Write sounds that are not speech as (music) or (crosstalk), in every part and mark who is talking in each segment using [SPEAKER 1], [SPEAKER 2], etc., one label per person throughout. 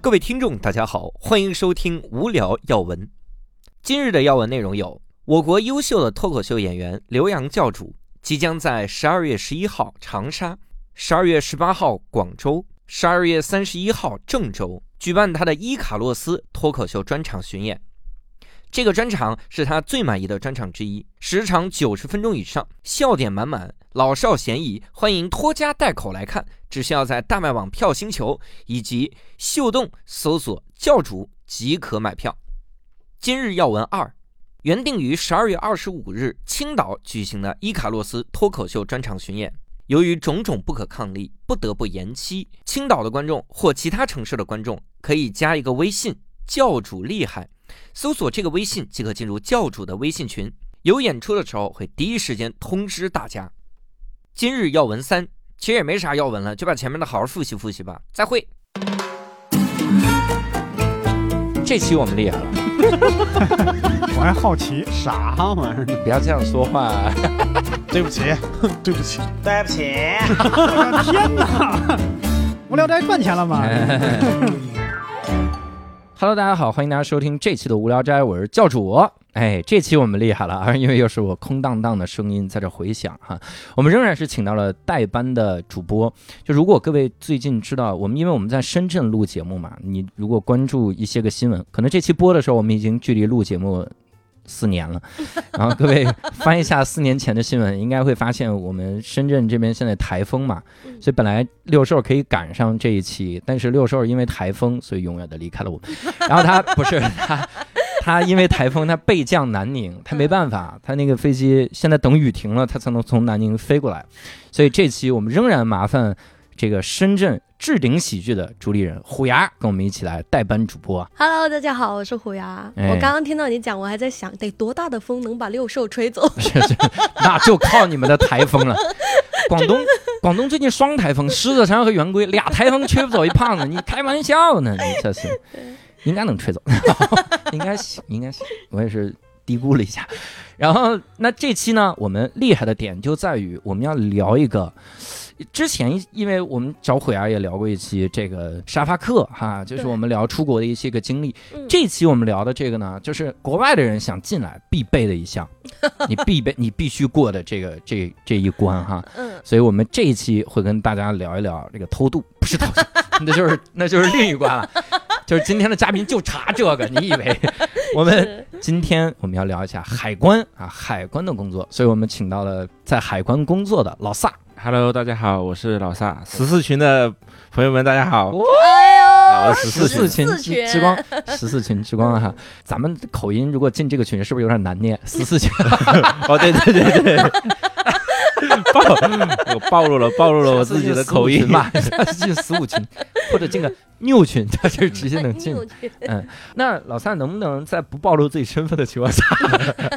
[SPEAKER 1] 各位听众，大家好，欢迎收听《无聊要闻》。今日的要闻内容有：我国优秀的脱口秀演员刘洋教主即将在十二月十一号长沙、十二月十八号广州、十二月三十一号郑州举办他的伊卡洛斯脱口秀专场巡演。这个专场是他最满意的专场之一，时长九十分钟以上，笑点满满，老少咸宜，欢迎拖家带口来看。只需要在大麦网票星球以及秀动搜索“教主”即可买票。今日要闻二，原定于十二月二十五日青岛举行的伊卡洛斯脱口秀专场巡演，由于种种不可抗力，不得不延期。青岛的观众或其他城市的观众可以加一个微信“教主厉害”。搜索这个微信即可进入教主的微信群，有演出的时候会第一时间通知大家。今日要闻三，其实也没啥要闻了，就把前面的好好复习复习吧。再会。这期我们厉害了，
[SPEAKER 2] 我还好奇啥玩意儿呢？
[SPEAKER 3] 不要这样说话。
[SPEAKER 4] 对不起， (laughs) 对不起，
[SPEAKER 5] 对不起，
[SPEAKER 2] 我的哎天
[SPEAKER 4] (laughs)
[SPEAKER 2] 哪！无聊斋赚钱了吗？
[SPEAKER 3] (laughs)
[SPEAKER 4] 哎
[SPEAKER 3] Hello，大家好，欢迎大家收听这期的无聊斋，我是教主。哎，这期我们厉害了啊， (laughs) 因为又是我空荡荡的声音在这回响哈。我们仍然是请到了代班的主播。就如果各位最近知道我们，因为我们在深圳录节目嘛，你如果关注一些个新闻，可能这期播的时候我们已经距离录节目四年了。 (laughs) 然后各位翻一下四年前的新闻，应该会发现我们深圳这边现在台风嘛，所以本来六兽可以赶上这一期，但是六兽因为台风，所以永远的离开了我们。 (laughs) 然后他不是他。他因为台风，他备降南宁，他没办法，他那个飞机现在等雨停了，他才能从南宁飞过来。所以这期我们仍然麻烦这个深圳置顶喜剧的主理人虎牙跟我们一起来代班主播。 (laughs)
[SPEAKER 6] Hello，大家好，我是虎牙。
[SPEAKER 3] 哎
[SPEAKER 6] 我刚刚听到你讲，我还在想，得多大的风能把六兽吹
[SPEAKER 4] (laughs)
[SPEAKER 6] 走？
[SPEAKER 3] 是是，那就靠你们的台风了。 (laughs) 广东广东最近双台风，狮子山和圆规俩台风吹不走一胖子，你开玩笑呢？你这是应该能吹走， (laughs) 应该行，应该行，我也是低估了一下。然后那这期呢，我们厉害的点就在于我们要聊一个。之前，因为我们找虎牙也聊过一期这个沙发客哈，就是
[SPEAKER 6] 对
[SPEAKER 3] 我们聊出国的一些个经历。
[SPEAKER 6] 嗯
[SPEAKER 3] 这期我们聊的这个呢，就是国外的人想进来必备的一
[SPEAKER 6] (laughs)
[SPEAKER 3] 项，你必备你必须过的这个这这一关哈。
[SPEAKER 6] 嗯，
[SPEAKER 3] 所以我们这一期会跟大家聊一聊这个偷
[SPEAKER 4] (laughs)
[SPEAKER 3] 渡，不是偷渡，那就是那就是另一关了。就是今天的嘉宾就查这个，你以
[SPEAKER 4] (laughs)
[SPEAKER 3] 为我
[SPEAKER 4] 呃
[SPEAKER 3] 们
[SPEAKER 6] 是
[SPEAKER 3] 今天我们要聊一下海关啊，海关的工作，所以我们请到了在海关工作的老萨。
[SPEAKER 4] Hello，大家好，我是老萨，十四群的朋友们，大家好，
[SPEAKER 3] 哦
[SPEAKER 6] 哎
[SPEAKER 4] 啊
[SPEAKER 6] 呦，
[SPEAKER 4] 我十四群
[SPEAKER 3] 四群
[SPEAKER 6] 四
[SPEAKER 3] 之
[SPEAKER 6] 群
[SPEAKER 3] 之光，十四群之光哈、啊
[SPEAKER 4] (laughs)
[SPEAKER 3] 咱们口音如果进这个群是不是有点难念？十
[SPEAKER 4] (laughs)
[SPEAKER 3] 四群，
[SPEAKER 4] 哦，对对对 (laughs) 对，暴我暴露了暴露了我自己的口音
[SPEAKER 3] 嘛，进十五群或者进个六群，他就直接能进
[SPEAKER 6] 哎。呦去
[SPEAKER 3] 那老三能不能在不暴露自己身份的情况下，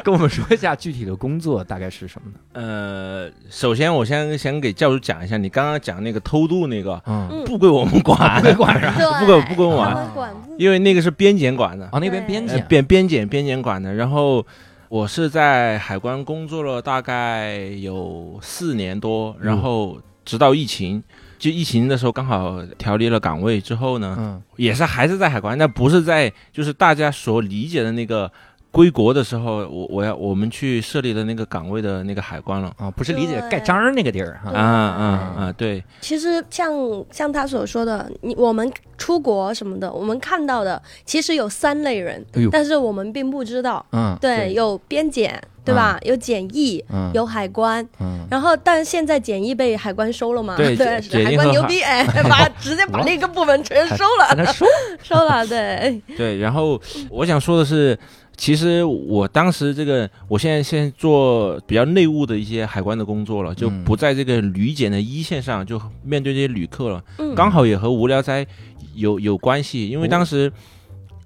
[SPEAKER 3] 跟我们说一下具体的工作大概是什么呢？
[SPEAKER 4] 呃，首先我先先给教主讲一下，你刚刚讲那个偷渡那个
[SPEAKER 3] 嗯，
[SPEAKER 4] 不归我们管，
[SPEAKER 3] 不管啊，
[SPEAKER 6] 对，
[SPEAKER 4] (laughs) 不管不管
[SPEAKER 3] 啊
[SPEAKER 4] 管，
[SPEAKER 6] 管管
[SPEAKER 4] 因为那个是边检管的，
[SPEAKER 3] 哦那边编
[SPEAKER 4] 呃
[SPEAKER 3] 辑，
[SPEAKER 4] 边边检边检管的。然后我是在海关工作了大概有四年多，然后直到疫情，就疫情的时候刚好调离了岗位之后呢，
[SPEAKER 3] 嗯
[SPEAKER 4] 也是还是在海关，但不是在就是大家所理解的那个归国的时候，我我要我们去设立的那个岗位的那个海关了。
[SPEAKER 3] 啊，不是理解
[SPEAKER 6] 对
[SPEAKER 3] 盖章儿那个地儿哈
[SPEAKER 6] 对
[SPEAKER 4] 啊啊啊！对，
[SPEAKER 6] 其实像像他所说的，你我们出国什么的，我们看到的其实有三类人，
[SPEAKER 3] 哎呦
[SPEAKER 6] 但是我们并不知道。
[SPEAKER 3] 嗯
[SPEAKER 6] 对，
[SPEAKER 4] 对
[SPEAKER 6] 有边检，对吧？有检疫，
[SPEAKER 3] 嗯
[SPEAKER 6] 有海关。
[SPEAKER 3] 嗯，
[SPEAKER 6] 然后，但现在检疫被海关收了嘛？
[SPEAKER 4] 对
[SPEAKER 6] 对，
[SPEAKER 4] 检疫
[SPEAKER 6] 海关
[SPEAKER 4] 和
[SPEAKER 6] 牛
[SPEAKER 4] 海
[SPEAKER 6] 逼，
[SPEAKER 4] (laughs)
[SPEAKER 6] 哎，把直接把那个部门全收了
[SPEAKER 3] 在，那说
[SPEAKER 6] 收了，对，哎
[SPEAKER 4] 对，然后我想说的是，其实我当时这个，我现在现在做比较内务的一些海关的工作了，就
[SPEAKER 3] 嗯
[SPEAKER 4] 不在这个旅检的一线上，就面对这些旅客了。
[SPEAKER 6] 嗯，
[SPEAKER 4] 刚好也和无聊斋有有关系，因为当时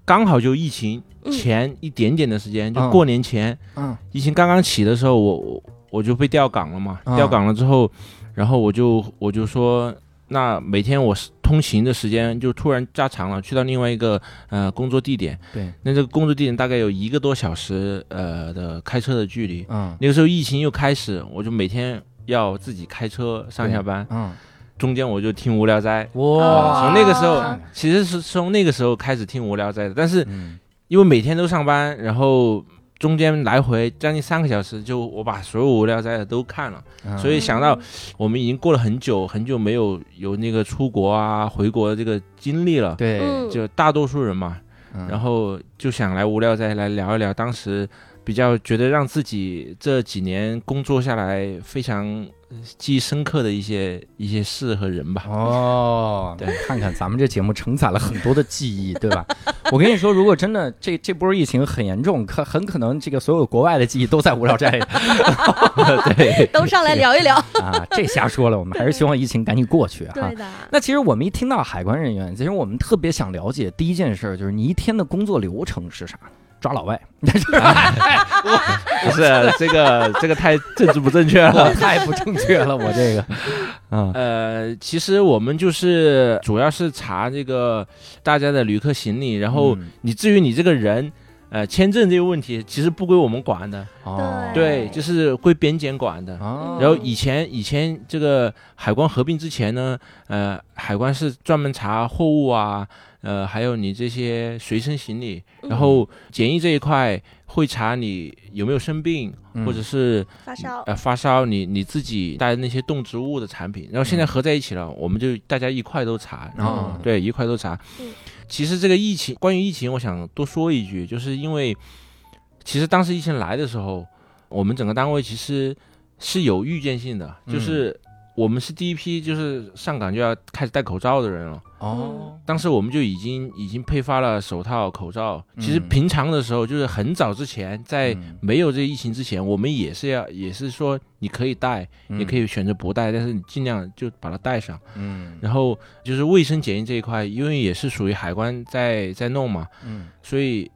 [SPEAKER 4] 刚好就疫情
[SPEAKER 6] 嗯
[SPEAKER 4] 前一点点的时间，
[SPEAKER 3] 嗯
[SPEAKER 4] 就过年前，
[SPEAKER 3] 嗯
[SPEAKER 4] 疫情刚刚起的时候，我我我就被调岗了嘛，
[SPEAKER 3] 嗯
[SPEAKER 4] 调岗了之后，然后我就我就说，那每天我是通勤的时间就突然加长了，去到另外一个呃工作地点，
[SPEAKER 3] 对，
[SPEAKER 4] 那这个工作地点大概有一个多小时呃的开车的距离，
[SPEAKER 3] 嗯
[SPEAKER 4] 那个时候疫情又开始，我就每天要自己开车上下班，
[SPEAKER 3] 嗯
[SPEAKER 4] 中间我就听《无聊斋》呃
[SPEAKER 3] 哇，
[SPEAKER 4] 从那个时候
[SPEAKER 6] 啊
[SPEAKER 4] 其实是从那个时候开始听《无聊斋》的，但是
[SPEAKER 3] 嗯，
[SPEAKER 4] 因为每天都上班，然后中间来回将近三个小时，就我把所有《无聊斋》的都看了。
[SPEAKER 3] 嗯
[SPEAKER 4] 所以想到我们已经过了很久很久没有有那个出国啊、回国的这个经历了，
[SPEAKER 3] 对，
[SPEAKER 6] 嗯，
[SPEAKER 4] 就大多数人嘛，
[SPEAKER 3] 嗯
[SPEAKER 4] 然后就想来无聊斋来聊一聊当时比较觉得让自己这几年工作下来非常呃记忆深刻的一些一些事和人吧。
[SPEAKER 3] 哦，
[SPEAKER 4] 对，
[SPEAKER 3] 看看咱们这节目承载了很多的记忆，对吧？我跟你说，如果真的这这波疫情很严重，可很可能这个所有国外的记忆都在无聊斋里 (laughs)
[SPEAKER 4] 对，
[SPEAKER 6] 都上来聊一聊。
[SPEAKER 3] 啊，这瞎说了，我们还是希望疫情赶紧过去哈、
[SPEAKER 6] 对的，
[SPEAKER 3] 那其实我们一听到海关人员，其实我们特别想了解第一件事儿就是你一天的工作流程是啥？抓老外， (laughs) 哎
[SPEAKER 4] 不哦是啊这个这个太政治不正确了。
[SPEAKER 3] 我太不正确了，我这个，啊，
[SPEAKER 4] 呃，其实我们就是主要是查这个大家的旅客行李， (laughs) 然后
[SPEAKER 3] 嗯
[SPEAKER 4] 你至于你这个人，呃，签证这个问题其实不归我们管的，
[SPEAKER 3] 哦，
[SPEAKER 4] 对，就是归边检管的。
[SPEAKER 3] 啊，
[SPEAKER 4] 然后以前以前这个海关合并之前呢，呃，海关是专门查货物啊，呃，还有你这些随身行李，然
[SPEAKER 3] 嗯
[SPEAKER 4] 后检疫这一块会查你有没有生病，
[SPEAKER 3] 嗯
[SPEAKER 4] 或者是
[SPEAKER 6] 发烧，
[SPEAKER 4] 呃发烧，你你自己带的那些动植物的产品，然后现
[SPEAKER 3] 嗯
[SPEAKER 4] 在合在一起了，我们就大家一块都查，然后
[SPEAKER 3] 啊，
[SPEAKER 4] 对一块都查
[SPEAKER 6] 嗯。
[SPEAKER 4] 其实这个疫情，关于疫情，我想多说一句，就是因为其实当时疫情来的时候，我们整个单位其实是有预见性的，
[SPEAKER 3] 嗯
[SPEAKER 4] 就是我们是第一批就是上岗就要开始戴口罩的人了。
[SPEAKER 3] 哦，
[SPEAKER 4] 当时我们就已经已经配发了手套、口罩。其实
[SPEAKER 3] 嗯
[SPEAKER 4] 平常的时候，就是很早之前，在
[SPEAKER 3] 嗯
[SPEAKER 4] 没有这个疫情之前，我们也是要，也是说你可以戴，也可以选择不戴，但是你尽量就把它戴上。
[SPEAKER 3] 嗯，嗯
[SPEAKER 4] 然后就是卫生检疫这一块，因为也是属于海关在在弄嘛，
[SPEAKER 3] 嗯
[SPEAKER 4] 所以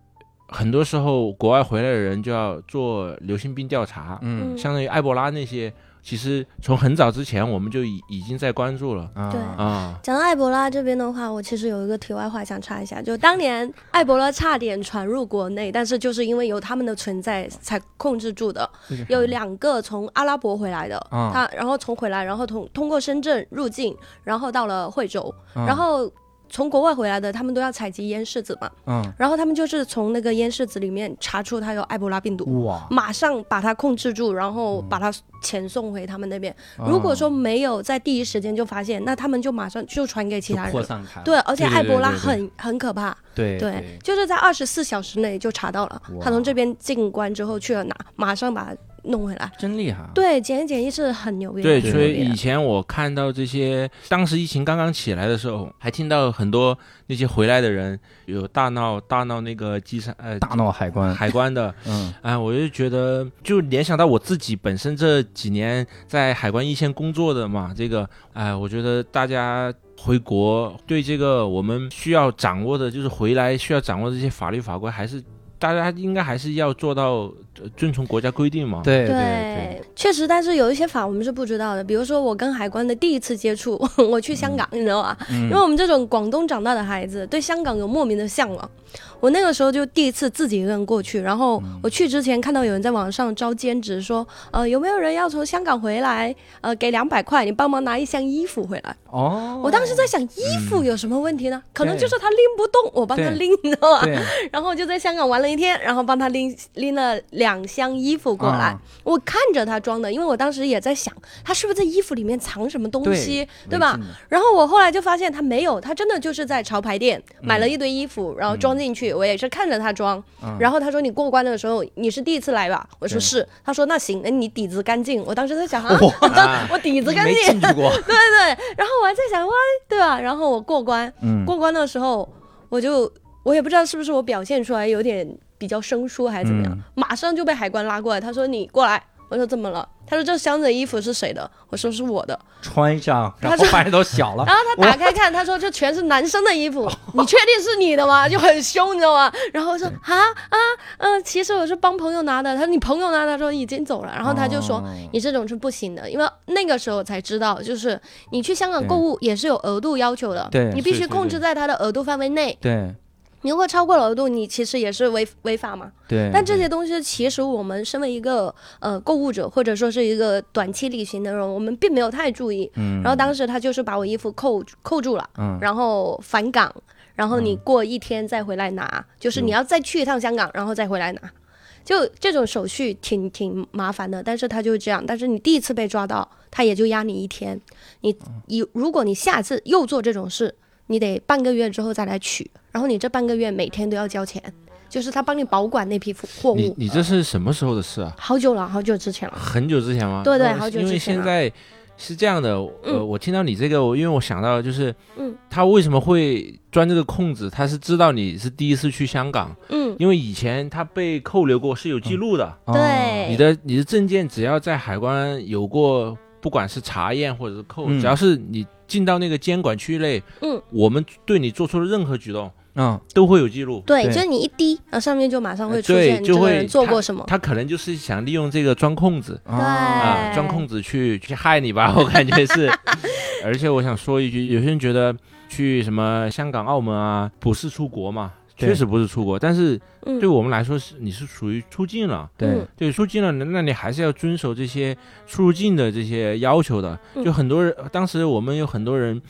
[SPEAKER 4] 很多时候国外回来的人就要做流行病调查，
[SPEAKER 3] 嗯
[SPEAKER 4] 相当于埃博拉那些，其实从很早之前我们就已已经在关注了
[SPEAKER 3] 啊
[SPEAKER 6] 嗯对
[SPEAKER 4] 啊。
[SPEAKER 6] 讲到埃博拉这边的话，我其实有一个题外话想插一下，就当年埃博拉差点传入国内，但是就是因为有他们的存在才控制住
[SPEAKER 3] 嗯
[SPEAKER 6] 的。有两个从阿拉伯回来的，
[SPEAKER 3] 啊
[SPEAKER 6] 他然后从回来，然后通通过深圳入境，然后到了惠州，
[SPEAKER 3] 嗯
[SPEAKER 6] 然后从国外回来的，他们都要采集烟柿子嘛，
[SPEAKER 3] 嗯，
[SPEAKER 6] 然后他们就是从那个烟柿子里面查出他有埃博拉病毒。
[SPEAKER 3] 哇，
[SPEAKER 6] 马上把它控制住，然后把它遣送回他们那边。
[SPEAKER 3] 啊
[SPEAKER 6] 如
[SPEAKER 3] 嗯
[SPEAKER 6] 果说没有在第一时间就发现，那他们就马上就传给其
[SPEAKER 3] 就
[SPEAKER 6] 他
[SPEAKER 3] 扩
[SPEAKER 6] 人。
[SPEAKER 3] 散开了，
[SPEAKER 6] 对，而且
[SPEAKER 4] 对对
[SPEAKER 6] 埃博拉
[SPEAKER 4] 对对
[SPEAKER 6] 很很可怕，
[SPEAKER 3] 对
[SPEAKER 6] 对，，就是在二十四小时内就查到了
[SPEAKER 3] 哇。
[SPEAKER 6] 他从这边进关之后去了哪，马上把它弄回来。
[SPEAKER 3] 真厉害，，啊
[SPEAKER 6] 对，检疫检疫是很牛逼的，
[SPEAKER 4] 对，
[SPEAKER 3] 对
[SPEAKER 4] 所
[SPEAKER 6] 很牛
[SPEAKER 4] 以
[SPEAKER 6] 逼
[SPEAKER 4] 以
[SPEAKER 6] 的
[SPEAKER 4] 前我看到这些，当时疫情刚刚起来的时候，还听到很多那些回来的人有大闹大闹那个机场呃
[SPEAKER 3] 大闹海关，
[SPEAKER 4] 海关的， (laughs)
[SPEAKER 3] 嗯
[SPEAKER 4] 哎，我就觉得，就联想到我自己本身这几年在海关一线工作的嘛，这个，哎，我觉得大家回国对这个我们需要掌握的，就是回来需要掌握的这些法律法规，还是大家应该还是要做到呃遵从国家规定嘛。
[SPEAKER 3] 对对
[SPEAKER 6] 对，确实，但是有一些法我们是不知道的，比如说我跟海关的第一次接触， (laughs) 我去香港，你知道吧？
[SPEAKER 3] 对，因
[SPEAKER 6] 因为我们这种广东长大的孩子，对香港有莫名的向往。我那个时候就第一次自己一个人过去，然后
[SPEAKER 3] 嗯
[SPEAKER 6] 我去之前看到有人在网上招兼职，说，呃，有没有人要从香港回来？呃，给两百块，你帮忙拿一箱衣服回来。
[SPEAKER 3] 哦，
[SPEAKER 6] 我当时在想，衣服有什么问题呢？可能
[SPEAKER 3] 对
[SPEAKER 6] 就是他拎不动，我帮他
[SPEAKER 3] 对
[SPEAKER 6] 拎，你知道吧？
[SPEAKER 3] 对，
[SPEAKER 6] 然后我就在香港玩了一天，然后帮他拎拎了两箱衣服过来。
[SPEAKER 3] 啊
[SPEAKER 6] 我看着他装的，因为我当时也在想，他是不是在衣服里面藏什么东西，对吧？？然后我后来就发现他没有，他真的就是在潮牌店买
[SPEAKER 3] 嗯
[SPEAKER 6] 了一堆衣服，然后装进去。我也是看着他装，然后他说你过关的时候你是第一次来吧？我说
[SPEAKER 3] 对
[SPEAKER 6] 是。他说那行，那你底子干净。我当时在想
[SPEAKER 3] (laughs)
[SPEAKER 6] 啊，
[SPEAKER 4] 啊
[SPEAKER 6] 我底子干
[SPEAKER 3] 没
[SPEAKER 6] 净，
[SPEAKER 3] 进去过，
[SPEAKER 6] (laughs) 对对。然后我还在想哇，对吧？然后我过关，
[SPEAKER 3] (laughs) 嗯，
[SPEAKER 6] 过关的时候，我就我也不知道是不是我表现出来有点比较生疏还是怎么样，
[SPEAKER 3] 嗯
[SPEAKER 6] 马上就被海关拉过来，他说你过来，我说怎么了？他说这箱子衣服是谁的？我说是我的。
[SPEAKER 3] 穿上，然
[SPEAKER 6] 他
[SPEAKER 3] 后
[SPEAKER 6] 说
[SPEAKER 3] 发现都小
[SPEAKER 4] (laughs) 哦
[SPEAKER 3] 了，
[SPEAKER 6] 然后他打开看，他说这全是男生的衣服， (laughs) 你确定是你的
[SPEAKER 4] (laughs)
[SPEAKER 6] 吗？就很凶，你知道吗？然后我说啊啊嗯、其实我是帮朋友拿的。他说你朋友拿的，他说已经走了。然后他就说、
[SPEAKER 3] 哦
[SPEAKER 6] 你这种是不行的，因为那个时候才知道，就是你去香港购物也是有额度要求的，
[SPEAKER 3] 对
[SPEAKER 6] 你必
[SPEAKER 4] 是
[SPEAKER 6] 须
[SPEAKER 4] 是
[SPEAKER 6] 控
[SPEAKER 4] 是
[SPEAKER 6] 制在它的额度范围内。
[SPEAKER 3] 对，
[SPEAKER 6] 你如果超过劳动，你其实也是违违法嘛。
[SPEAKER 3] 对，
[SPEAKER 6] 但这些东西，其实我们身为一个呃购物者，或者说是一个短期旅行的人，我们并没有太注意。
[SPEAKER 3] 嗯，
[SPEAKER 6] 然后当时他就是把我衣服扣扣住了，
[SPEAKER 3] 嗯
[SPEAKER 6] 然后返港，然后你过一天再回来拿，就是
[SPEAKER 3] 嗯
[SPEAKER 6] 你要再去一趟香港，然后再回来拿。就这种手续挺挺麻烦的，但是他就是这样。但是你第一次被抓到，他也就压你一天。你你如果你下次又做这种事，你得半个月之后再来取，然后你这半个月每天都要交钱，就是他帮你保管那批货
[SPEAKER 4] 你
[SPEAKER 6] 物。
[SPEAKER 4] 你这是什么时候的事啊？
[SPEAKER 6] 好久了，好久之前了。
[SPEAKER 4] 很久之前吗？
[SPEAKER 6] 对对
[SPEAKER 4] 呃
[SPEAKER 6] 好久
[SPEAKER 4] 因为
[SPEAKER 6] 之前
[SPEAKER 4] 现
[SPEAKER 6] 了
[SPEAKER 4] 在是这样的，呃，
[SPEAKER 6] 嗯
[SPEAKER 4] 我听到你这个，我因为我想到就是，
[SPEAKER 6] 嗯，
[SPEAKER 4] 他为什么会钻这个空子？他是知道你是第一次去香港，
[SPEAKER 6] 嗯，
[SPEAKER 4] 因为以前他被扣留过是有记录
[SPEAKER 3] 哦
[SPEAKER 4] 的，
[SPEAKER 6] 对，
[SPEAKER 4] 你的你的证件只要在海关有过，不管是查验或者是扣，
[SPEAKER 3] 嗯
[SPEAKER 4] 只要是你进到那个监管区内，
[SPEAKER 6] 嗯，
[SPEAKER 4] 我们对你做出的任何举动
[SPEAKER 3] 嗯，
[SPEAKER 4] 都会有记录。
[SPEAKER 6] 对，
[SPEAKER 3] 对
[SPEAKER 6] 就是你一滴，然后上面就马上会出
[SPEAKER 4] 对
[SPEAKER 6] 现你
[SPEAKER 4] 就
[SPEAKER 6] 这个
[SPEAKER 4] 会
[SPEAKER 6] 人做过什么。
[SPEAKER 4] 他可能就是想利用这个钻空子。
[SPEAKER 3] 啊
[SPEAKER 4] 啊，
[SPEAKER 6] 哎
[SPEAKER 4] 钻空子去去害你吧，我 (laughs) 感觉
[SPEAKER 6] (laughs)
[SPEAKER 4] 是。而且我想说一句，有些人觉得去什么香港、澳门啊，不是出国嘛，
[SPEAKER 3] 对
[SPEAKER 4] 确实不是出国，但是
[SPEAKER 6] 嗯，
[SPEAKER 4] 对我们来说是你是属于出境了。
[SPEAKER 3] 对
[SPEAKER 6] 嗯，
[SPEAKER 4] 对，出境了，那那你还是要遵守这些出入境的这些要求的。就
[SPEAKER 6] 嗯
[SPEAKER 4] 很多人，当时我们有很多人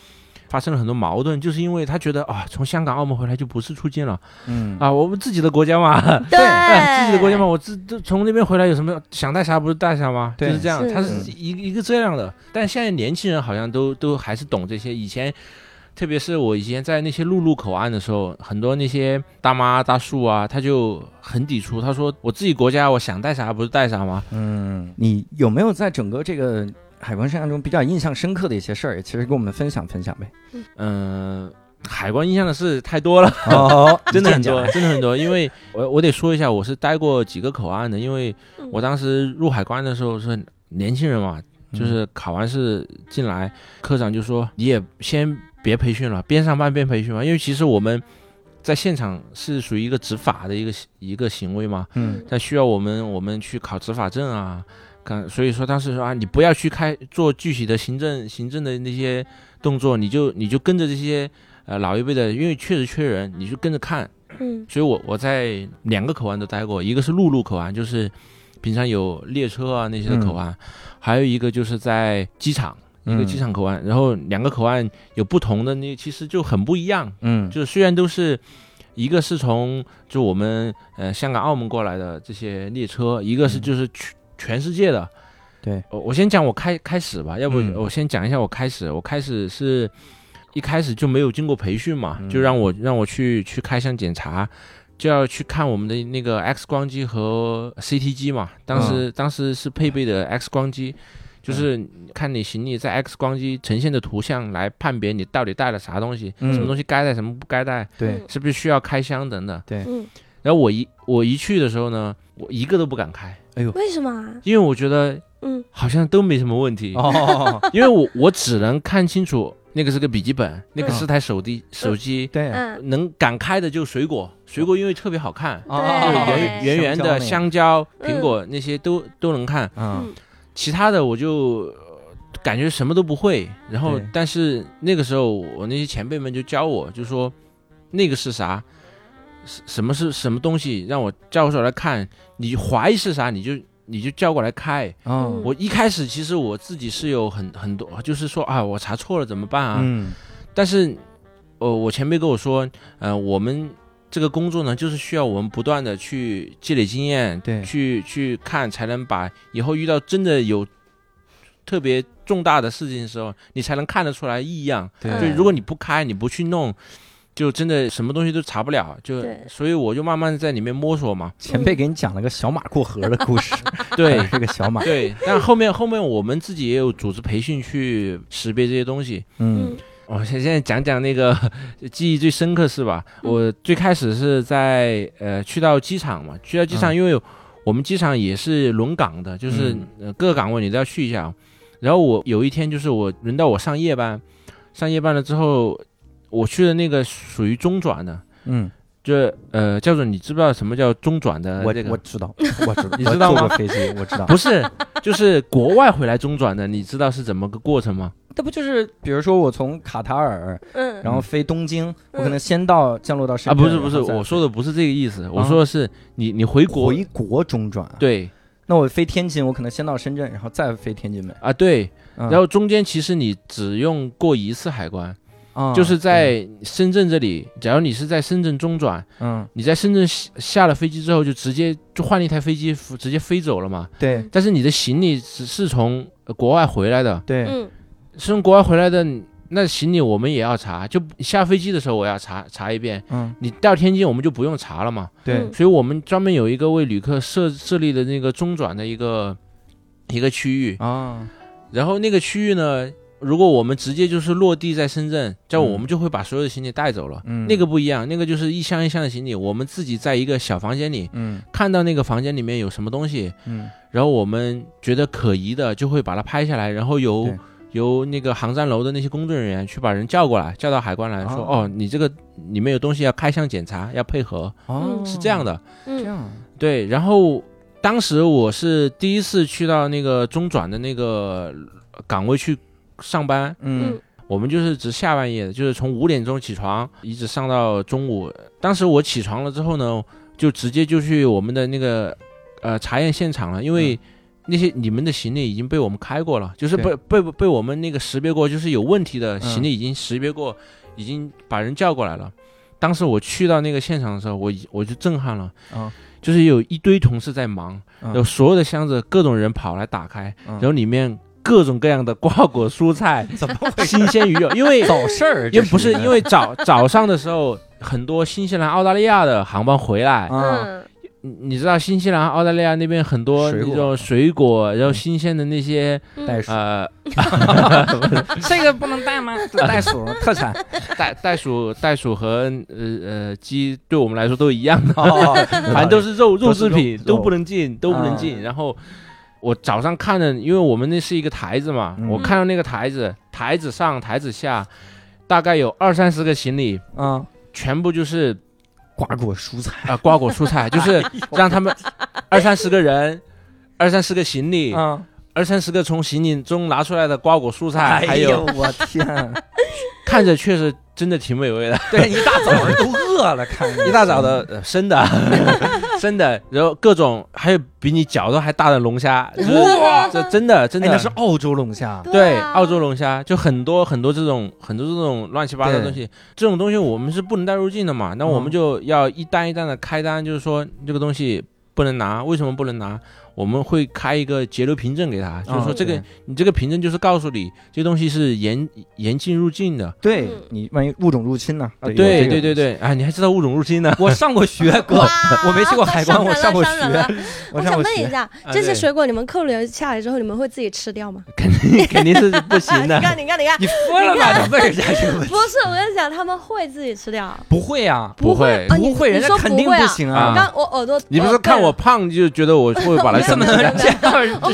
[SPEAKER 4] 发生了很多矛盾，就是因为他觉得啊，从香港、澳门回来就不是出境了
[SPEAKER 3] 嗯
[SPEAKER 4] 啊，我们自己的国家嘛，
[SPEAKER 6] 对
[SPEAKER 4] 哎，自己的国家嘛，我自都从那边回来有什么想带啥不是带啥吗？就
[SPEAKER 3] 对
[SPEAKER 4] 是这样，
[SPEAKER 6] 是
[SPEAKER 4] 他是一一个这样的。但现在年轻人好像都都还是懂这些。以前，特别是我以前在那些陆路口岸的时候，很多那些大妈大叔啊，他就很抵触，他说我自己国家我想带啥不是带啥吗？
[SPEAKER 3] 嗯，你有没有在整个这个海关生涯中比较印象深刻的一些事儿？其实跟我们分享分享
[SPEAKER 4] (laughs)
[SPEAKER 3] 呗。
[SPEAKER 4] 嗯、海关印象的事太多了， (laughs)
[SPEAKER 3] (laughs) 哦
[SPEAKER 4] 真的很多，真的很多。因为我我得说一下，我是待过几个口岸的，因为我当时入海关的时候是年轻人嘛，就是考完试进来，科长就说你也先别培训了，边上班边培训嘛，因为其实我们在现场是属于一个执法的一个一个行为嘛，
[SPEAKER 3] 嗯
[SPEAKER 4] 他需要我们我们去考执法证啊，看，所以说当时说啊，你不要去开做具体的行政行政的那些动作，你就你就跟着这些呃老一辈的，因为确实缺人，你就跟着看，
[SPEAKER 6] 嗯
[SPEAKER 4] 所以我我在两个口岸都待过，一个是陆路口岸，就是平常有列车啊那些的口岸，还有一个就是在机场。一个
[SPEAKER 3] 嗯
[SPEAKER 4] 机场口岸，然后两个口岸有不同的，那其实就很不一样。
[SPEAKER 3] 嗯
[SPEAKER 4] 就是虽然都是，一个是从就我们呃香港、澳门过来的这些列车，一个是
[SPEAKER 3] 嗯
[SPEAKER 4] 就是全全世界的。
[SPEAKER 3] 对
[SPEAKER 4] 我，我先讲我开开始吧，要不
[SPEAKER 3] 嗯
[SPEAKER 4] 我先讲一下我开始，我开始是一开始就没有经过培训嘛，
[SPEAKER 3] 嗯
[SPEAKER 4] 就让我让我去去开箱检查，就要去看我们的那个 X 光机和 CT 机嘛。当
[SPEAKER 3] 嗯
[SPEAKER 4] 时、当时是配备的 X 光机，就是看你行李在 X 光机呈现的图像来判别你到底带了啥东西，
[SPEAKER 3] 嗯
[SPEAKER 4] 什么东西该带，什么不该带，
[SPEAKER 3] 对，
[SPEAKER 4] 是不是需要开箱等等。
[SPEAKER 6] 嗯，
[SPEAKER 4] 然后我一我一去的时候呢，我一个都不敢开，
[SPEAKER 6] 为什么啊？
[SPEAKER 4] 因为我觉得
[SPEAKER 6] 嗯
[SPEAKER 4] 好像都没什么问题，
[SPEAKER 3] 哦，
[SPEAKER 4] 因为我我只能看清楚那个是个笔记本，那个是台手机手机，
[SPEAKER 3] 嗯对，
[SPEAKER 6] 嗯，
[SPEAKER 4] 能敢开的就水果，水果因为特别好看，就
[SPEAKER 3] 哦
[SPEAKER 4] 是
[SPEAKER 6] 对
[SPEAKER 4] 圆圆圆的
[SPEAKER 3] 香
[SPEAKER 4] 香嗯蕉、
[SPEAKER 6] 嗯
[SPEAKER 4] 苹果那些都都能看，
[SPEAKER 3] 啊，
[SPEAKER 4] 其他的我就呃感觉什么都不会。然后
[SPEAKER 3] 对，
[SPEAKER 4] 但是那个时候我那些前辈们就教我，就说那个是啥，什什么是什么东西，让我叫过来看。你怀疑是啥，你就你就叫过来开。
[SPEAKER 3] 哦
[SPEAKER 4] 我一开始其实我自己是有很很多，就是说啊，我查错了怎么办啊？
[SPEAKER 3] 嗯
[SPEAKER 4] 但是，呃，我前辈跟我说，呃，我们这个工作呢，就是需要我们不断的去积累经验，
[SPEAKER 3] 对
[SPEAKER 4] 去去看，才能把以后遇到真的有特别重大的事情的时候，你才能看得出来异样。
[SPEAKER 3] 对，。
[SPEAKER 4] 就如果你不开，你不去弄，就真的什么东西都查不了。就
[SPEAKER 6] 对
[SPEAKER 4] 所以我就慢慢在里面摸索嘛
[SPEAKER 3] (laughs) 前辈给你讲了个小马过河的故事，
[SPEAKER 4] 对
[SPEAKER 3] (laughs) 这个小马，
[SPEAKER 4] (laughs) 对，但后面后面我们自己也有组织培训去识别这些东西。
[SPEAKER 3] 嗯
[SPEAKER 6] 嗯
[SPEAKER 4] 我现现在讲讲那个 (laughs) 记忆最深刻是吧？
[SPEAKER 6] 嗯
[SPEAKER 4] 我最开始是在呃去到机场嘛，去到机场，
[SPEAKER 3] 嗯
[SPEAKER 4] 因为我们机场也是轮岗的，就是、
[SPEAKER 3] 嗯
[SPEAKER 4] 呃各个岗位你都要去一下。然后我有一天就是我轮到我上夜班，上夜班了之后，我去的那个属于中转的，
[SPEAKER 3] 嗯
[SPEAKER 4] 就是呃，教主，你知不知道什么叫中转的
[SPEAKER 3] 我
[SPEAKER 4] 呃这个？
[SPEAKER 3] 我知道，我知道，
[SPEAKER 4] (laughs) 你知道
[SPEAKER 3] 我
[SPEAKER 4] 吗
[SPEAKER 3] 坐过飞机，我
[SPEAKER 4] (laughs)
[SPEAKER 3] 知道。
[SPEAKER 4] 不是，就是国外回来中转的，你知道是怎么个过程吗？
[SPEAKER 3] 这不就是，比如说我从卡塔尔，
[SPEAKER 6] 嗯，
[SPEAKER 3] 然后飞东京，我
[SPEAKER 6] 嗯
[SPEAKER 3] 可能先到降落到深
[SPEAKER 4] 啊，
[SPEAKER 3] 圳。
[SPEAKER 4] 不是不是，
[SPEAKER 3] 然后再
[SPEAKER 4] 我说的不是这个意思，我说的是你你回国
[SPEAKER 3] 回国中转。，啊
[SPEAKER 4] 对
[SPEAKER 3] 那我飞天津，我可能先到深圳，然后再飞天津嗯门。
[SPEAKER 4] 啊对，
[SPEAKER 3] 然
[SPEAKER 4] 然后中间其实你只用过一次海关，
[SPEAKER 3] 啊
[SPEAKER 4] 就是在深圳这里，假如你是在深圳中转，
[SPEAKER 3] 嗯，
[SPEAKER 4] 你在深圳下下了飞机之后就直接就换了一台飞机直接飞走了嘛，
[SPEAKER 6] 嗯
[SPEAKER 3] 对
[SPEAKER 4] 但是你的行李只是从呃国外回来的，
[SPEAKER 3] 对，
[SPEAKER 6] 嗯
[SPEAKER 4] 是从国外回来的，那行李我们也要查，就下飞机的时候我要查查一遍。
[SPEAKER 3] 嗯
[SPEAKER 4] 你到天津我们就不用查了嘛，
[SPEAKER 3] 对
[SPEAKER 6] 嗯，
[SPEAKER 4] 所以我们专门有一个为旅客设设立的那个中转的一个一个区域，
[SPEAKER 3] 啊
[SPEAKER 4] 然后那个区域呢，如果我们直接就是落地在深圳，这样
[SPEAKER 3] 嗯
[SPEAKER 4] 我们就会把所有的行李带走了。
[SPEAKER 3] 嗯
[SPEAKER 4] 那个不一样，那个就是一箱一箱的行李，我们自己在一个小房间里
[SPEAKER 3] 嗯
[SPEAKER 4] 看到那个房间里面有什么东西，
[SPEAKER 3] 嗯
[SPEAKER 4] 然后我们觉得可疑的就会把它拍下来，然后由
[SPEAKER 3] 对
[SPEAKER 4] 由那个航站楼的那些工作人员去把人叫过来，叫到海关来说，
[SPEAKER 3] 哦
[SPEAKER 4] 哦，你这个里面有东西要开箱检查，要配合，
[SPEAKER 3] 哦，
[SPEAKER 4] 是这样的。
[SPEAKER 3] 这
[SPEAKER 6] 嗯
[SPEAKER 3] 样
[SPEAKER 4] 对，然后当时我是第一次去到那个中转的那个岗位去上班，
[SPEAKER 3] 嗯
[SPEAKER 4] 我们就是值下半夜的，就是从五点钟起床，一直上到中午。当时我起床了之后呢，就直接就去我们的那个呃查验现场了，因为那些你们的行李已经被我们开过了，就是被
[SPEAKER 3] 对
[SPEAKER 4] 被被我们那个识别过，就是有问题的
[SPEAKER 3] 嗯
[SPEAKER 4] 行李已经识别过，已经把人叫过来了。当时我去到那个现场的时候，我已我就震撼了，
[SPEAKER 6] 嗯
[SPEAKER 3] 啊
[SPEAKER 4] 就是有一堆同事在忙，
[SPEAKER 3] 嗯
[SPEAKER 4] 有所有的箱子，各种人跑来打开，
[SPEAKER 3] 嗯
[SPEAKER 4] 然后里面各种各样的瓜果蔬菜、
[SPEAKER 3] 怎么回事？
[SPEAKER 4] 新鲜
[SPEAKER 3] (laughs)
[SPEAKER 4] 鱼肉，因为
[SPEAKER 3] 找事儿，
[SPEAKER 4] 因
[SPEAKER 3] 这
[SPEAKER 4] 为不是
[SPEAKER 3] 一个
[SPEAKER 4] 因为早早上的时候，很多新西兰、澳大利亚的航班回来，
[SPEAKER 3] 啊
[SPEAKER 6] 嗯
[SPEAKER 4] 你你知道新西兰、澳大利亚那边很多
[SPEAKER 3] 水果
[SPEAKER 4] 那种水果，然后新鲜的那些
[SPEAKER 6] 嗯
[SPEAKER 3] 袋鼠，
[SPEAKER 4] 呃
[SPEAKER 3] 这个不能带吗？袋鼠特
[SPEAKER 4] (laughs)
[SPEAKER 3] 产
[SPEAKER 4] 袋袋鼠、袋鼠和呃呃鸡，对我们来说都一样的，
[SPEAKER 3] 哦，
[SPEAKER 4] 反正都是肉
[SPEAKER 3] 都
[SPEAKER 4] 肉
[SPEAKER 3] 是
[SPEAKER 4] 制
[SPEAKER 3] 肉嗯
[SPEAKER 4] 品，都不
[SPEAKER 3] 肉
[SPEAKER 4] 能进，都不能进。然后我早上看的，因为我们那是一个台子嘛，
[SPEAKER 3] 嗯
[SPEAKER 4] 我看到那个台子，台子上、台子下，大概有二三十个行李，
[SPEAKER 3] 啊，
[SPEAKER 4] 全部就是
[SPEAKER 3] 瓜果蔬菜 (laughs)
[SPEAKER 4] 啊、瓜果蔬菜，就是让他们
[SPEAKER 3] 哎
[SPEAKER 4] 二三十个人，二三十个行李，
[SPEAKER 3] 啊，
[SPEAKER 4] 二三十个从行李中拿出来的瓜果蔬菜，还
[SPEAKER 3] 哎呦
[SPEAKER 4] 有
[SPEAKER 3] 我
[SPEAKER 4] (laughs)
[SPEAKER 3] 天，
[SPEAKER 4] 看着确实真的挺美味的，
[SPEAKER 3] 对， (laughs) 一大早上都饿了，看着
[SPEAKER 4] 一大早的、呃
[SPEAKER 3] (laughs)
[SPEAKER 4] 生的，生的，然后各种还有比你脚都还大的龙虾，就是
[SPEAKER 6] 哇
[SPEAKER 4] 这真的真
[SPEAKER 3] 哎，
[SPEAKER 4] 的、
[SPEAKER 3] 那是澳洲龙虾，
[SPEAKER 4] 对，
[SPEAKER 6] 啊
[SPEAKER 4] 澳洲龙虾就很多很多这种很多这种乱七八糟的
[SPEAKER 3] 对
[SPEAKER 4] 东西，这种东西我们是不能带入境的嘛，那我们
[SPEAKER 3] 嗯
[SPEAKER 4] 就要一单一单的开单，就是说这个东西不能拿，为什么不能拿？我们会开一个截留凭证给他，就是说这个、
[SPEAKER 3] 嗯
[SPEAKER 4] 你这个凭证就是告诉你这东西是严严禁入境的。
[SPEAKER 3] 对
[SPEAKER 6] 嗯
[SPEAKER 3] 你万一物种入侵呢？
[SPEAKER 4] 啊，
[SPEAKER 3] 有这
[SPEAKER 4] 对
[SPEAKER 3] 个
[SPEAKER 4] 对对对，啊，你还知道物种入侵呢？
[SPEAKER 3] 我上过学，哥，我没去过 (laughs) 海关，我上过
[SPEAKER 6] 伤人了伤
[SPEAKER 3] 学，
[SPEAKER 6] 人了
[SPEAKER 3] 我
[SPEAKER 6] 我
[SPEAKER 3] 上
[SPEAKER 6] 想
[SPEAKER 3] 过
[SPEAKER 6] 问一
[SPEAKER 3] 学。
[SPEAKER 6] 下，
[SPEAKER 4] 啊
[SPEAKER 6] 这些
[SPEAKER 4] 对
[SPEAKER 6] 水果你们扣留下来之后，你们会自己吃
[SPEAKER 3] (laughs)
[SPEAKER 6] 掉吗？啊
[SPEAKER 4] 肯定肯定是不行
[SPEAKER 6] (laughs)
[SPEAKER 4] 的
[SPEAKER 6] 你。看，你看，你看，
[SPEAKER 3] 你疯了吧？你问人家这个问题？
[SPEAKER 6] 不是，我跟你讲，他们会自己吃掉。
[SPEAKER 3] 不会呀，
[SPEAKER 4] 不会 (laughs)
[SPEAKER 6] 啊你
[SPEAKER 3] 不会，
[SPEAKER 6] 你
[SPEAKER 3] 人家
[SPEAKER 6] 说
[SPEAKER 3] 肯定
[SPEAKER 6] 不会
[SPEAKER 3] 不
[SPEAKER 6] 啊
[SPEAKER 3] 行
[SPEAKER 4] 啊
[SPEAKER 6] 我刚我耳朵，
[SPEAKER 4] 你不
[SPEAKER 3] 哦
[SPEAKER 4] 是
[SPEAKER 6] 呃
[SPEAKER 4] 看我
[SPEAKER 6] 被
[SPEAKER 4] 胖就觉得我会
[SPEAKER 3] (laughs)
[SPEAKER 4] 把它全
[SPEAKER 3] 啊怎
[SPEAKER 4] 部
[SPEAKER 3] 么
[SPEAKER 4] 吃
[SPEAKER 3] 能
[SPEAKER 4] 掉？
[SPEAKER 3] 这样？
[SPEAKER 6] 哦，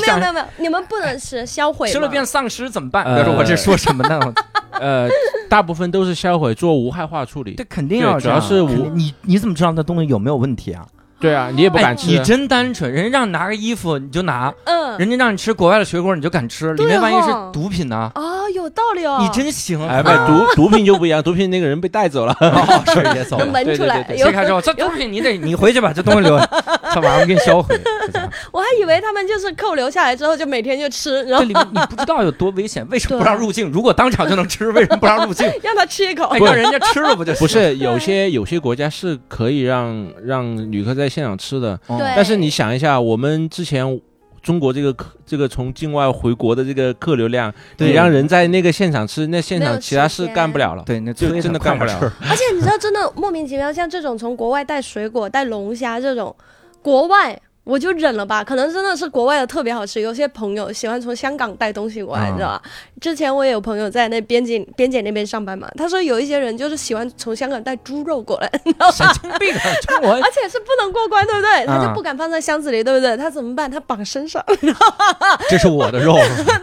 [SPEAKER 3] 就
[SPEAKER 6] 没有
[SPEAKER 3] 想
[SPEAKER 6] 没有没有，你们不能吃，销毁
[SPEAKER 3] 吃了
[SPEAKER 6] 嘛
[SPEAKER 3] 变丧尸怎么办？
[SPEAKER 4] 呃
[SPEAKER 3] 别说我这说什 (laughs) 么呢？
[SPEAKER 4] 呃，大部分都是销毁，做无害化处理
[SPEAKER 3] 这。肯定要
[SPEAKER 4] 对
[SPEAKER 3] 这样
[SPEAKER 4] 主要是我
[SPEAKER 3] 肯定你你怎么知道那东西有没有问题啊？
[SPEAKER 4] 对啊，你也不
[SPEAKER 3] 哎
[SPEAKER 4] 敢吃。
[SPEAKER 3] 你真单纯，人家让你拿个衣服你就拿，
[SPEAKER 6] 嗯
[SPEAKER 3] 人家让你吃国外的水果你就敢吃，里
[SPEAKER 6] 对
[SPEAKER 3] 面万一是
[SPEAKER 6] 哦
[SPEAKER 3] 毒品呢？
[SPEAKER 6] 哦，有道理哦，
[SPEAKER 3] 你真行，
[SPEAKER 4] 哎，不
[SPEAKER 3] (laughs) 把，
[SPEAKER 4] 毒毒品就不一样，毒品那个人被带走了。
[SPEAKER 3] (laughs) 哦是也走
[SPEAKER 6] 能
[SPEAKER 3] 了。
[SPEAKER 6] 闻出来。
[SPEAKER 4] 对对对对
[SPEAKER 6] 有
[SPEAKER 3] 切开之后，哦这东西你得你回去把这东西
[SPEAKER 6] (laughs)
[SPEAKER 3] 留，下，这玩意儿我给你销 (laughs) 毁。就这样
[SPEAKER 6] 我还以为他们就是扣留下来之后就每天就吃，然
[SPEAKER 3] 这
[SPEAKER 6] 后
[SPEAKER 3] 里面你不知道有多危险，为什么不
[SPEAKER 6] 对
[SPEAKER 3] 让入境？ (laughs) 如果当场就能吃，为什么不让入境？
[SPEAKER 6] 让他吃一口
[SPEAKER 3] 哎，。让人家吃了不就
[SPEAKER 4] (laughs) 不
[SPEAKER 3] 行了？
[SPEAKER 4] 是有些有些国家是可以让让旅客在现场吃的，
[SPEAKER 3] 哦
[SPEAKER 6] 对
[SPEAKER 4] 但是你想一下，我们之前中国这个客这个从境外回国的这个客流量，
[SPEAKER 3] 对
[SPEAKER 4] 你让人在那个现场吃，那现
[SPEAKER 6] 没
[SPEAKER 4] 场
[SPEAKER 6] 有
[SPEAKER 4] 其他
[SPEAKER 6] 时
[SPEAKER 4] 事
[SPEAKER 6] 间
[SPEAKER 4] 干不了了。
[SPEAKER 3] 对，那
[SPEAKER 4] 就
[SPEAKER 3] 催
[SPEAKER 4] 真
[SPEAKER 3] 他
[SPEAKER 4] 的干不
[SPEAKER 3] 快
[SPEAKER 4] 了
[SPEAKER 3] 点吃
[SPEAKER 6] 而且你知道，真的莫名其妙，像这种从国外带水果、带龙虾这种，国外我就忍了吧，可能真的是国外的特别好吃。有些朋友喜欢从香港带东西过来，
[SPEAKER 3] 嗯
[SPEAKER 6] 你知道啊吧？之前我也有朋友在那边境边检那边上班嘛，他说有一些人就是喜欢从香港带猪肉过来， (laughs) 你知道
[SPEAKER 3] 神
[SPEAKER 6] 吧？
[SPEAKER 3] 经病啊！中国 (laughs)
[SPEAKER 6] 而且是不能过关，对不对？他
[SPEAKER 3] 嗯
[SPEAKER 6] 就不敢放在箱子里，对不对？他怎么办？他绑身上，
[SPEAKER 3] (laughs)
[SPEAKER 6] (laughs)
[SPEAKER 3] 这是我的肉，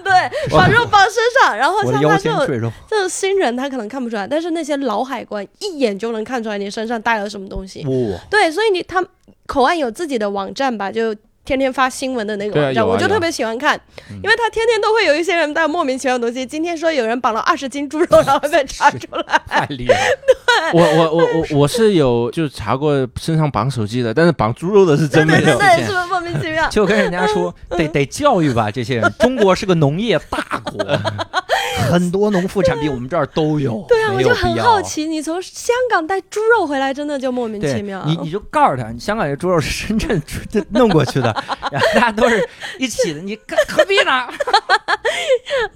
[SPEAKER 6] 对，把肉绑身上。然后
[SPEAKER 3] 我的
[SPEAKER 6] 像
[SPEAKER 3] 腰
[SPEAKER 6] 他
[SPEAKER 3] 间
[SPEAKER 6] 这种
[SPEAKER 3] 赘 (laughs) 肉。
[SPEAKER 6] 这种新人，他可能看不出来，但是那些老海关一眼就能看出来你身上带了什么东西。
[SPEAKER 3] 哇，
[SPEAKER 6] 对，所以你他口岸有自己的网站吧，就天天发新闻的那个
[SPEAKER 4] 对啊
[SPEAKER 6] 网站，
[SPEAKER 4] 有啊
[SPEAKER 6] 我就
[SPEAKER 4] 有啊
[SPEAKER 6] 特别喜欢看，因为他天天都会有一些人带莫名其妙的东西。今天说有人绑了二十斤猪肉，然后被查出来，
[SPEAKER 3] 太厉害！
[SPEAKER 4] (laughs) 我我我我我是有就查过身上绑手机的，但是绑猪肉的是真
[SPEAKER 6] 对
[SPEAKER 4] 没
[SPEAKER 6] 对
[SPEAKER 4] 有。
[SPEAKER 6] 对，是不是莫名其
[SPEAKER 4] (laughs)
[SPEAKER 6] 妙？
[SPEAKER 3] 就跟人家说，得得教育吧这些人。中国是个农业大 (laughs) 国，很多农副产品我们这儿都有。
[SPEAKER 6] 对啊，
[SPEAKER 3] 没
[SPEAKER 6] 我
[SPEAKER 3] 有
[SPEAKER 6] 就
[SPEAKER 3] 必
[SPEAKER 6] 很
[SPEAKER 3] 要
[SPEAKER 6] 好。奇，你从香港带猪肉回来，真的就莫名
[SPEAKER 3] 对
[SPEAKER 6] 其妙。
[SPEAKER 3] 你你就告诉他，你香港这猪肉是深圳出这弄过去的，然后大家都是一起的，你干何必呢？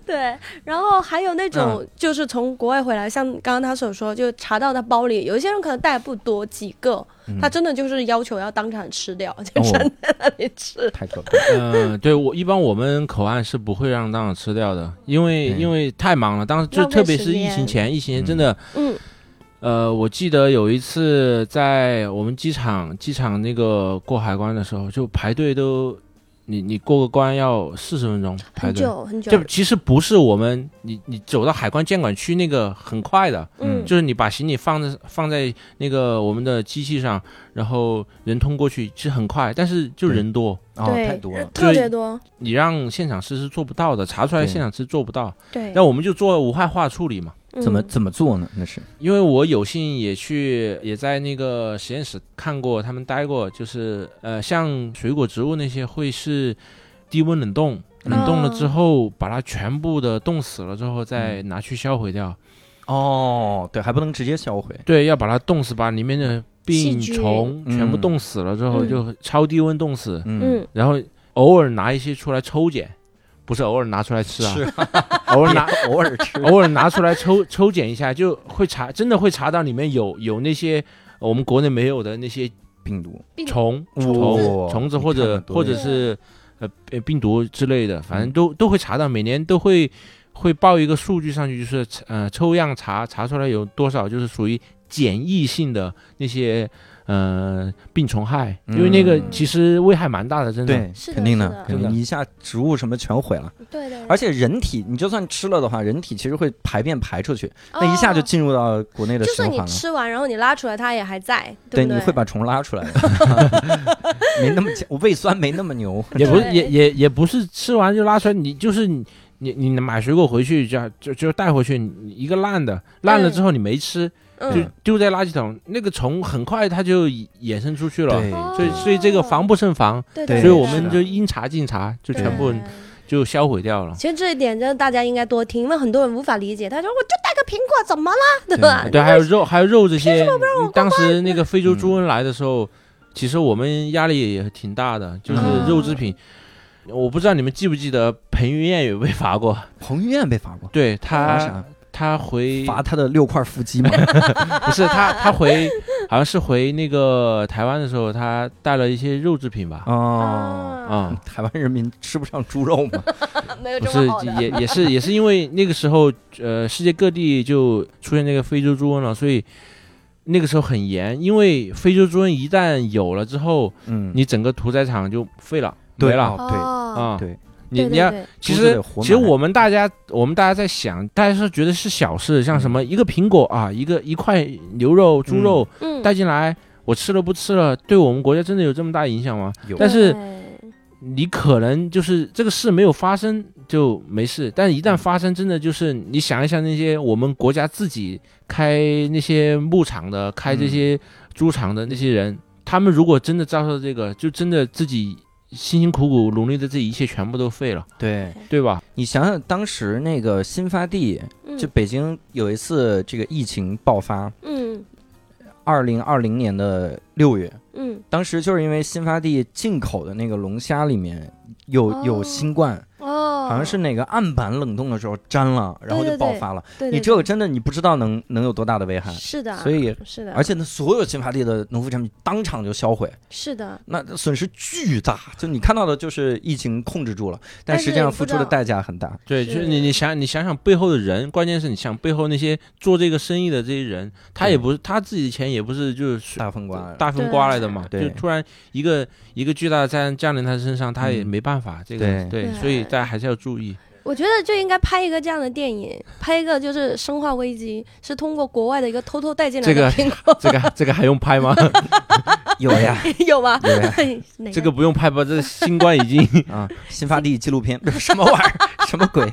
[SPEAKER 6] 对，然后还有那种就是从国外回来，像刚刚他所说，就查到他包里，有一些人可能带不多几个，
[SPEAKER 4] 嗯
[SPEAKER 6] 他真的就是要求要当场吃掉，就
[SPEAKER 3] 哦
[SPEAKER 6] 站在那里吃。
[SPEAKER 3] 太可怕了！
[SPEAKER 4] 嗯，对我一般我们口岸是不会让当场吃掉的，因为
[SPEAKER 3] 嗯
[SPEAKER 4] 因为太忙了，当时就
[SPEAKER 6] 浪费
[SPEAKER 4] 特别
[SPEAKER 6] 时
[SPEAKER 4] 是疫
[SPEAKER 6] 间
[SPEAKER 4] 情前，疫情前真的，
[SPEAKER 6] 嗯，
[SPEAKER 4] 呃，我记得有一次在我们机场机场那个过海关的时候，就排队都，你你过个关要四十分钟排
[SPEAKER 6] 很
[SPEAKER 4] 队，
[SPEAKER 6] 久很久
[SPEAKER 4] 就，其实不是我们你你走到海关监管区那个很快的，
[SPEAKER 6] 嗯，
[SPEAKER 4] 就是你把行李放在放在那个我们的机器上，然后人通过去，其实很快，但是就人多，
[SPEAKER 3] 啊、
[SPEAKER 6] 对，
[SPEAKER 3] 太多了。
[SPEAKER 6] 特别多，
[SPEAKER 4] 你让现场吃是做不到的，查出来
[SPEAKER 3] 对
[SPEAKER 4] 现场吃做不到。
[SPEAKER 6] 对。
[SPEAKER 4] 那我们就做无害化处理嘛。
[SPEAKER 6] 嗯
[SPEAKER 3] 怎么怎么做呢？那是
[SPEAKER 4] 因为我有幸也去也在那个实验室看过，他们待过，就是呃，像水果植物那些会是低温冷冻，冷冻了之后把它全部的冻死了之后再拿去销毁掉。
[SPEAKER 3] 哦，对，还不能直接销毁。
[SPEAKER 4] 对，要把它冻死，把里面的病
[SPEAKER 6] 细菌
[SPEAKER 4] 虫全部
[SPEAKER 3] 嗯
[SPEAKER 4] 冻死了之后，
[SPEAKER 6] 嗯
[SPEAKER 4] 就超低温冻死，
[SPEAKER 6] 嗯，
[SPEAKER 4] 然后偶尔拿一些出来抽检，不是偶尔拿出来吃啊，
[SPEAKER 3] 是哦
[SPEAKER 4] 偶尔拿
[SPEAKER 3] (laughs) 偶尔吃
[SPEAKER 4] 偶尔拿出来抽抽检一下，就会查，真的会查到里面有有那些呃我们国内没有的那些
[SPEAKER 3] 病毒，
[SPEAKER 6] 病
[SPEAKER 4] 虫
[SPEAKER 6] 虫
[SPEAKER 4] 虫
[SPEAKER 3] 哇
[SPEAKER 4] 虫子
[SPEAKER 3] 你
[SPEAKER 4] 或
[SPEAKER 3] 看得
[SPEAKER 4] 者
[SPEAKER 3] 多
[SPEAKER 4] 或者
[SPEAKER 3] 呀嗯
[SPEAKER 4] 是呃呃病毒之类的，反正都都会查到，每年都会会报一个数据上去，就是呃抽样查查出来有多少就是属于检疫性的那些呃病虫害，因为那个
[SPEAKER 6] 嗯
[SPEAKER 4] 其实危害蛮大的，真的。
[SPEAKER 3] 对，
[SPEAKER 6] 是的
[SPEAKER 3] 肯定
[SPEAKER 6] 是的嗯
[SPEAKER 3] 肯定
[SPEAKER 4] 真的
[SPEAKER 3] 你一下植物什么全毁了，
[SPEAKER 6] 对对，
[SPEAKER 3] 而且人体你就算吃了的话，人体其实会排便排出去，那一下就
[SPEAKER 6] 哦
[SPEAKER 3] 进入到国内的
[SPEAKER 6] 就
[SPEAKER 3] 循
[SPEAKER 6] 算你
[SPEAKER 3] 环了。
[SPEAKER 6] 吃完，然后你拉出来，它也还在，
[SPEAKER 3] 对，
[SPEAKER 6] 不
[SPEAKER 3] 你
[SPEAKER 6] 对？
[SPEAKER 3] 会把虫拉 (laughs) 出来的，没那么强我胃酸没那么牛。
[SPEAKER 4] 也不是
[SPEAKER 6] 对
[SPEAKER 4] 也也也不是吃完就拉出来，你就是你你你买水果回去就就就带回去，你一个烂的，烂了之后你没吃，就
[SPEAKER 6] 嗯，
[SPEAKER 4] 丢在垃圾桶，那个虫很快它就衍生出去了。
[SPEAKER 6] 哦
[SPEAKER 4] 所以所以这个防不胜防，
[SPEAKER 6] 对
[SPEAKER 3] 对
[SPEAKER 6] 对，
[SPEAKER 4] 所以
[SPEAKER 6] 对
[SPEAKER 4] 我
[SPEAKER 6] 对
[SPEAKER 4] 们就应查尽查，就全部
[SPEAKER 6] 对
[SPEAKER 3] 嗯
[SPEAKER 4] 就销毁掉了。
[SPEAKER 6] 其实这一点真的大家应该多听，因为很多人无法理解。他说我就带个苹果怎么了，对吧？
[SPEAKER 4] 对，还有肉，还有肉这些。当时那个非洲猪瘟来的时候，其实我们压力也挺大的，就是
[SPEAKER 6] 嗯
[SPEAKER 4] 肉制品。我不知道你们记不记得彭于晏有被
[SPEAKER 3] (laughs)
[SPEAKER 4] 罚过，
[SPEAKER 3] 彭于晏被罚过，
[SPEAKER 4] 对
[SPEAKER 3] 罚
[SPEAKER 4] 他
[SPEAKER 3] 啥？
[SPEAKER 4] 他回
[SPEAKER 3] 罚他的六块腹 (laughs) 肌吗？
[SPEAKER 4] 不是他，他回好像是回那个台湾的时候，他带了一些肉制品吧？
[SPEAKER 3] 哦，
[SPEAKER 6] 啊，
[SPEAKER 4] 啊、
[SPEAKER 3] 台湾人民吃不上猪肉吗？
[SPEAKER 6] 没有
[SPEAKER 4] 不
[SPEAKER 6] 这
[SPEAKER 4] 是
[SPEAKER 6] 么好的，
[SPEAKER 4] 也也是也是因为那个时候，呃，世界各地就出现那个非洲猪瘟了，所以那个时候很严，因为非洲猪瘟一旦有了之后，
[SPEAKER 3] (laughs) 嗯，
[SPEAKER 4] 你整个屠宰场就废了，
[SPEAKER 3] 对
[SPEAKER 4] 没了
[SPEAKER 3] 哦
[SPEAKER 6] 哦，
[SPEAKER 4] 啊、
[SPEAKER 3] 对，
[SPEAKER 4] 你
[SPEAKER 6] 对
[SPEAKER 4] 你
[SPEAKER 6] 对
[SPEAKER 4] 要
[SPEAKER 6] 对
[SPEAKER 4] 其
[SPEAKER 3] 猪都
[SPEAKER 4] 实
[SPEAKER 3] 得活
[SPEAKER 4] 其实
[SPEAKER 3] 埋
[SPEAKER 4] 我们大家我们大家在想，大家是觉得是小事，像什么一个苹果啊，一个一块牛肉、猪
[SPEAKER 3] 嗯
[SPEAKER 4] 肉。
[SPEAKER 6] 嗯，
[SPEAKER 4] 带进来，我吃了不吃了，对我们国家真的有这么大影响吗？
[SPEAKER 3] 有
[SPEAKER 4] 但是
[SPEAKER 6] 对
[SPEAKER 4] 你可能就是这个事没有发生就没事，但一旦发生，真的就是你想一想那些我们国家自己开那些牧场的、开这些猪场的那些人，他们如果真的遭受这个，就真的自己辛辛苦苦努力的这一切全部都废了，
[SPEAKER 3] 对
[SPEAKER 4] 对吧？
[SPEAKER 3] 你想想当时那个新发地，
[SPEAKER 6] 嗯
[SPEAKER 3] 就北京有一次这个疫情爆发，
[SPEAKER 6] 嗯
[SPEAKER 3] 二零二零年的六月，
[SPEAKER 6] 嗯
[SPEAKER 3] 当时就是因为新发地进口的那个龙虾里面有有
[SPEAKER 6] 哦
[SPEAKER 3] 新冠，
[SPEAKER 6] 哦，
[SPEAKER 3] 好像是哪个案板冷冻的时候粘了，然后就
[SPEAKER 6] 对对
[SPEAKER 3] 爆
[SPEAKER 6] 对
[SPEAKER 3] 发了。
[SPEAKER 6] 对对
[SPEAKER 3] 你这个真的你不知道能能有多大的危害
[SPEAKER 6] 对，哦是啊的，
[SPEAKER 3] 所以
[SPEAKER 6] 是的，
[SPEAKER 3] 而且呢，所有新发地的农副产品当场就销毁，
[SPEAKER 6] 是的，
[SPEAKER 3] 那损失巨大。就你看到的就是疫情控制住了，但
[SPEAKER 6] 但
[SPEAKER 3] 实际
[SPEAKER 6] 是
[SPEAKER 3] 上
[SPEAKER 6] 不
[SPEAKER 3] 付
[SPEAKER 6] 知
[SPEAKER 3] 出的
[SPEAKER 6] 道
[SPEAKER 3] 代价很大。
[SPEAKER 4] 对，
[SPEAKER 6] 是
[SPEAKER 4] 就是你，你想，你想想背后的人，关键是你想背后那些做这个生意的这些人，他也不是他自己的钱，也不是就是
[SPEAKER 3] 大风刮，
[SPEAKER 4] 大风刮来的嘛，
[SPEAKER 3] 对
[SPEAKER 4] 就突然一个一个巨大的灾难降临他身上，他也
[SPEAKER 3] 嗯
[SPEAKER 4] 没办法，这
[SPEAKER 3] 对
[SPEAKER 4] 个对，
[SPEAKER 6] 对
[SPEAKER 4] 所以大家还是要注意。
[SPEAKER 6] 我觉得就应该拍一个这样的电影，拍一个就是《生化危机》，是通过国外的一个偷偷带进来
[SPEAKER 4] 这个
[SPEAKER 6] 的苹果，
[SPEAKER 4] (laughs)
[SPEAKER 6] (laughs)
[SPEAKER 4] 这个这个还用拍吗？
[SPEAKER 3] 有呀
[SPEAKER 6] 有吧？
[SPEAKER 3] 有呀
[SPEAKER 6] (laughs) 哪
[SPEAKER 4] 这个不用拍吧？这个新冠 (laughs) 已经
[SPEAKER 3] 啊，新发地纪录片 (laughs) 什么玩意儿，什么鬼？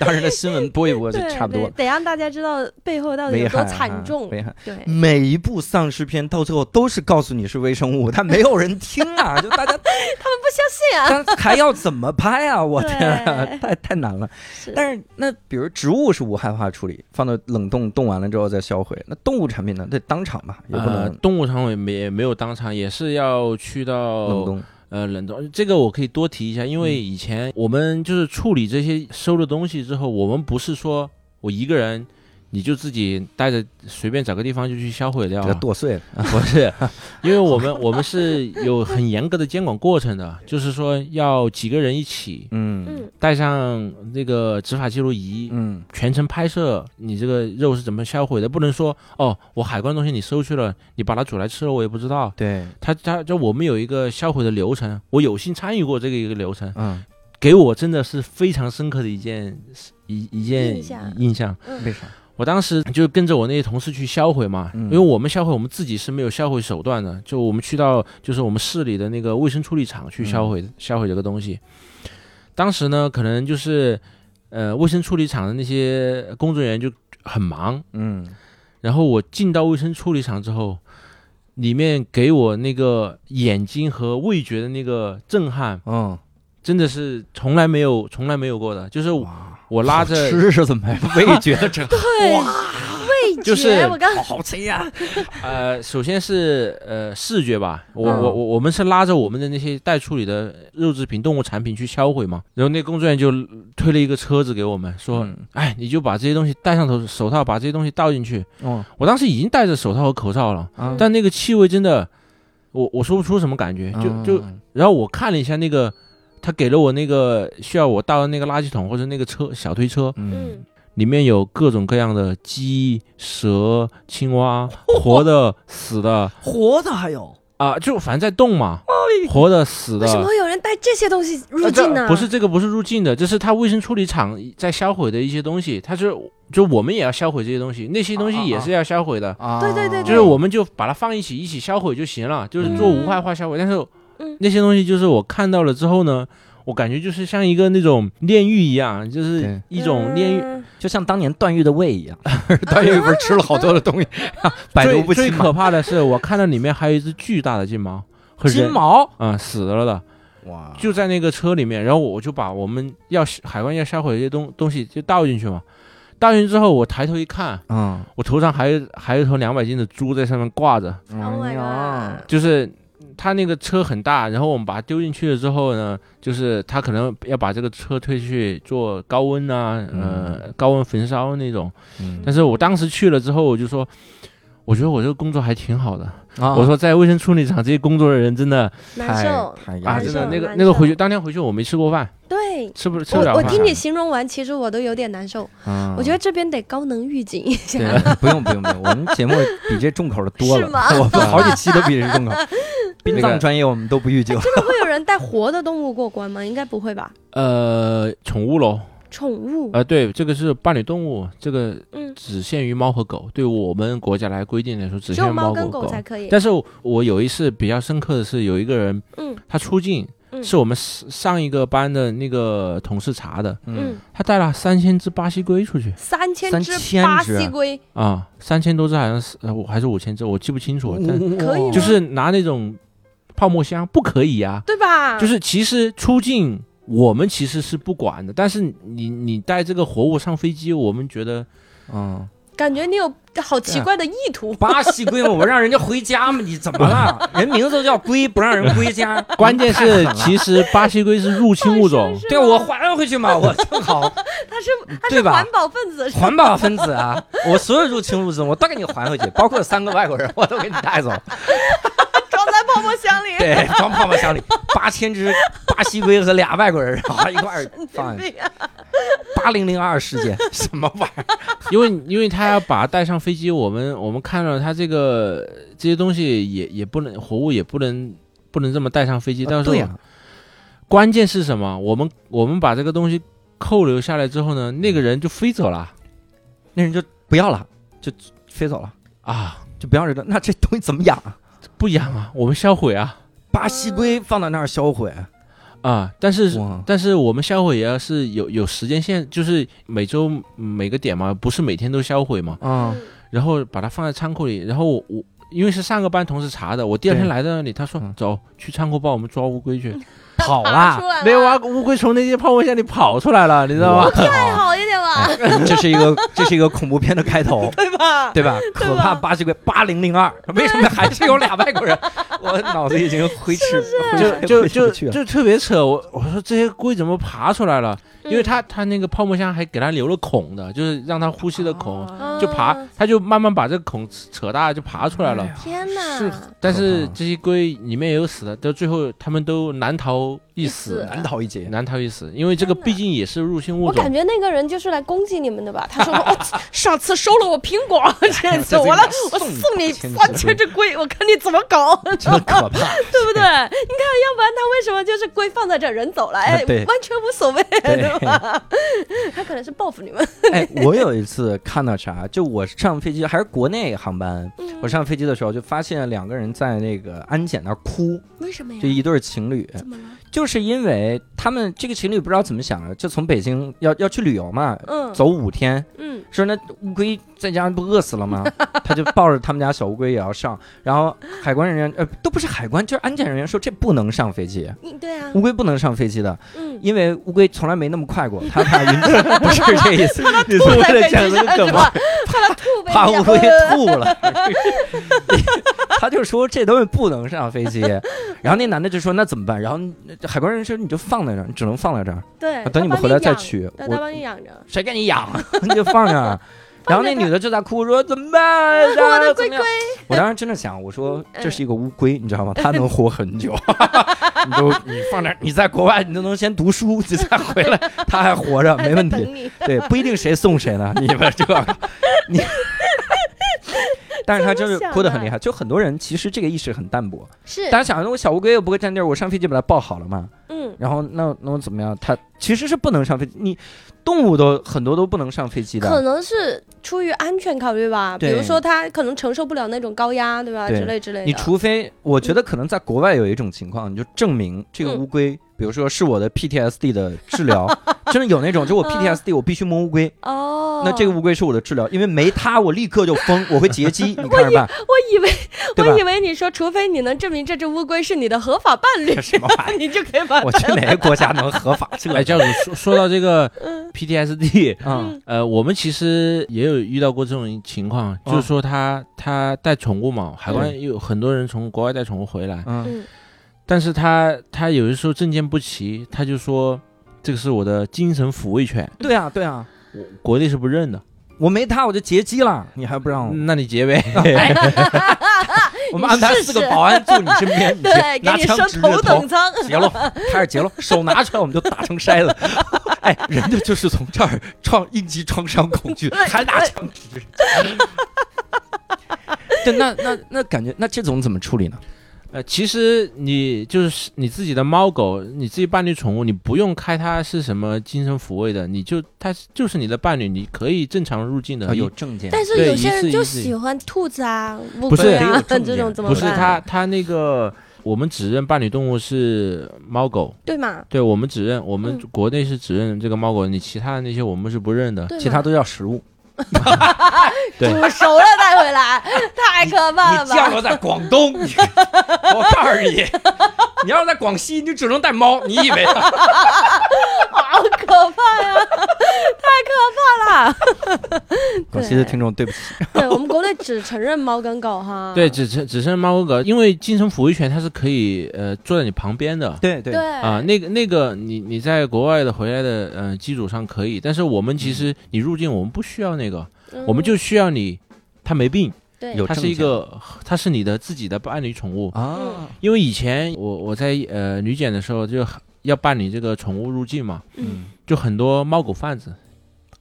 [SPEAKER 3] 当时的新闻播一播就
[SPEAKER 6] 对
[SPEAKER 3] 差不多
[SPEAKER 6] 对，得让大家知道背后到底
[SPEAKER 3] 危
[SPEAKER 6] 有
[SPEAKER 3] 害
[SPEAKER 6] 多
[SPEAKER 3] 啊
[SPEAKER 6] 惨重。
[SPEAKER 3] 危害。
[SPEAKER 6] 对，
[SPEAKER 4] 嗯
[SPEAKER 3] 每一部丧尸片到最后都是告诉你是微生物，但没有人听
[SPEAKER 6] (laughs)
[SPEAKER 3] 啊！就大家
[SPEAKER 6] 他们不相信啊。
[SPEAKER 3] 但还要怎么拍啊？
[SPEAKER 6] (laughs)
[SPEAKER 3] 我天啊，
[SPEAKER 6] 对
[SPEAKER 3] 太太难了。
[SPEAKER 6] 是
[SPEAKER 3] 但是那比如植物是无害化处理，放到冷冻冻完了之后再销毁。那动物产品呢？得当场吧，也不能
[SPEAKER 4] 呃，动物肠胃没也没有当场，也是要去
[SPEAKER 3] 冷
[SPEAKER 4] 到
[SPEAKER 3] 冻。
[SPEAKER 4] 呃冷嗯冻。这个我可以多提一下，因为以前我们就是处理这些收的东西之后，我们不是说我一个人。你就自己带着，随便找个地方就去销毁掉
[SPEAKER 3] 给
[SPEAKER 4] 啊，
[SPEAKER 3] 它剁碎了，
[SPEAKER 4] (laughs) 不是，因为我们 (laughs) 我们是有很严格的监管过程的，就是说要几个人一起
[SPEAKER 3] 嗯
[SPEAKER 6] 嗯，
[SPEAKER 4] 带上那个执法记录仪，
[SPEAKER 3] 嗯，
[SPEAKER 4] 全程拍摄你这个肉是怎么销毁的，不能说哦，我海关东西你收去了，你把它煮来吃了，我也不知道。
[SPEAKER 3] 对，
[SPEAKER 4] 他他就我们有一个销毁的流程，我有幸参与过这个一个流程，
[SPEAKER 3] 嗯，
[SPEAKER 4] 给我真的是非常深刻的一件一一件
[SPEAKER 6] 印象
[SPEAKER 4] 印象。
[SPEAKER 6] 嗯
[SPEAKER 3] 为啥？
[SPEAKER 4] 我当时就跟着我那些同事去销毁嘛，
[SPEAKER 3] 嗯
[SPEAKER 4] 因为我们销毁我们自己是没有销毁手段的，就我们去到就是我们市里的那个卫生处理厂去销毁、销毁这个东西。当时呢，可能就是呃卫生处理厂的那些工作人员就很忙，
[SPEAKER 3] 嗯，
[SPEAKER 4] 然后我进到卫生处理厂之后，里面给我那个眼睛和味觉的那个震撼，
[SPEAKER 3] 嗯，
[SPEAKER 4] 真的是从来没有从来没有过的，就是我
[SPEAKER 3] 哇，
[SPEAKER 4] 我拉着
[SPEAKER 3] 吃是怎么样？味觉的整，
[SPEAKER 6] 对，味觉，
[SPEAKER 4] 就是
[SPEAKER 6] 我刚
[SPEAKER 3] 好吃 (laughs) 呀！
[SPEAKER 4] 呃，首先是呃视觉吧，我、
[SPEAKER 3] 嗯
[SPEAKER 4] 我我我们是拉着我们的那些待处理的肉制品、动物产品去销毁嘛，然后那工作人员就推了一个车子给我们，说，
[SPEAKER 3] 嗯
[SPEAKER 4] 哎，你就把这些东西戴上头手套，把这些东西倒进去。
[SPEAKER 3] (laughs) 哦，
[SPEAKER 4] 我当时已经戴着手套和口罩了，
[SPEAKER 3] 啊
[SPEAKER 4] 但那个气味真的，我我说不出什么感觉，
[SPEAKER 3] 嗯
[SPEAKER 4] 就就，然后我看了一下那个，他给了我那个需要我倒的那个垃圾桶或者那个车小推车，
[SPEAKER 3] 嗯
[SPEAKER 6] 嗯，
[SPEAKER 4] 里面有各种各样的鸡、蛇、青蛙，活的、死的
[SPEAKER 3] 活的还有，
[SPEAKER 4] 啊、就反正在动嘛，活的、死的
[SPEAKER 6] 哎为。什么会有人带这些东西入
[SPEAKER 4] 呃
[SPEAKER 6] 境呢？
[SPEAKER 4] 这不是这个，不是入境的，这是他卫生处理厂在销毁的一些东西。他是就我们也要销毁这些东西，那些
[SPEAKER 6] 啊
[SPEAKER 4] 东西也是要销毁的，
[SPEAKER 3] 啊
[SPEAKER 6] 对对对
[SPEAKER 4] 就是我们就把它放一起一起销毁就行了，就是做无害化销毁。但是
[SPEAKER 6] 嗯
[SPEAKER 4] 那些东西就是我看到了之后呢，我感觉就是像一个那种炼狱一样，就是
[SPEAKER 3] 对
[SPEAKER 4] 一种炼狱。
[SPEAKER 6] 嗯
[SPEAKER 3] 就像当年段誉的胃一样， (laughs) 段誉不是吃了好多的
[SPEAKER 6] (laughs)
[SPEAKER 3] 东西，
[SPEAKER 6] 啊
[SPEAKER 3] (laughs) 百毒不
[SPEAKER 4] 最
[SPEAKER 3] 侵
[SPEAKER 4] 最
[SPEAKER 3] 嘛
[SPEAKER 4] 可？怕的是，我看到里面还有一只巨大的金毛，和人
[SPEAKER 3] 金毛
[SPEAKER 4] 啊、死了的，
[SPEAKER 3] 哇
[SPEAKER 4] 就在那个车里面。然后我就把我们要海关要销毁的一些东东西就倒进去嘛。倒进去之后，我抬头一看，
[SPEAKER 3] 嗯，
[SPEAKER 4] 我头上还有还有一头两百斤的猪在上面挂着，
[SPEAKER 6] Oh my
[SPEAKER 3] 哎呀
[SPEAKER 6] god！
[SPEAKER 4] 就是。他那个车很大，然后我们把它丢进去了之后呢，就是他可能要把这个车推去做高温啊，呃，高温焚烧那种。
[SPEAKER 3] 嗯
[SPEAKER 4] 但是我当时去了之后，我就说，我觉得我这个工作还挺好的，
[SPEAKER 3] 啊
[SPEAKER 4] 我说在卫生处理厂这些工作的人真的
[SPEAKER 6] 难受，
[SPEAKER 3] 太
[SPEAKER 4] 啊，
[SPEAKER 3] 压
[SPEAKER 6] 难
[SPEAKER 3] 抑
[SPEAKER 4] 真
[SPEAKER 6] 受
[SPEAKER 4] 的那个
[SPEAKER 6] 难
[SPEAKER 4] 那个回去
[SPEAKER 6] 受
[SPEAKER 4] 当天回去我没吃过饭，
[SPEAKER 6] 对。
[SPEAKER 4] 吃不吃不
[SPEAKER 6] 我
[SPEAKER 4] 了嗯
[SPEAKER 6] 我
[SPEAKER 4] 饭。
[SPEAKER 6] 听你形容完，其实我都有点难受。
[SPEAKER 3] 了，
[SPEAKER 6] 我觉得这边得高能预警一
[SPEAKER 3] (laughs)
[SPEAKER 6] 下。 (laughs)
[SPEAKER 3] 对，不用不用不用，我们节目比这重口的多了，
[SPEAKER 6] 是吗
[SPEAKER 3] (laughs) 我我好几期都比这 (laughs) 重口。殡葬专业我们都不预警，
[SPEAKER 6] 会有人带活的动物过关吗？应该不会吧？
[SPEAKER 4] 呃，宠物喽，
[SPEAKER 6] 宠物，
[SPEAKER 4] 呃，对，这个是伴侣动物，这个
[SPEAKER 6] 嗯，
[SPEAKER 4] 只限于猫和狗，对我们国家来规定来说，只
[SPEAKER 6] 只
[SPEAKER 4] 限于
[SPEAKER 6] 有猫
[SPEAKER 4] 和
[SPEAKER 6] 跟
[SPEAKER 4] 狗。
[SPEAKER 6] 才可以。
[SPEAKER 4] 但是我有一次比较深刻的是，有一个人
[SPEAKER 6] 嗯
[SPEAKER 4] 他出境，
[SPEAKER 6] 嗯
[SPEAKER 4] 是我们上上一个班的那个同事查的，
[SPEAKER 6] 嗯，，
[SPEAKER 4] 他带了三千只巴西龟出去
[SPEAKER 6] 三千
[SPEAKER 3] 三
[SPEAKER 6] 只
[SPEAKER 3] 千
[SPEAKER 6] 巴
[SPEAKER 3] 只
[SPEAKER 6] 西龟，
[SPEAKER 4] 啊，三千多只好像是呃我还是五千只，我记不清楚了，但
[SPEAKER 6] 可以吗
[SPEAKER 4] 就是拿那种泡沫箱不可以啊，
[SPEAKER 6] 对
[SPEAKER 3] 嗯
[SPEAKER 6] 吧？
[SPEAKER 4] 就是其实出境我
[SPEAKER 3] (laughs)
[SPEAKER 4] 们其实是不管的，但是你你带这个活物上飞机，我们觉得
[SPEAKER 3] 嗯，
[SPEAKER 6] 感觉你有好奇怪的意图。
[SPEAKER 3] 巴西龟嘛，我让人家回家嘛，你怎么 (laughs) 了？人名字都叫龟，不让人归家，
[SPEAKER 4] 关键
[SPEAKER 3] 太狠
[SPEAKER 4] 是
[SPEAKER 3] 了，
[SPEAKER 4] 其实巴西龟是入侵物种
[SPEAKER 3] (laughs)
[SPEAKER 6] 是，
[SPEAKER 3] 对我还回去嘛， (laughs) 我正好
[SPEAKER 6] 他是他
[SPEAKER 3] 对
[SPEAKER 6] 是
[SPEAKER 3] 吧
[SPEAKER 6] 环保分子，是吧
[SPEAKER 3] 环保分子啊，我所有入侵物种我都给你还回去，包括三个外国人我都给你带走，
[SPEAKER 6] 装在泡沫箱里。
[SPEAKER 3] (laughs)
[SPEAKER 6] (laughs)
[SPEAKER 3] 对，装泡沫箱里，八千只巴西龟和俩外国人，然后一块儿放
[SPEAKER 6] 对呀
[SPEAKER 3] 八零零二 (laughs) 事件，什么玩意儿？
[SPEAKER 4] 因为因为他要把它带上飞机，我们我们看到他这个这些东西也也不能活物也不能不能这么带上飞机，到时候
[SPEAKER 3] 啊对呀，
[SPEAKER 4] 关键是什么？我们我们把这个东西扣留下来之后呢，那个人就飞走了
[SPEAKER 3] 那人就不要了，就飞走了，
[SPEAKER 4] 啊，
[SPEAKER 3] 就不要这个。那这东西怎么养啊？
[SPEAKER 4] 不养啊，我们销毁啊
[SPEAKER 3] 巴西龟放到那儿销毁，
[SPEAKER 4] 啊！但是
[SPEAKER 3] 哇，
[SPEAKER 4] 但是我们销毁也要是有有时间线，就是每周嗯每个点嘛，不是每天都销毁嘛，
[SPEAKER 3] 啊， (laughs)
[SPEAKER 4] 然后把它放在仓库里，然后我我。因为是上个班同事查的，我第二天
[SPEAKER 3] 对
[SPEAKER 4] 来到那里，他说
[SPEAKER 3] 嗯：“
[SPEAKER 4] 走，去仓库帮我们抓
[SPEAKER 3] (laughs)
[SPEAKER 4] 乌龟去。”
[SPEAKER 3] 跑
[SPEAKER 6] 爬
[SPEAKER 3] 啦
[SPEAKER 6] 出！来
[SPEAKER 4] 没有
[SPEAKER 6] 了
[SPEAKER 4] 啊，乌龟从那些泡沫箱里跑出来了，你知道
[SPEAKER 3] 我？
[SPEAKER 4] 吗
[SPEAKER 3] 靠
[SPEAKER 6] 太好一点吧，
[SPEAKER 3] 这是一个这是一个恐怖片的开头，
[SPEAKER 6] 对
[SPEAKER 3] (laughs)
[SPEAKER 6] 吧？
[SPEAKER 3] 对吧？
[SPEAKER 6] 对吧
[SPEAKER 3] 可怕巴西龟八零零二，为什么还是有俩外国 (laughs) 人？我脑子已经挥斥，
[SPEAKER 4] 就就
[SPEAKER 3] 挥
[SPEAKER 4] 就
[SPEAKER 3] 斥不去了
[SPEAKER 4] 就特别扯，我我说这些龟怎么爬出来了？
[SPEAKER 3] 嗯
[SPEAKER 4] 因为它它那个泡沫箱还给它留了孔的，就是让它呼吸的孔，
[SPEAKER 3] 哦
[SPEAKER 6] 嗯
[SPEAKER 4] 就爬
[SPEAKER 6] 啊，
[SPEAKER 4] 它就慢慢把这个孔扯扯大，就爬出来了。
[SPEAKER 6] 天哪！
[SPEAKER 3] 是
[SPEAKER 4] 但是
[SPEAKER 3] 可怕啊
[SPEAKER 4] 这些龟里面也有死的，到最后它们都难逃一
[SPEAKER 6] 一
[SPEAKER 4] 死
[SPEAKER 6] 死，
[SPEAKER 3] 难逃一劫。
[SPEAKER 4] 难逃一死，因为这个
[SPEAKER 6] 天哪
[SPEAKER 4] 毕竟也是入侵物
[SPEAKER 6] 我
[SPEAKER 4] 种
[SPEAKER 6] 感。觉那个人就是来攻击你们的吧？他说：“ (laughs) 我、上次收了我苹果，这次
[SPEAKER 3] 这
[SPEAKER 6] 我
[SPEAKER 3] 个
[SPEAKER 6] 来
[SPEAKER 3] 送
[SPEAKER 6] 我
[SPEAKER 3] 你
[SPEAKER 6] 送你
[SPEAKER 3] 8000
[SPEAKER 6] 三千只龟，我看你怎么搞，对
[SPEAKER 3] 真的可 (laughs) 怕，
[SPEAKER 6] 不对？你看，要不然他为什么就是龟放在这儿，人走了，哎，
[SPEAKER 3] 对
[SPEAKER 6] 完全无所谓，
[SPEAKER 3] 对
[SPEAKER 6] 对吧？他可能是报复你们。
[SPEAKER 3] 哎，我有一次看到啥，就我上飞机还是国内航班，我上飞机的时候就发现两个人在那个安检那儿哭，
[SPEAKER 6] 为什么呀
[SPEAKER 3] 就？一对儿情侣，
[SPEAKER 6] 怎么了？
[SPEAKER 3] 嗯就是因为他们这个情侣不知道怎么想的，就从北京要要去旅游嘛，
[SPEAKER 6] 嗯，
[SPEAKER 3] 走五天，
[SPEAKER 6] 嗯，
[SPEAKER 3] 说那乌龟在家不饿死了吗？ (laughs) 他就抱着他们家小乌龟也要上，然后海关人员呃都不是海关，就是安检人员说这不能上飞机，
[SPEAKER 6] 你对啊，
[SPEAKER 3] 乌龟不能上飞机的，
[SPEAKER 6] 嗯，
[SPEAKER 3] 因为乌龟从来没那么快过，它怕晕船， (laughs) 不是这意思，
[SPEAKER 4] 你
[SPEAKER 6] 吐
[SPEAKER 4] 是
[SPEAKER 6] 在
[SPEAKER 4] 为
[SPEAKER 6] 飞机
[SPEAKER 4] 了讲这
[SPEAKER 6] 上
[SPEAKER 4] 个
[SPEAKER 6] 是
[SPEAKER 4] 梗
[SPEAKER 6] 吧
[SPEAKER 4] 吗？？
[SPEAKER 6] 怕他吐
[SPEAKER 3] (laughs)
[SPEAKER 6] 呗，
[SPEAKER 3] 怕
[SPEAKER 6] 你
[SPEAKER 3] 乌
[SPEAKER 6] 想
[SPEAKER 3] 龟
[SPEAKER 6] 呃
[SPEAKER 3] 吐了， (laughs) 他就说这东西不能上飞机，然后那男的就说那怎么办？然后海关人说你就放在这儿，你只能放在这儿，
[SPEAKER 6] 对，
[SPEAKER 3] 啊等你们
[SPEAKER 6] 他帮
[SPEAKER 3] 回来再
[SPEAKER 6] 养
[SPEAKER 3] 取
[SPEAKER 6] 对，
[SPEAKER 3] 我
[SPEAKER 6] 他帮你养着。
[SPEAKER 3] 谁给你养？啊 (laughs) 你就放那儿。然后那女的就在哭，说怎么办？啊
[SPEAKER 6] 我的龟
[SPEAKER 3] 怎么
[SPEAKER 6] 龟
[SPEAKER 3] 样，我当时真的想，我说
[SPEAKER 6] 嗯
[SPEAKER 3] 这是一个乌龟，你知道吗？它能活很 (laughs) 久。你都你放那儿，你在国外你都能先读书，你再回来，它还活 (laughs) 着，啊没问
[SPEAKER 6] (laughs) 还在
[SPEAKER 3] 题。
[SPEAKER 6] 等你
[SPEAKER 3] 对，不一定谁送谁
[SPEAKER 6] (laughs)
[SPEAKER 3] 呢，你们这个你。但是他就是哭得很厉害，就很多人其实这个意识很淡薄。
[SPEAKER 6] 是
[SPEAKER 3] 大，家想，那我小乌龟又不会占地儿，我上飞机把它抱好了嘛，
[SPEAKER 6] 嗯，
[SPEAKER 3] 然后那那我怎么样？它其实是不能上飞机，你动物都很多都不能上飞机
[SPEAKER 6] 可
[SPEAKER 3] 的。
[SPEAKER 6] 能是出于安全考虑吧，比
[SPEAKER 3] 对
[SPEAKER 6] 如说他可能承受不了那种高压，对吧？
[SPEAKER 3] 对
[SPEAKER 6] 之类之类的。
[SPEAKER 3] 你除非，我觉得可能在国外有一种情况，你就证明这个
[SPEAKER 6] 嗯
[SPEAKER 3] 乌龟，比如说是我的 PTSD 的治疗，
[SPEAKER 6] (laughs)
[SPEAKER 3] 真的有那种，就我 PTSD 我必须摸乌龟，
[SPEAKER 6] 哦，
[SPEAKER 3] 那这个乌龟是我的治疗，因为没它我立刻就疯，我会
[SPEAKER 6] (laughs)
[SPEAKER 3] 截击，你看着办，
[SPEAKER 6] 我以为
[SPEAKER 3] 对吧
[SPEAKER 6] 我以为你说，除非你能证明这只乌龟是你的合法伴
[SPEAKER 3] (laughs)
[SPEAKER 6] 侣，
[SPEAKER 3] 什么玩意
[SPEAKER 6] (laughs) 你就可以把
[SPEAKER 3] 我去哪个国家能合法？这
[SPEAKER 6] (laughs)
[SPEAKER 4] 哎，
[SPEAKER 3] 个
[SPEAKER 4] 教主说说到这个
[SPEAKER 6] 嗯
[SPEAKER 4] PTSD，
[SPEAKER 3] 啊，
[SPEAKER 4] 呃，我们其实也有遇到过这种情况，
[SPEAKER 3] 嗯
[SPEAKER 4] 就是说他他带宠物嘛，海关有很多人从国外带宠物回来，
[SPEAKER 3] 嗯
[SPEAKER 6] 嗯
[SPEAKER 4] 但是他他有的时候证件不齐，他就说这个是我的精神抚慰犬，
[SPEAKER 3] 对啊，对啊，
[SPEAKER 4] 我国内是不认的，
[SPEAKER 3] 我没他我就劫机了，你还不让我？
[SPEAKER 6] 嗯
[SPEAKER 4] 那你结呗。
[SPEAKER 3] (laughs) 我们安排四个保安坐你身边，你
[SPEAKER 6] 对，
[SPEAKER 3] 去
[SPEAKER 6] 给
[SPEAKER 3] 拿
[SPEAKER 6] 你
[SPEAKER 3] 枪指
[SPEAKER 6] 升
[SPEAKER 3] 着
[SPEAKER 6] 头
[SPEAKER 3] 头
[SPEAKER 6] 等，舱，
[SPEAKER 3] 劫喽，开始劫喽，手拿出来我们就打成筛子。 (laughs) 哎，人家就是从这儿创应激创伤恐惧，还拿枪指着。
[SPEAKER 6] (laughs)
[SPEAKER 3] 对，那那那感觉，那这种怎么处理呢？
[SPEAKER 4] 呃，其实你就是你自己的猫狗，你自己伴侣宠物，你不用开它是什么精神抚慰的，你就它就是你的伴侣，你可以正常入境的。你
[SPEAKER 3] 呃证件
[SPEAKER 6] (laughs) 但是
[SPEAKER 4] 对
[SPEAKER 6] 有些
[SPEAKER 4] 一次
[SPEAKER 6] 人就
[SPEAKER 4] 一次
[SPEAKER 6] 喜欢兔子啊、乌
[SPEAKER 4] 不是
[SPEAKER 6] 龟 (laughs) 啊
[SPEAKER 3] 有证
[SPEAKER 6] 这种
[SPEAKER 3] 件
[SPEAKER 6] 怎么
[SPEAKER 4] 不
[SPEAKER 6] 办？
[SPEAKER 4] 是它它那个，我们只认伴侣动物是猫狗，
[SPEAKER 6] 对嘛？
[SPEAKER 4] 对我们只认我们
[SPEAKER 6] 嗯
[SPEAKER 4] 国内是只认这个猫狗，你其他的那些我们是不认的。
[SPEAKER 6] 对嘛
[SPEAKER 3] 其他都叫食物。对
[SPEAKER 6] 煮熟了带回来，太可怕了
[SPEAKER 1] 你降
[SPEAKER 6] 吧！
[SPEAKER 1] 落在广
[SPEAKER 3] (laughs)
[SPEAKER 1] 东，你我告诉你，你要是在广西，你只能带猫。你以为？
[SPEAKER 3] 啊 (laughs)
[SPEAKER 6] 好可怕呀， (laughs) 太可怕了！ (laughs)
[SPEAKER 3] 广西的听众，对不起，
[SPEAKER 6] 对我们国内只承认猫跟狗哈。
[SPEAKER 4] 对，只剩只剩猫和狗，因为精神抚育权它是可以呃坐在你旁边的。
[SPEAKER 3] 对对
[SPEAKER 6] 对
[SPEAKER 4] 啊、那个那个，你你在国外的回来的呃基础上可以，但是我们其实你入境我们不需要那个，
[SPEAKER 6] 嗯
[SPEAKER 4] 我们就需要你，它没病，
[SPEAKER 6] 对
[SPEAKER 3] 有
[SPEAKER 4] 它是一个它是你的自己的伴侣宠物，
[SPEAKER 3] 啊，
[SPEAKER 4] 因为以前我我在呃旅检的时候就很要办理这个宠物入境嘛，
[SPEAKER 6] 嗯
[SPEAKER 4] 就很多猫狗贩子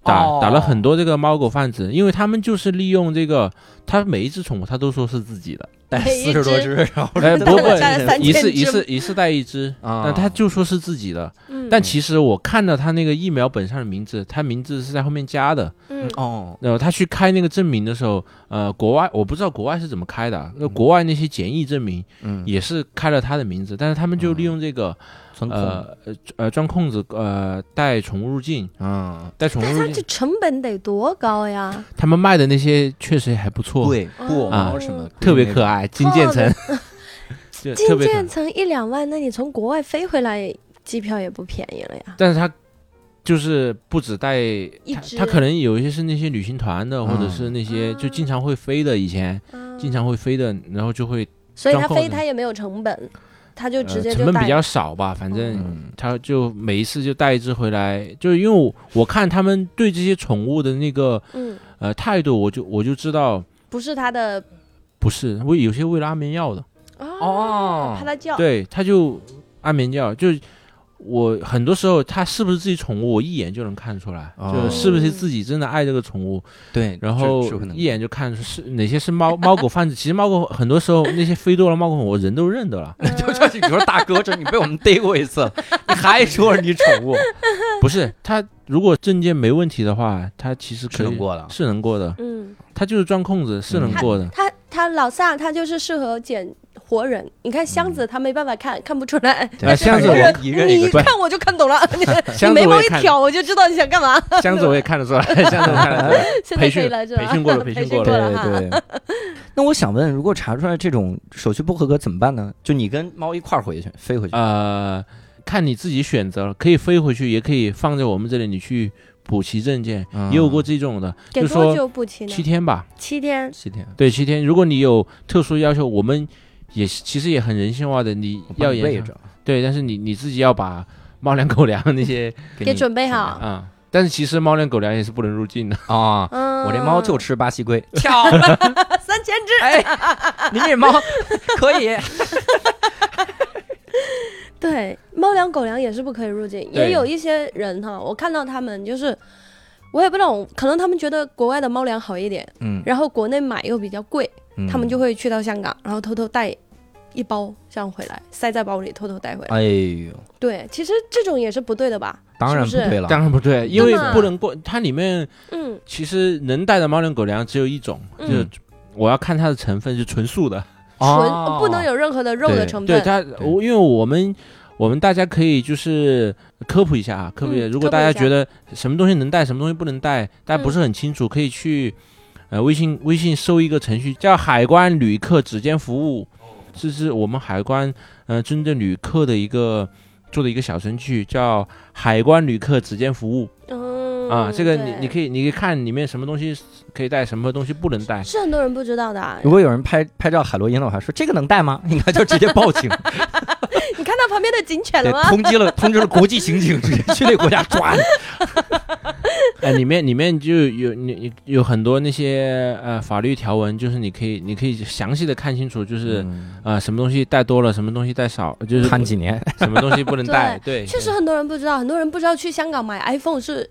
[SPEAKER 4] 打、
[SPEAKER 3] 哦
[SPEAKER 4] 打了很多这个猫狗贩子，因为他们就是利用这个，他每一只宠物他都说是自己的，
[SPEAKER 3] 带
[SPEAKER 6] 每一
[SPEAKER 3] 四十多只
[SPEAKER 6] 只，
[SPEAKER 3] 然后
[SPEAKER 4] 哎，不
[SPEAKER 6] 带
[SPEAKER 4] 不
[SPEAKER 6] 了家三，
[SPEAKER 4] 一次
[SPEAKER 3] (laughs)
[SPEAKER 6] 千只
[SPEAKER 4] 一次一次带一只，
[SPEAKER 3] 啊
[SPEAKER 4] 那他就说是自己的，
[SPEAKER 6] 嗯
[SPEAKER 4] 但其实我看到他那个疫苗本上的名字，他名字是在后面加的，
[SPEAKER 6] 嗯
[SPEAKER 3] 哦，
[SPEAKER 4] 然后他去开那个证明的时候，呃，国外我不知道国外是怎么开的啊，那国外那些检疫证明
[SPEAKER 3] 嗯，
[SPEAKER 4] 也是开了他的名字，但是他们就利用这个。
[SPEAKER 3] 存孔，
[SPEAKER 4] 呃呃呃钻空子呃带宠物入境，
[SPEAKER 3] 嗯，
[SPEAKER 4] 带宠物
[SPEAKER 6] 但它
[SPEAKER 4] 入
[SPEAKER 6] 这
[SPEAKER 4] 境，
[SPEAKER 6] 成本得多高呀？
[SPEAKER 4] 他们卖的那些确实还不错，，
[SPEAKER 3] 对，
[SPEAKER 6] 哦
[SPEAKER 3] 布偶猫什么的，
[SPEAKER 4] 特别可爱，金渐层， (laughs) 对，特
[SPEAKER 6] 进
[SPEAKER 4] 别可爱
[SPEAKER 6] 建，成一两万，那你从国外飞回来，机票也不便宜了呀。
[SPEAKER 4] 但是它就是不止带
[SPEAKER 6] 一
[SPEAKER 4] 它
[SPEAKER 6] 只，
[SPEAKER 4] 它可能有一些是那些旅行团的，
[SPEAKER 3] 嗯
[SPEAKER 4] 或者是那些就经常会飞的，以前
[SPEAKER 6] 啊
[SPEAKER 4] 经常会飞的，然后就会
[SPEAKER 6] 所以它
[SPEAKER 4] 装
[SPEAKER 6] 飞
[SPEAKER 4] 空
[SPEAKER 6] 它也没有成本，它就
[SPEAKER 4] 呃
[SPEAKER 6] 直接
[SPEAKER 4] 成
[SPEAKER 6] 就
[SPEAKER 4] 本
[SPEAKER 6] 带。
[SPEAKER 4] 比较少吧，反
[SPEAKER 3] 嗯
[SPEAKER 4] 正它就每一次就带一只回来，就是因为我我看他们对这些宠物的那个
[SPEAKER 6] 嗯，
[SPEAKER 4] 呃态度，我就我就知道。
[SPEAKER 6] 不是它的
[SPEAKER 4] 不是，为有些为了安眠药的，
[SPEAKER 3] 哦
[SPEAKER 6] 怕，它叫。
[SPEAKER 4] 哦对，他就安眠药，就是我很多时候他是不是自己宠物，我一眼就能看出来，
[SPEAKER 3] 哦
[SPEAKER 4] 就是不是自己真的爱这个宠物，
[SPEAKER 3] 对，
[SPEAKER 4] 然后
[SPEAKER 3] 是是可能
[SPEAKER 4] 一眼就看出是哪些是猫猫狗贩子。其实猫狗很多时候那些飞多了猫狗，我人都认
[SPEAKER 6] (laughs)
[SPEAKER 4] 得了， (laughs)
[SPEAKER 6] 嗯
[SPEAKER 3] 就就 (laughs) 你说 (laughs) 大哥，这你被我们逮过一次了，你还说是你宠物，
[SPEAKER 4] 不是他如果证件没问题的话，他其实可
[SPEAKER 3] 是
[SPEAKER 4] 以
[SPEAKER 3] 能过的啊
[SPEAKER 4] 是能过的，
[SPEAKER 6] 嗯，
[SPEAKER 4] 他就是钻空子是能
[SPEAKER 3] 嗯
[SPEAKER 4] 过的。
[SPEAKER 6] 它它老萨它就是适合捡活人。你看箱子，它没办法看，看不出来。
[SPEAKER 3] 对
[SPEAKER 4] 嗯
[SPEAKER 3] 哎
[SPEAKER 4] 箱子
[SPEAKER 6] 活
[SPEAKER 4] 我
[SPEAKER 6] 人
[SPEAKER 3] 一认一
[SPEAKER 6] 你
[SPEAKER 3] 个
[SPEAKER 6] 一看我就看懂了，你你
[SPEAKER 4] (laughs) 箱子
[SPEAKER 6] 眉毛
[SPEAKER 4] 我
[SPEAKER 6] 一
[SPEAKER 4] 也看，
[SPEAKER 6] 挑我就知道你想干嘛。
[SPEAKER 3] (laughs)
[SPEAKER 4] 箱子我也看得出来，箱子我看得出来。
[SPEAKER 6] 现在可以
[SPEAKER 4] 训
[SPEAKER 6] 了是吧？
[SPEAKER 4] 培训过
[SPEAKER 6] (laughs)
[SPEAKER 4] 了培训过
[SPEAKER 6] 过
[SPEAKER 4] 了
[SPEAKER 6] 了哈。
[SPEAKER 3] 对对。 (laughs) 那我想问，如果查出来这种手续不合格怎么办呢？就你跟猫一块儿回去飞回去，
[SPEAKER 4] 呃，看你自己选择了，可以飞回去，也可以放在我们这里，你去补齐证件，
[SPEAKER 3] 嗯
[SPEAKER 4] 也有过这种的，
[SPEAKER 6] 给
[SPEAKER 4] 就
[SPEAKER 6] 多
[SPEAKER 4] 说
[SPEAKER 6] 久补齐呢？
[SPEAKER 4] 七天吧，
[SPEAKER 6] 七天。
[SPEAKER 3] 七天
[SPEAKER 4] 对，七天。如果你有特殊要求，我们也是其实也很人性化的，你
[SPEAKER 3] 我帮
[SPEAKER 4] 要
[SPEAKER 3] 你喂
[SPEAKER 4] 延长，
[SPEAKER 3] 着，
[SPEAKER 4] 对，但是你你自己要把猫粮、狗粮那些
[SPEAKER 6] 给
[SPEAKER 3] 你
[SPEAKER 6] 准备好
[SPEAKER 4] 啊、但是其实猫粮、狗粮也是不能入境的，
[SPEAKER 3] 啊。
[SPEAKER 6] 嗯，
[SPEAKER 3] 我这猫就吃巴西龟，
[SPEAKER 1] 巧了，
[SPEAKER 6] 三千只。
[SPEAKER 3] 你这猫可以
[SPEAKER 6] 对，猫粮、狗粮也是不可以入境，
[SPEAKER 4] 对
[SPEAKER 6] 也有一些人哈，我看到他们就是，我也不懂，可能他们觉得国外的猫粮好一点，
[SPEAKER 3] 嗯，
[SPEAKER 6] 然后国内买又比较贵，
[SPEAKER 3] 嗯
[SPEAKER 6] 他们就会去到香港，然后偷偷带一包这样回来，塞在包里偷偷带
[SPEAKER 4] 啊
[SPEAKER 6] 回来。
[SPEAKER 3] 哎呦，
[SPEAKER 6] 对，其实这种也是不对的吧？
[SPEAKER 3] 当然不
[SPEAKER 6] 是不是
[SPEAKER 3] 对了，
[SPEAKER 4] (laughs) 当然不对，因为
[SPEAKER 6] 真的
[SPEAKER 4] 不能过，它里面
[SPEAKER 6] 嗯，
[SPEAKER 4] 其实能带的猫粮、狗粮只有一种，
[SPEAKER 6] 嗯
[SPEAKER 4] 就是我要看它的成分是纯素的。
[SPEAKER 6] 纯、
[SPEAKER 3] 哦
[SPEAKER 6] 不能有任何的肉的成
[SPEAKER 4] 嗯对
[SPEAKER 6] 分。
[SPEAKER 4] 他，我因为我们我们大家可以就是科普一下啊，科普一下。
[SPEAKER 6] 嗯
[SPEAKER 4] 如果
[SPEAKER 6] 科普
[SPEAKER 4] 大家
[SPEAKER 6] 一下
[SPEAKER 4] 觉得什么东西能带，什么东西不能带，大家不是很清楚，可以去呃微信微信搜一个程序叫海关旅客指尖服务，这是我们海关呃针对旅客的一个。做的一个小程序叫“海关旅客指尖服务”
[SPEAKER 6] 嗯
[SPEAKER 4] 啊，这个你你
[SPEAKER 6] 以
[SPEAKER 4] 可以你可以看里面什么东西可以带，什么东西不能带。
[SPEAKER 6] 是很多人不知道的、啊。
[SPEAKER 3] 如果有人拍拍照海洛因的话，说这个能带吗？应该就直接报警，
[SPEAKER 6] 你看到旁边的警犬
[SPEAKER 3] 对
[SPEAKER 6] 了，啊吗？
[SPEAKER 3] 通缉了通知了国际刑警，直接去那国家抓你。
[SPEAKER 4] 呃，里面里面就有你你有很多那些呃法律条文，就是你可以你可以详细的看清楚，就是、呃什么东西带多了，什么东西带少，就是
[SPEAKER 3] 嗯判几年，
[SPEAKER 4] 什么东西不能带，对，
[SPEAKER 6] 确实很多人不知道，很多人不知道去香港买 iPhone 是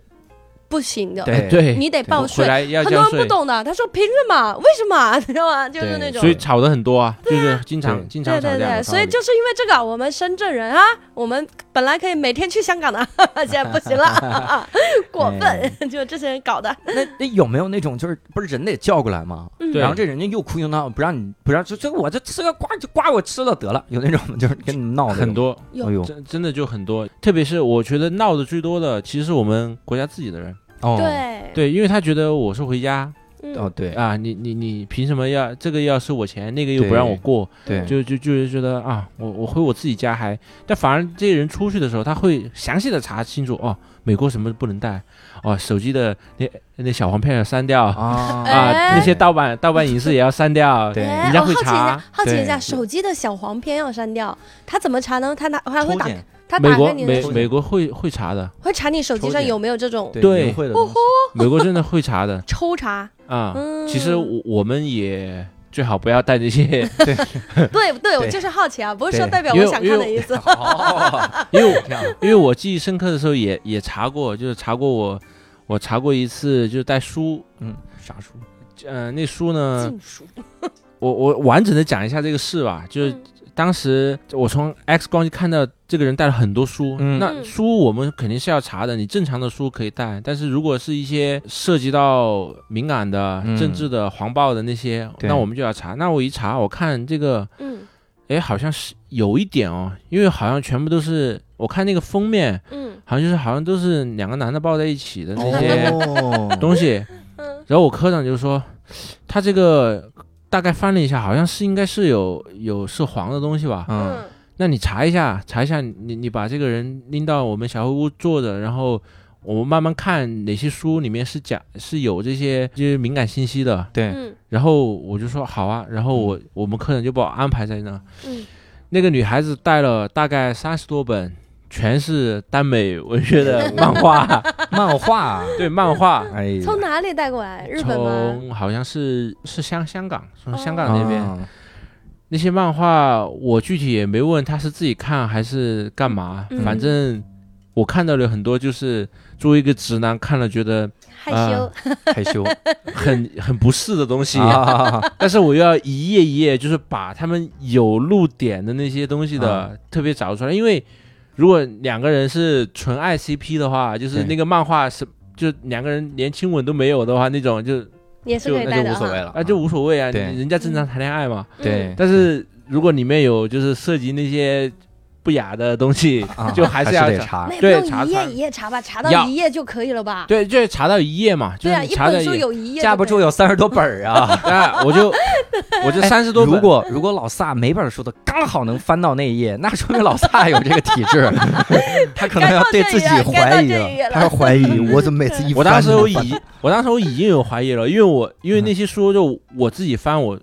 [SPEAKER 6] 不行的，
[SPEAKER 4] 对
[SPEAKER 3] 对
[SPEAKER 4] 对，
[SPEAKER 6] 你得报税
[SPEAKER 4] 回。来要
[SPEAKER 6] 很
[SPEAKER 4] 交
[SPEAKER 6] 多人
[SPEAKER 4] 税
[SPEAKER 6] 不，懂的，他说凭什么？为什么？ (laughs) 你知道吗？就是
[SPEAKER 3] 对
[SPEAKER 6] 那种
[SPEAKER 4] 所。以吵的很多啊，就是经
[SPEAKER 3] 对
[SPEAKER 4] 常经常
[SPEAKER 6] 对
[SPEAKER 4] 吵
[SPEAKER 6] 对
[SPEAKER 4] 架
[SPEAKER 6] 对，
[SPEAKER 4] 的
[SPEAKER 6] 所以
[SPEAKER 4] 道理
[SPEAKER 6] 就是因为这个，我们深圳人啊，我们本来可以每天去香港的， (laughs) 现在不行
[SPEAKER 4] (laughs)
[SPEAKER 6] 了， (laughs) 过
[SPEAKER 4] 哎
[SPEAKER 6] 分，就这些人搞的。
[SPEAKER 3] 那那有没有那种就是不是人得叫过来吗？
[SPEAKER 6] 嗯
[SPEAKER 4] 对
[SPEAKER 3] 然后这人家又哭又闹，不让你不让，就就我这吃个瓜就瓜我吃了得了，有那种就是跟你们闹的
[SPEAKER 4] 很，多，呃
[SPEAKER 6] 有
[SPEAKER 3] 哎呦
[SPEAKER 4] 真真的就很多，特别是我觉得闹的最多的，其实是我们国家自己的人，
[SPEAKER 3] 哦，
[SPEAKER 6] 对
[SPEAKER 4] 对，因为他觉得我是回家
[SPEAKER 6] 嗯
[SPEAKER 3] 哦，对
[SPEAKER 4] 啊，你你你凭什么要这个要收我钱，那个又不
[SPEAKER 3] 对
[SPEAKER 4] 让我过，
[SPEAKER 3] 对，
[SPEAKER 4] 就就就是觉得啊，我我回我自己家还，但反而这些人出去的时候，他会详细的查清楚哦，美国什么不能带，哦，手机的那那小黄片要删掉啊，
[SPEAKER 3] 啊
[SPEAKER 6] 哎
[SPEAKER 4] 那些盗版盗版影视也要删
[SPEAKER 3] (laughs)
[SPEAKER 4] 掉，
[SPEAKER 3] 对
[SPEAKER 6] 哎
[SPEAKER 4] 人家
[SPEAKER 6] 我
[SPEAKER 4] 会
[SPEAKER 6] 好奇一
[SPEAKER 4] 查
[SPEAKER 6] 下，好奇
[SPEAKER 3] 对
[SPEAKER 6] 一下，手机的小黄片要删掉，他怎么查呢？他拿他会
[SPEAKER 3] 抽
[SPEAKER 6] 打
[SPEAKER 3] 检，
[SPEAKER 6] 他
[SPEAKER 4] 美
[SPEAKER 6] 打
[SPEAKER 4] 国
[SPEAKER 6] 开你的
[SPEAKER 4] 美
[SPEAKER 6] 手，
[SPEAKER 4] 美国会会查的，
[SPEAKER 6] 会查你手机
[SPEAKER 3] 抽
[SPEAKER 6] 上
[SPEAKER 3] 检
[SPEAKER 6] 有没有这种
[SPEAKER 4] 对
[SPEAKER 3] 对，会的东西
[SPEAKER 4] 美国真的会查的
[SPEAKER 6] 抽
[SPEAKER 4] (laughs)
[SPEAKER 6] 查。
[SPEAKER 4] 啊。
[SPEAKER 6] 嗯，
[SPEAKER 4] 其实我我们也最好不要带这些，
[SPEAKER 6] 对对，我
[SPEAKER 3] 对
[SPEAKER 6] 就是好奇啊，不是
[SPEAKER 3] 对
[SPEAKER 6] 说代表
[SPEAKER 4] 因
[SPEAKER 6] 我
[SPEAKER 4] 为
[SPEAKER 6] 想
[SPEAKER 4] 因为
[SPEAKER 6] 看的意思。
[SPEAKER 3] 哦，
[SPEAKER 4] 因为我
[SPEAKER 3] 这样
[SPEAKER 4] 因为我记忆深刻的时候也也查过，就是查过我我查过一次，就是带书，
[SPEAKER 3] 嗯，啥书？
[SPEAKER 4] 呃，那书呢，
[SPEAKER 6] 禁书，
[SPEAKER 4] 我我完整的讲一下这个事吧，就是
[SPEAKER 6] 嗯
[SPEAKER 4] 当时我从 X 光就看到这个人带了很多书，
[SPEAKER 3] 嗯
[SPEAKER 4] 那书我们肯定是要查的，你正常的书可以带，但是如果是一些涉及到敏感的、
[SPEAKER 3] 嗯
[SPEAKER 4] 政治的、黄暴的那些，
[SPEAKER 3] 对
[SPEAKER 4] 那我们就要查。那我一查，我看这个，
[SPEAKER 6] 嗯
[SPEAKER 4] 哎，好像是有一点哦，因为好像全部都是，我看那个封面，
[SPEAKER 6] 嗯
[SPEAKER 4] 好像就是好像都是两个男的抱在一起的那些
[SPEAKER 3] 哦，
[SPEAKER 4] 东西。
[SPEAKER 6] 嗯
[SPEAKER 4] 然后我科长就说，他这个大概翻了一下，好像是应该是有有是黄的东西吧。
[SPEAKER 3] 嗯，
[SPEAKER 6] 嗯
[SPEAKER 4] 那你查一下，查一下，你你把这个人拎到我们小黑屋坐着，然后我们慢慢看哪些书里面是讲是有这些就是敏感信息的。
[SPEAKER 3] 对，
[SPEAKER 6] 嗯
[SPEAKER 4] 然后我就说好啊，然后
[SPEAKER 3] 嗯
[SPEAKER 4] 我我们科长就把我安排在那。
[SPEAKER 6] 嗯，
[SPEAKER 4] 那个女孩子带了大概三十多本，全是耽美文学的 (laughs) 漫画，
[SPEAKER 3] 漫画，
[SPEAKER 4] 对漫画。
[SPEAKER 3] 哎呀，
[SPEAKER 6] 从哪里带过来？日本吗？
[SPEAKER 4] 从好像是是香香港，从香港
[SPEAKER 6] 哦
[SPEAKER 4] 那边、
[SPEAKER 3] 啊
[SPEAKER 4] 那些漫画，我具体也没问他是自己看还是干嘛，
[SPEAKER 6] 嗯
[SPEAKER 4] 反正我看到了很多，就是作为一个直男看了觉得
[SPEAKER 6] 害羞，
[SPEAKER 4] 啊
[SPEAKER 3] 害羞
[SPEAKER 4] 很 (laughs) 很不适的东
[SPEAKER 3] (laughs)
[SPEAKER 4] 西，
[SPEAKER 3] 啊，
[SPEAKER 4] 但是我又要一页一页就是把他们有露点的那些东西
[SPEAKER 3] 啊
[SPEAKER 4] 的、特别找出来，因为如果两个人是纯爱 CP 的话，就是
[SPEAKER 3] 对
[SPEAKER 4] 那个漫画是就两个人连亲吻都没有的话，那种就
[SPEAKER 6] 你也是
[SPEAKER 4] 就
[SPEAKER 6] 可以
[SPEAKER 3] 那
[SPEAKER 6] 带
[SPEAKER 3] 就
[SPEAKER 6] 的
[SPEAKER 3] 无所谓
[SPEAKER 6] 哈。
[SPEAKER 3] 了
[SPEAKER 4] 啊就无所谓啊，
[SPEAKER 3] 对
[SPEAKER 4] 你人家正常谈恋爱嘛。
[SPEAKER 6] 嗯
[SPEAKER 3] 对，
[SPEAKER 4] 但是如果里面有就是涉及那些不雅的东西，
[SPEAKER 3] 啊
[SPEAKER 4] 就还
[SPEAKER 3] 还
[SPEAKER 4] 是要
[SPEAKER 3] 得
[SPEAKER 4] 查
[SPEAKER 3] 查
[SPEAKER 6] 那，也不
[SPEAKER 4] 对
[SPEAKER 6] 用
[SPEAKER 4] 查
[SPEAKER 6] 嗯一页
[SPEAKER 4] 查
[SPEAKER 6] 一页查吧，查到
[SPEAKER 4] 要
[SPEAKER 6] 一页就可以了吧？
[SPEAKER 4] (laughs) 对，就是查到一页嘛，就
[SPEAKER 6] 对
[SPEAKER 4] 是
[SPEAKER 6] 啊，
[SPEAKER 4] 你
[SPEAKER 6] 一
[SPEAKER 4] 查到
[SPEAKER 6] 本
[SPEAKER 4] 一
[SPEAKER 6] 书
[SPEAKER 4] 页，
[SPEAKER 6] 有一页就可以了，
[SPEAKER 3] 架不住有三十多本儿啊。
[SPEAKER 4] (laughs)
[SPEAKER 3] 哎
[SPEAKER 4] 啊，我就 (laughs) 我就三十多
[SPEAKER 3] 如
[SPEAKER 4] 本，
[SPEAKER 3] 果如果老萨每本书都刚好能翻到那一页，那 (laughs) 说明老萨有这个体质，他可能要对自己怀疑
[SPEAKER 6] 该到这一页
[SPEAKER 3] 了。
[SPEAKER 6] 了
[SPEAKER 5] 他还怀疑我怎么每次一
[SPEAKER 4] 我当
[SPEAKER 5] 翻
[SPEAKER 4] 时
[SPEAKER 5] 就
[SPEAKER 4] 我
[SPEAKER 5] 能翻
[SPEAKER 4] 已，我当时我已经有怀疑了，因为我因为那些书就我自己翻，我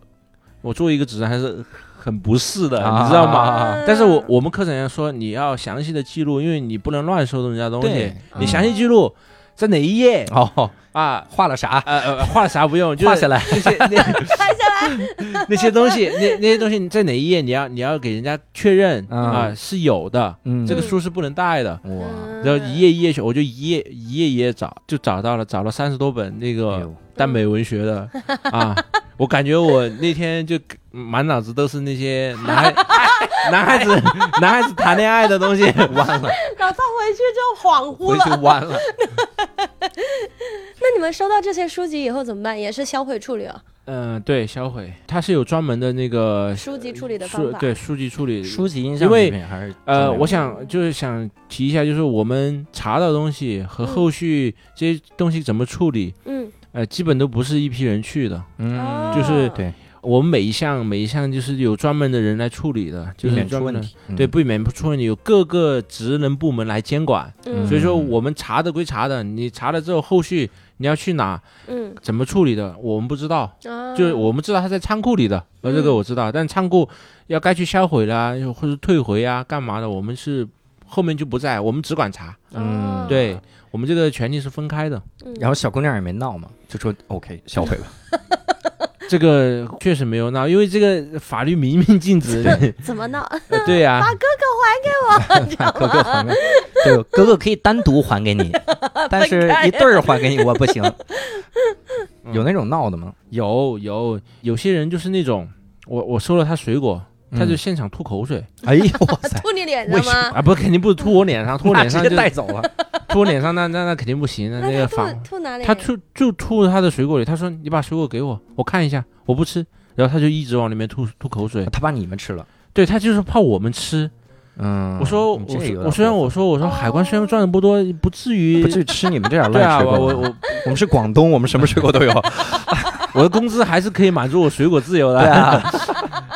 [SPEAKER 4] 我作为一个直男还是很不适的，
[SPEAKER 3] 啊
[SPEAKER 4] 你知道吗？
[SPEAKER 6] 啊
[SPEAKER 4] 但是我我们课程要说你要详细的记录，因为你不能乱收人家东西
[SPEAKER 3] 对，，
[SPEAKER 4] 你详细记录在哪一页
[SPEAKER 3] 哦，
[SPEAKER 4] 啊？
[SPEAKER 3] 画了啥？
[SPEAKER 4] 呃呃，画了啥不用，就
[SPEAKER 3] 画
[SPEAKER 4] 是
[SPEAKER 3] 下来。
[SPEAKER 4] 那些那那些东西， (laughs) 那那些东西你在哪一页你要你要给人家确认
[SPEAKER 3] 嗯
[SPEAKER 4] 啊是有的，
[SPEAKER 3] 嗯，
[SPEAKER 4] 这个书是不能带的。
[SPEAKER 3] 哇，
[SPEAKER 6] 嗯
[SPEAKER 4] 然后一页一页去，我就一页一页一页找，就找到了，找了三十多本那
[SPEAKER 3] 哎
[SPEAKER 4] 个
[SPEAKER 3] 呦
[SPEAKER 4] 耽美文学的 (laughs) 啊，我感觉我那天就满脑子都是那些男孩 (laughs) 男孩子男孩子谈恋爱的
[SPEAKER 3] (laughs)
[SPEAKER 4] 东西，
[SPEAKER 3] 弯了，
[SPEAKER 6] 老赵回去就恍惚
[SPEAKER 3] 回
[SPEAKER 6] 了。
[SPEAKER 3] 去弯了。
[SPEAKER 6] 那你们收到这些书籍以后怎么办？也是销毁处理啊，
[SPEAKER 4] 嗯，对，销毁，它是有专门的那个
[SPEAKER 6] 书籍处理的
[SPEAKER 4] 数
[SPEAKER 6] 方法。
[SPEAKER 4] 对数据处理
[SPEAKER 3] 书籍印象
[SPEAKER 4] 因为
[SPEAKER 3] 里面还是
[SPEAKER 4] 呃，我想就是想提一下，就是我们查到的东西和
[SPEAKER 6] 嗯
[SPEAKER 4] 后续这些东西怎么处理，
[SPEAKER 6] 嗯，
[SPEAKER 4] 呃，基本都不是一批人去的，
[SPEAKER 3] 嗯，
[SPEAKER 6] 哦
[SPEAKER 4] 就是
[SPEAKER 3] 对
[SPEAKER 4] 我们每一项每一项就是有专门的人来处理的，就
[SPEAKER 3] 避
[SPEAKER 4] 是
[SPEAKER 3] 免出
[SPEAKER 4] 专门
[SPEAKER 3] 问
[SPEAKER 4] 的
[SPEAKER 3] 题，嗯
[SPEAKER 4] 对，不免不出问题，有各个职能部门来监管。
[SPEAKER 6] 嗯
[SPEAKER 4] 所以说我们查的归查的，你查了之后后续你要去哪
[SPEAKER 6] 嗯，
[SPEAKER 4] 怎么处理的，我们不知道。
[SPEAKER 6] 啊
[SPEAKER 4] 就是我们知道它在仓库里的，呃，这个
[SPEAKER 6] 嗯
[SPEAKER 4] 我知道，但仓库要该去销毁啦，又或者退回啊，干嘛的，我们是后面就不在，我们只管查，
[SPEAKER 3] 嗯
[SPEAKER 6] 哦
[SPEAKER 4] 对我们这个权利是分开的。
[SPEAKER 6] 嗯
[SPEAKER 3] 然后小姑娘也没闹嘛，就说 OK 销 (laughs) 毁吧。
[SPEAKER 4] 这个确实没有闹，因为这个法律明明禁止。
[SPEAKER 6] 怎么闹？
[SPEAKER 4] 呃对呀、
[SPEAKER 6] 把哥哥还给我，
[SPEAKER 3] 哥哥还给，对，哥哥可以单独还
[SPEAKER 6] (laughs)
[SPEAKER 3] 给你，但是一对儿还给你我不行。(laughs)
[SPEAKER 4] 嗯
[SPEAKER 3] 有那种闹的吗？
[SPEAKER 4] (laughs) 有有有些人就是那种，我我收了他水果，他就
[SPEAKER 3] 嗯
[SPEAKER 4] 现场吐口水、
[SPEAKER 3] (laughs) 哎呦哇塞，
[SPEAKER 6] (laughs)
[SPEAKER 3] (laughs)
[SPEAKER 6] 吐你脸上吗？
[SPEAKER 4] 啊，不肯定不是吐我脸上，吐我脸
[SPEAKER 3] 直
[SPEAKER 4] 上
[SPEAKER 3] 接
[SPEAKER 4] 就
[SPEAKER 3] 带走了。
[SPEAKER 4] 吐我脸上那那那肯定不行，那那
[SPEAKER 6] 那
[SPEAKER 4] 个
[SPEAKER 6] 他
[SPEAKER 4] 法
[SPEAKER 6] 吐吐哪里？
[SPEAKER 4] 他吐就吐他的水果里，他说你把水果给我，我看一下，我不吃。然后他就一直往里面吐吐口水，
[SPEAKER 3] 他把你们吃了，
[SPEAKER 4] 对他就是怕我们吃，
[SPEAKER 3] 嗯，
[SPEAKER 4] 我说
[SPEAKER 3] 你
[SPEAKER 4] 我
[SPEAKER 3] 这
[SPEAKER 4] 说
[SPEAKER 3] 个
[SPEAKER 4] 我虽然我说我说海关虽然赚的不多，不至于
[SPEAKER 3] 不去吃你们 (laughs) 这点
[SPEAKER 4] 对
[SPEAKER 3] 烂
[SPEAKER 4] 啊，
[SPEAKER 3] 水
[SPEAKER 4] 我
[SPEAKER 3] 果，
[SPEAKER 4] 我我
[SPEAKER 3] 我们是广东，我们什么水果都有。
[SPEAKER 4] 我的工资还是可以满足我水果自由的。 (laughs)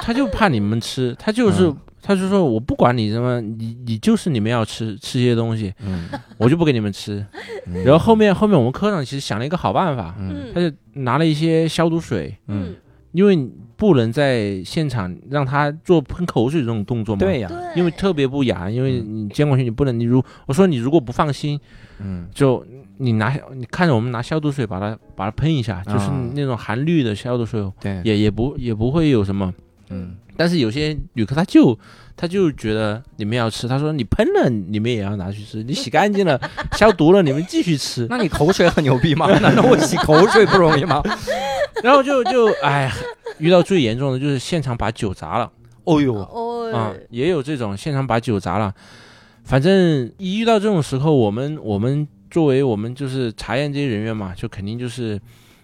[SPEAKER 4] 他就怕你们吃，他就是、
[SPEAKER 3] 啊嗯
[SPEAKER 4] 他就说我不管你什么，你你就是你们要吃吃这些东西，
[SPEAKER 3] (laughs) (laughs) 嗯，
[SPEAKER 4] 我就不给你们吃。
[SPEAKER 3] 嗯
[SPEAKER 4] 然后后面后面我们科长其实想了一个好办法，
[SPEAKER 3] 嗯
[SPEAKER 4] 他就拿了一些消毒水，
[SPEAKER 3] 嗯，
[SPEAKER 4] 因为你不能在现场让他做喷口水这种动作嘛。
[SPEAKER 3] 嗯对。呀，
[SPEAKER 6] 对，
[SPEAKER 4] 因为特别不雅，因为你监管区你不能，你如我说你如果不放心，
[SPEAKER 3] 嗯
[SPEAKER 4] 就你拿你看着我们拿消毒水把它把它喷一下，就是
[SPEAKER 3] 啊嗯
[SPEAKER 4] 那种含氯的消毒水，
[SPEAKER 3] 对，
[SPEAKER 4] 也也不也不会有什么。
[SPEAKER 3] 嗯
[SPEAKER 4] 但是有些旅客他就他就觉得你们要吃，他说你喷了你们也要拿去吃，你洗干净了消毒了你们继
[SPEAKER 3] (laughs)
[SPEAKER 4] 续吃，
[SPEAKER 3] 那你口水很牛逼吗？ (laughs) 难道我洗口水不容易吗？
[SPEAKER 4] 然后就就哎，遇到最严重的就是现场把酒砸了
[SPEAKER 3] (laughs) 哦呦，
[SPEAKER 6] 哦，
[SPEAKER 4] 啊、也有这种现场把酒砸了，反正一遇到这种时候，我们我们作为我们就是查验这些人员嘛，就肯定就是。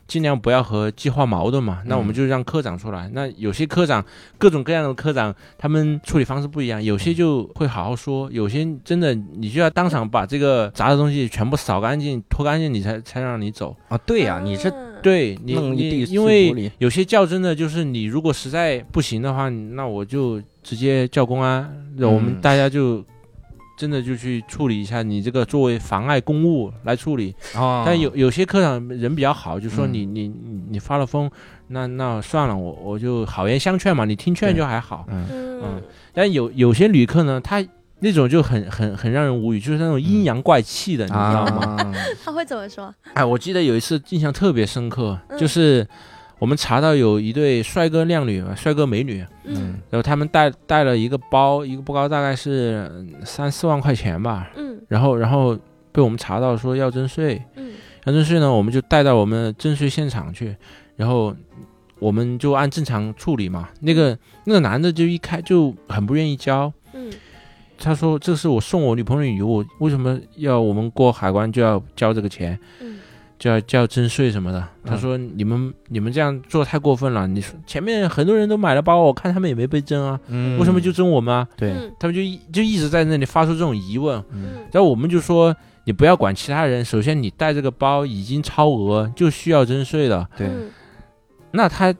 [SPEAKER 4] 尽量不要和计划矛盾嘛，那我们就让科长出来。那有些科长，各种各样的科长，他们处理方式不一样，有些就会好好说，有些真的你就要当场把这个砸的东西全部扫干净、拖干净，你才才让你走。
[SPEAKER 3] 啊，对呀，你这
[SPEAKER 6] 嗯
[SPEAKER 4] 对你，
[SPEAKER 3] 弄一
[SPEAKER 4] 你
[SPEAKER 3] 地
[SPEAKER 4] 因
[SPEAKER 3] 碎玻璃
[SPEAKER 4] 为有些较真的就是你如果实在不行的话，那我就直接叫公安，那我们
[SPEAKER 3] 嗯
[SPEAKER 4] 大家就真的就去处理一下你这个作为妨碍公务来处理。
[SPEAKER 3] 啊，
[SPEAKER 4] 但有有些科长人比较好，就说
[SPEAKER 3] 嗯
[SPEAKER 4] 你、你你你发了疯，那那算了，我我就好言相劝嘛，你听劝
[SPEAKER 3] 对
[SPEAKER 4] 就还好。
[SPEAKER 3] 嗯
[SPEAKER 6] 嗯
[SPEAKER 4] 嗯，但有有些旅客呢，他那种就很很很让人无语，就是那种
[SPEAKER 3] 嗯
[SPEAKER 4] 阴阳怪气的，你知道吗？
[SPEAKER 3] 啊，
[SPEAKER 4] (laughs)
[SPEAKER 6] 他会怎么说？
[SPEAKER 4] 哎，我记得有一次印象特别深刻，
[SPEAKER 6] 嗯
[SPEAKER 4] 就是我们查到有一对帅哥靓女、帅哥美女，
[SPEAKER 6] 嗯
[SPEAKER 4] 然后他们带带了一个包，一个包大概是嗯三四万块钱吧，
[SPEAKER 6] 嗯
[SPEAKER 4] 然后然后被我们查到说要征税，
[SPEAKER 6] 嗯
[SPEAKER 4] 要征税呢，我们就带到我们的征税现场去，然后我们就按正常处理嘛。那个那个男的就一开就很不愿意交，
[SPEAKER 6] 嗯
[SPEAKER 4] 他说这是我送我女朋友的礼物，为什么要我们过海关就要交这个钱？
[SPEAKER 6] 嗯
[SPEAKER 4] 就要就要征税什么的。他说你们、你们这样做太过分了，你说前面很多人都买了包，我看他们也没被征啊，
[SPEAKER 3] 嗯
[SPEAKER 4] 为什么就征我们啊？
[SPEAKER 3] 对？
[SPEAKER 6] 嗯
[SPEAKER 4] 他们就一就一直在那里发出这种疑问，
[SPEAKER 6] 嗯
[SPEAKER 4] 然后我们就说你不要管其他人，首先你带这个包已经超额，就需要征税的。
[SPEAKER 3] 对
[SPEAKER 6] 嗯
[SPEAKER 4] 那他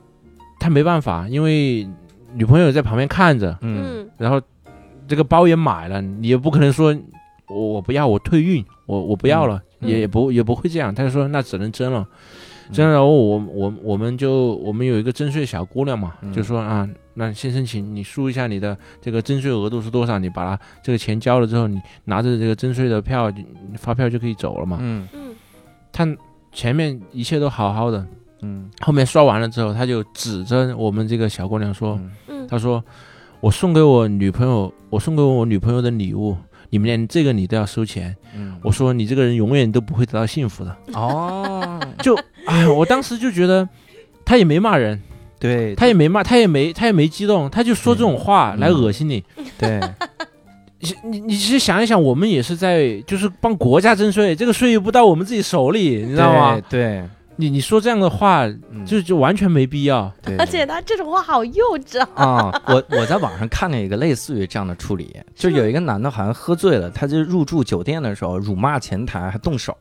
[SPEAKER 4] 他没办法，因为女朋友在旁边看着，
[SPEAKER 3] 嗯
[SPEAKER 6] 嗯
[SPEAKER 4] 然后这个包也买了，你也不可能说我我不要，我退运，我我不要了，
[SPEAKER 6] 嗯
[SPEAKER 4] 也
[SPEAKER 6] 嗯
[SPEAKER 4] 也不也不会这样。他就说那只能争了，
[SPEAKER 3] 嗯
[SPEAKER 4] 争了，然后我我我们就我们有一个征税小姑娘嘛，
[SPEAKER 3] 嗯
[SPEAKER 4] 就说啊，那先生请你输一下你的这个征税额度是多少，你把它这个钱交了之后，你拿着这个征税的票你发票就可以走了嘛。
[SPEAKER 3] 嗯
[SPEAKER 6] 嗯
[SPEAKER 4] 他前面一切都好好的，
[SPEAKER 3] 嗯
[SPEAKER 4] 后面刷完了之后，他就指着我们这个小姑娘说。
[SPEAKER 3] 嗯
[SPEAKER 6] 嗯，
[SPEAKER 4] 他说：“我送给我女朋友，我送给我女朋友的礼物，你们连这个你都要收钱。
[SPEAKER 3] 嗯”
[SPEAKER 4] 我说：“你这个人永远都不会得到幸福的。 (laughs)
[SPEAKER 3] 哦，
[SPEAKER 4] 就”哎，我当时就觉得。他也没骂人，
[SPEAKER 3] 对，
[SPEAKER 4] 他也没骂，他也没，他也没激动，他就说这种话
[SPEAKER 3] 嗯
[SPEAKER 4] 来恶心你。
[SPEAKER 3] 对，
[SPEAKER 4] 你你你其实想一想，我们也是在就是帮国家征税，这个税又不到我们自己手里， (laughs) 你
[SPEAKER 3] 你
[SPEAKER 4] 知道吗？？
[SPEAKER 3] 对，
[SPEAKER 4] 你你说这样的话，
[SPEAKER 3] 嗯
[SPEAKER 4] 就就完全没必要。
[SPEAKER 3] 对
[SPEAKER 6] 而且他这种话好幼稚啊！
[SPEAKER 3] 啊，我我在网上看了一个类似于这样的处理，就有一个男的好像喝醉了，他就入住酒店的时候辱骂前台，还动手，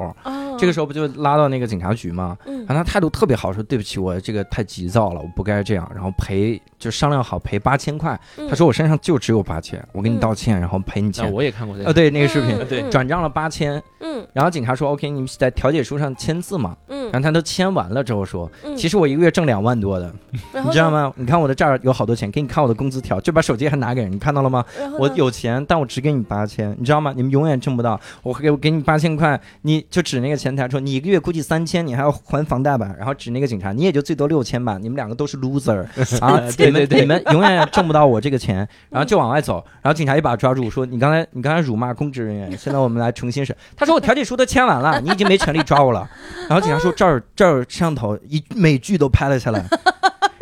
[SPEAKER 3] 这个时候不就拉到那个警察局吗？
[SPEAKER 6] 啊嗯
[SPEAKER 3] 然后他态度特别好，说对不起，我这个太急躁了，我不该这样，然后赔就商量好赔八千块，
[SPEAKER 6] 嗯
[SPEAKER 3] 他说我身上就只有八千，我给你
[SPEAKER 6] 嗯
[SPEAKER 3] 道歉，然后赔你
[SPEAKER 4] 啊
[SPEAKER 3] 钱。
[SPEAKER 4] 我也看过这
[SPEAKER 3] 呃，
[SPEAKER 4] 个，
[SPEAKER 3] 对那个视频
[SPEAKER 6] 嗯，对
[SPEAKER 3] 转账了八千，
[SPEAKER 6] 嗯
[SPEAKER 3] 然后警察说 OK，你们在调解书上签字嘛，
[SPEAKER 6] 嗯
[SPEAKER 3] 然后他都签完了之后说，
[SPEAKER 6] 嗯，
[SPEAKER 3] 其实我一个月挣两万多的，
[SPEAKER 6] 然
[SPEAKER 3] 你
[SPEAKER 6] 后
[SPEAKER 3] 知道
[SPEAKER 6] 呢？
[SPEAKER 3] 吗？你看我的这儿有好多钱，给你看我的工资条，就把手机还拿给人，你看到了吗？
[SPEAKER 6] 然后
[SPEAKER 3] 我
[SPEAKER 6] 呢
[SPEAKER 3] 有钱，但我只给你八千，你知道吗？你们永远挣不到。我给我给你八千块，你就指那个前台说，你一个月估计三千，你还要还房贷吧？然后指那个警察，你也就最多六千吧。你们两个都是 loser 啊！
[SPEAKER 4] 对
[SPEAKER 3] 你们
[SPEAKER 4] 对对
[SPEAKER 3] 你们永远挣不到我这个钱，然后就往外走。然后警察一把抓住，说你刚才你刚才辱骂公职人员，现在我们来重新审。他说我调解书都签完了，你已经没权利抓我了。然后警察说这儿这儿有摄像头，一每句都拍了下来。 (laughs)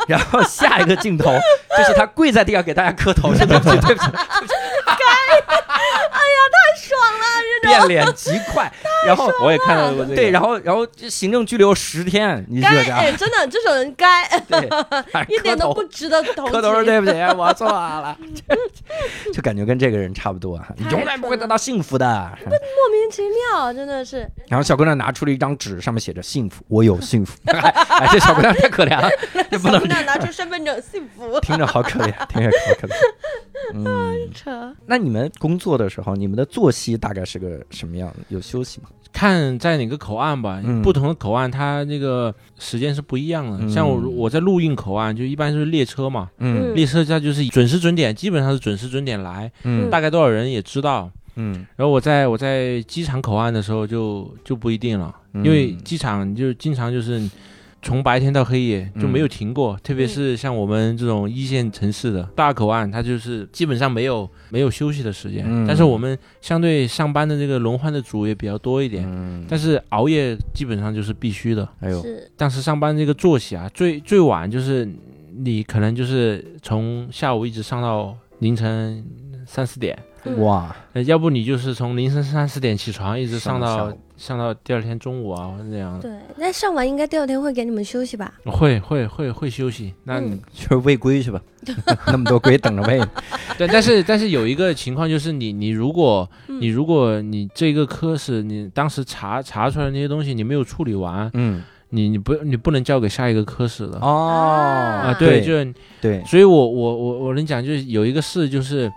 [SPEAKER 3] 然后下一个镜头就是他跪在地上给大家磕头，说对不起，对不起，
[SPEAKER 6] 哎太爽了，这
[SPEAKER 3] 变
[SPEAKER 6] 种
[SPEAKER 3] 脸极快，然后
[SPEAKER 4] 我也看到过这个。
[SPEAKER 3] 对，然后然后行政拘留十天，你
[SPEAKER 6] 该
[SPEAKER 3] 这家
[SPEAKER 6] 哎，真的这种人该
[SPEAKER 3] 对，还
[SPEAKER 6] 一
[SPEAKER 3] 是
[SPEAKER 6] 点
[SPEAKER 3] 磕
[SPEAKER 6] 都
[SPEAKER 3] 头
[SPEAKER 6] 不值得同
[SPEAKER 3] 磕头说
[SPEAKER 6] 情。
[SPEAKER 3] 对不起，我错了， (laughs) 就就感觉跟这个人差不多啊，你
[SPEAKER 6] 太
[SPEAKER 3] 永远不会
[SPEAKER 6] 蠢
[SPEAKER 3] 得
[SPEAKER 6] 了
[SPEAKER 3] 到幸福的。
[SPEAKER 6] 莫名其妙，真的是
[SPEAKER 3] 然后小姑娘拿出了一张纸，上面写着“幸福，我有幸
[SPEAKER 6] (laughs)
[SPEAKER 3] 福”哎。哎，这小姑娘太可怜了， (laughs) 这不
[SPEAKER 6] 小
[SPEAKER 3] 能
[SPEAKER 6] 姑娘拿出身份证，幸福
[SPEAKER 3] (laughs) 听着好可怜，听着好可怜。嗯，
[SPEAKER 6] 扯。
[SPEAKER 3] 那你们工作的时候，你们的作息大概是个什么样的？有休息吗？
[SPEAKER 4] 看在哪个口岸吧，
[SPEAKER 3] 嗯
[SPEAKER 4] 不同的口岸它那个时间是不一样的。
[SPEAKER 3] 嗯
[SPEAKER 4] 像我我在陆运口岸，就一般是列车嘛，
[SPEAKER 6] 嗯
[SPEAKER 4] 列车它就是准时准点，基本上是准时准点来，
[SPEAKER 3] 嗯
[SPEAKER 4] 大概多少人也知道。
[SPEAKER 3] 嗯
[SPEAKER 4] 然后我在我在机场口岸的时候就就不一定了，
[SPEAKER 3] 嗯
[SPEAKER 4] 因为机场就经常就是从白天到黑夜
[SPEAKER 3] 嗯
[SPEAKER 4] 就没有停过，特别是像我们这种一线城市的大口岸，它就是基本上没有没有休息的时间。
[SPEAKER 3] 嗯
[SPEAKER 4] 但是我们相对上班的这个轮换的组也比较多一点，
[SPEAKER 3] 嗯，
[SPEAKER 4] 但是熬夜基本上就是必须的。
[SPEAKER 3] 哎呦，
[SPEAKER 6] 是
[SPEAKER 4] 当时上班这个作息啊，最最晚就是你可能就是从下午一直上到凌晨三四点。
[SPEAKER 6] 嗯
[SPEAKER 3] 哇，
[SPEAKER 4] 呃，要不你就是从凌晨三四点起床，一直
[SPEAKER 3] 上
[SPEAKER 4] 上
[SPEAKER 3] 到下
[SPEAKER 4] 到
[SPEAKER 3] 午
[SPEAKER 4] 上到第二天中午啊，或者那样的。
[SPEAKER 6] 对，
[SPEAKER 3] 嗯
[SPEAKER 6] 那上完应该第二天会给你们休息吧？
[SPEAKER 4] 会会会会休息，那你、
[SPEAKER 6] 嗯
[SPEAKER 3] 就是喂龟去吧， (laughs) 那么多龟等着喂呢。
[SPEAKER 4] 对，但是但是有一个情况就是你你如果
[SPEAKER 6] 嗯
[SPEAKER 4] 你如果你这个科室你当时查查出来那些东西你没有处理完，
[SPEAKER 3] 嗯，
[SPEAKER 4] 你你不你不能交给下一个科室的。
[SPEAKER 3] 哦
[SPEAKER 6] 啊
[SPEAKER 4] 啊，
[SPEAKER 3] 对
[SPEAKER 4] 对，就是，
[SPEAKER 3] 对，
[SPEAKER 4] 所以我我我我能讲，就是有一个事，就是，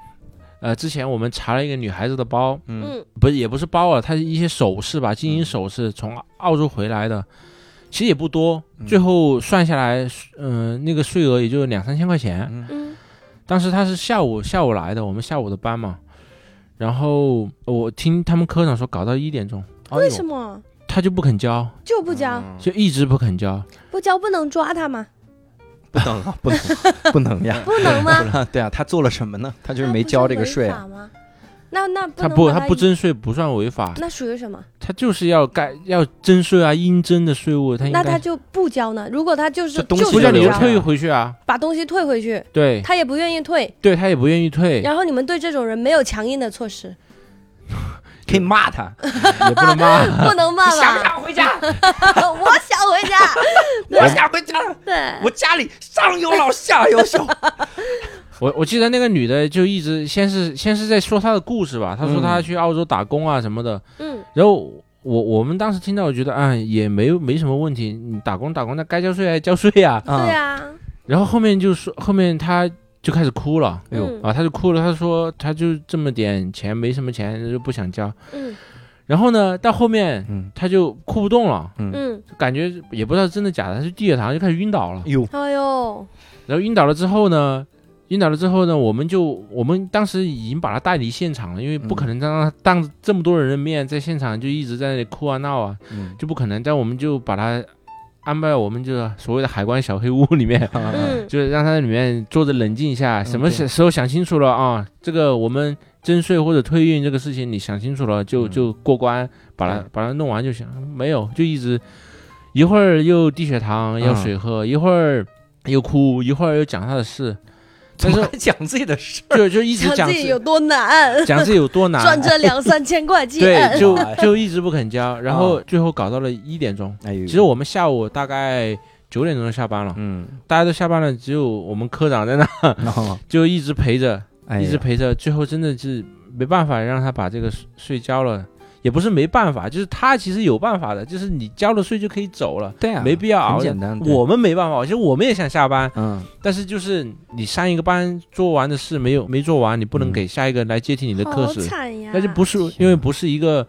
[SPEAKER 4] 呃，之前我们查了一个女孩子的包，
[SPEAKER 3] 嗯
[SPEAKER 6] 嗯，
[SPEAKER 4] 不是也不是包啊，它是一些首饰吧，金银首饰从澳洲回来的，其实也不多，最后算下来，嗯、那个税额也就两三千块钱。
[SPEAKER 3] 嗯
[SPEAKER 6] 嗯
[SPEAKER 4] 当时他是下午下午来的，我们下午的班嘛，然后我听他们科长说搞到一点钟，
[SPEAKER 6] 为什么
[SPEAKER 4] 他就不肯交，
[SPEAKER 6] 就不交？
[SPEAKER 3] 嗯
[SPEAKER 4] 就一直不肯交。
[SPEAKER 6] 不交不能抓他
[SPEAKER 3] (laughs)
[SPEAKER 6] 吗？
[SPEAKER 3] 不能了，不能， (laughs) 不能呀。
[SPEAKER 6] 不能吗？
[SPEAKER 3] 对啊，他做了什么呢？他就是
[SPEAKER 6] 那
[SPEAKER 3] 没
[SPEAKER 6] 不
[SPEAKER 3] 交这个
[SPEAKER 6] 违
[SPEAKER 3] 税啊。
[SPEAKER 6] 法吗？那那不
[SPEAKER 4] 他
[SPEAKER 6] 能
[SPEAKER 4] 不
[SPEAKER 6] 把
[SPEAKER 4] 他
[SPEAKER 6] 它
[SPEAKER 4] 不征税不算违法，
[SPEAKER 6] 那属于什么？
[SPEAKER 4] 他就是要该要征税啊，应征的税务他应
[SPEAKER 6] 那他
[SPEAKER 4] 该
[SPEAKER 6] 就不交呢？如果他就是
[SPEAKER 3] 这东
[SPEAKER 6] 就
[SPEAKER 3] 西
[SPEAKER 6] 是
[SPEAKER 4] 不叫你
[SPEAKER 6] 不
[SPEAKER 4] 就
[SPEAKER 3] 留
[SPEAKER 6] 交
[SPEAKER 3] 着
[SPEAKER 4] 退回去啊，
[SPEAKER 6] 把东西退回去，
[SPEAKER 4] 对
[SPEAKER 6] 他也不愿意退。
[SPEAKER 4] 对，他也不愿意退，
[SPEAKER 6] 然后你们对这种人没有强硬的措
[SPEAKER 4] (laughs)
[SPEAKER 6] 施，
[SPEAKER 3] 可以骂他，
[SPEAKER 4] 也不能骂。
[SPEAKER 6] 不能骂吧？
[SPEAKER 3] 回家？ (laughs)
[SPEAKER 6] 我想回家。
[SPEAKER 4] (laughs)
[SPEAKER 3] 我想回家。
[SPEAKER 6] 对，
[SPEAKER 3] 我家里上有老下有小。
[SPEAKER 4] 我我记得那个女的就一直先是先是在说她的故事吧，她说她去澳洲打工啊什么的，
[SPEAKER 6] 嗯，
[SPEAKER 4] 然后我我们当时听到觉得啊、也没有没什么问题，你打工打工那该交税还交税
[SPEAKER 6] (laughs)
[SPEAKER 4] 啊，
[SPEAKER 6] 对啊，
[SPEAKER 4] 然后后面就说后面她就开始哭了。
[SPEAKER 3] 哎呦
[SPEAKER 6] 嗯
[SPEAKER 4] 啊，她就哭了。她说，她就这么点钱，没什么钱，就不想交。
[SPEAKER 6] 嗯
[SPEAKER 4] 然后呢，到后面
[SPEAKER 3] 嗯
[SPEAKER 4] 她就哭不动了，
[SPEAKER 6] 嗯，
[SPEAKER 4] 感觉也不知道真的假的，她就低血糖就开始晕倒了。
[SPEAKER 3] 哟，
[SPEAKER 6] 哎呦，
[SPEAKER 4] 然后晕倒了之后呢，晕倒了之后呢，我们就我们当时已经把他带离现场了，因为不可能再让他当着这么多人的面在现场就一直在那里哭啊闹啊，
[SPEAKER 3] 嗯
[SPEAKER 4] 就不可能。但我们就把他安排到我们就是所谓的海关小黑屋里面，
[SPEAKER 6] (laughs) 嗯
[SPEAKER 4] 就是让他在里面坐着冷静一下，什么时时候想清楚了啊，这个我们。征税或者退运这个事情，你想清楚了就
[SPEAKER 3] 嗯
[SPEAKER 4] 就过关，把它
[SPEAKER 3] 对
[SPEAKER 4] 把它弄完就行了。没有，就一直一会儿又低血糖要
[SPEAKER 3] 嗯
[SPEAKER 4] 水喝，一会儿又哭，一会儿又讲他的事，
[SPEAKER 3] 怎
[SPEAKER 4] 但
[SPEAKER 3] 么
[SPEAKER 4] 是
[SPEAKER 3] 还讲自己的事？
[SPEAKER 4] 就就一直
[SPEAKER 6] 想
[SPEAKER 4] 讲
[SPEAKER 6] 自
[SPEAKER 4] 自
[SPEAKER 6] 己有多难，
[SPEAKER 4] (laughs) 讲自己有多难
[SPEAKER 6] (laughs)
[SPEAKER 4] 啊
[SPEAKER 6] 赚，这两三千块钱，
[SPEAKER 4] 对，就
[SPEAKER 3] 哎
[SPEAKER 4] 就一直不肯交，然后最后搞到了一点钟。
[SPEAKER 3] 哎呦，
[SPEAKER 4] 其实我们下午大概九点钟就下班了，
[SPEAKER 3] (laughs) 嗯，
[SPEAKER 4] 大家都下班了，只有我们科长在那，
[SPEAKER 3] 然后
[SPEAKER 4] 就一直陪着，
[SPEAKER 3] 哎
[SPEAKER 4] 一直
[SPEAKER 3] 呀，
[SPEAKER 4] 陪着，最后真的是没办法让他把这个税税交了。也不是没办法，就是他其实有办法的，就是你交了税就可以走了，
[SPEAKER 3] 对啊，
[SPEAKER 4] 没必要熬
[SPEAKER 3] 很
[SPEAKER 4] 夜
[SPEAKER 3] 简单。对
[SPEAKER 4] 我们没办法，其实我们也想下班，
[SPEAKER 3] 嗯，
[SPEAKER 4] 但是就是你上一个班做完的事没有没做完，你不
[SPEAKER 3] 嗯
[SPEAKER 4] 能给下一个来接替你的课
[SPEAKER 6] 好
[SPEAKER 4] 时，
[SPEAKER 6] 惨呀，啊
[SPEAKER 4] 那就不是
[SPEAKER 3] 天
[SPEAKER 4] 因为不是一个，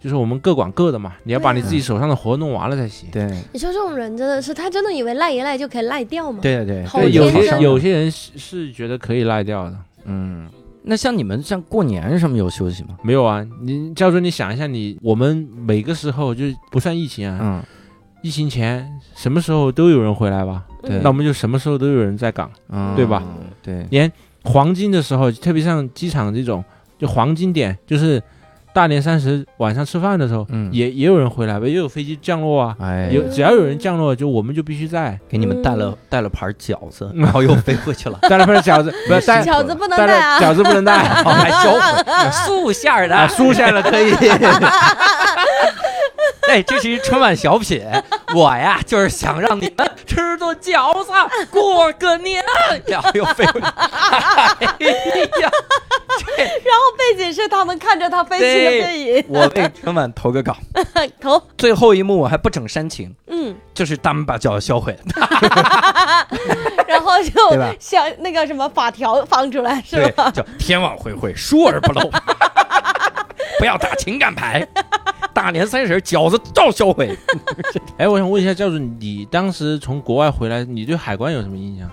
[SPEAKER 4] 就是我们各管各的嘛，你要把
[SPEAKER 6] 对
[SPEAKER 4] 你
[SPEAKER 6] 啊
[SPEAKER 4] 自己手上的活弄完了才行。
[SPEAKER 3] (laughs) 对
[SPEAKER 6] 你说这种人真的是，他真的以为赖一赖就可以赖掉吗？
[SPEAKER 3] 对对
[SPEAKER 6] 好啊
[SPEAKER 4] 对，有
[SPEAKER 6] 天
[SPEAKER 4] 些
[SPEAKER 6] 真
[SPEAKER 4] 有些人是是觉得可以赖掉的，
[SPEAKER 3] 嗯，那像你们像过年什么有休息吗？
[SPEAKER 4] 没有啊，你教主你想一下你，我们每个时候就是不算疫情啊，
[SPEAKER 3] 嗯，
[SPEAKER 4] 疫情前什么时候都有人回来吧，
[SPEAKER 3] 嗯对
[SPEAKER 4] 那我们就什么时候都有人在岗，
[SPEAKER 3] 嗯
[SPEAKER 4] 对吧？
[SPEAKER 3] 对，
[SPEAKER 4] 连黄金的时候，特别像机场这种，就黄金点，就是大年三十晚上吃饭的时候，
[SPEAKER 3] 嗯
[SPEAKER 4] 也也有人回来呗，也有飞机降落啊，
[SPEAKER 3] 哎，
[SPEAKER 4] 有只要有人降落，就我们就必须
[SPEAKER 3] (laughs)
[SPEAKER 4] 在，
[SPEAKER 3] 给你们带了带了盘饺子，然后又飞回去了
[SPEAKER 4] (laughs) 带了份
[SPEAKER 3] (laughs)
[SPEAKER 4] 饺子，不是带
[SPEAKER 3] 是
[SPEAKER 6] 饺子不能
[SPEAKER 4] 带
[SPEAKER 6] 带
[SPEAKER 4] 了
[SPEAKER 6] 啊，
[SPEAKER 4] 饺子不能
[SPEAKER 3] (laughs)
[SPEAKER 4] 哎带，
[SPEAKER 3] 哦，还销
[SPEAKER 4] (laughs)
[SPEAKER 3] 毁素馅儿的，
[SPEAKER 4] 输下了可以。
[SPEAKER 3] (laughs)
[SPEAKER 4] (laughs)
[SPEAKER 3] 哎，这是一春晚小品，我呀就是想让你们吃顿饺子过个年，然后又飞回 (laughs) 来，哎呀，
[SPEAKER 6] 然后背景是他们看着他飞行的背影，
[SPEAKER 3] 我为春晚投个
[SPEAKER 6] (laughs)
[SPEAKER 3] 稿，
[SPEAKER 6] 头，
[SPEAKER 3] 最后一幕我还不整煽情，
[SPEAKER 6] 嗯，
[SPEAKER 3] 就是他们把饺子销毁了，
[SPEAKER 6] 然后就
[SPEAKER 3] 对吧
[SPEAKER 6] 像那个什么法条放出来是
[SPEAKER 3] 对
[SPEAKER 6] 吧？，
[SPEAKER 3] 叫天网恢恢，疏而不漏， (laughs) 不要打情感牌，大年三十饺子照销毁。
[SPEAKER 4] 哎，我想问一下教主，你当时从国外回来，你对海关有什么印象？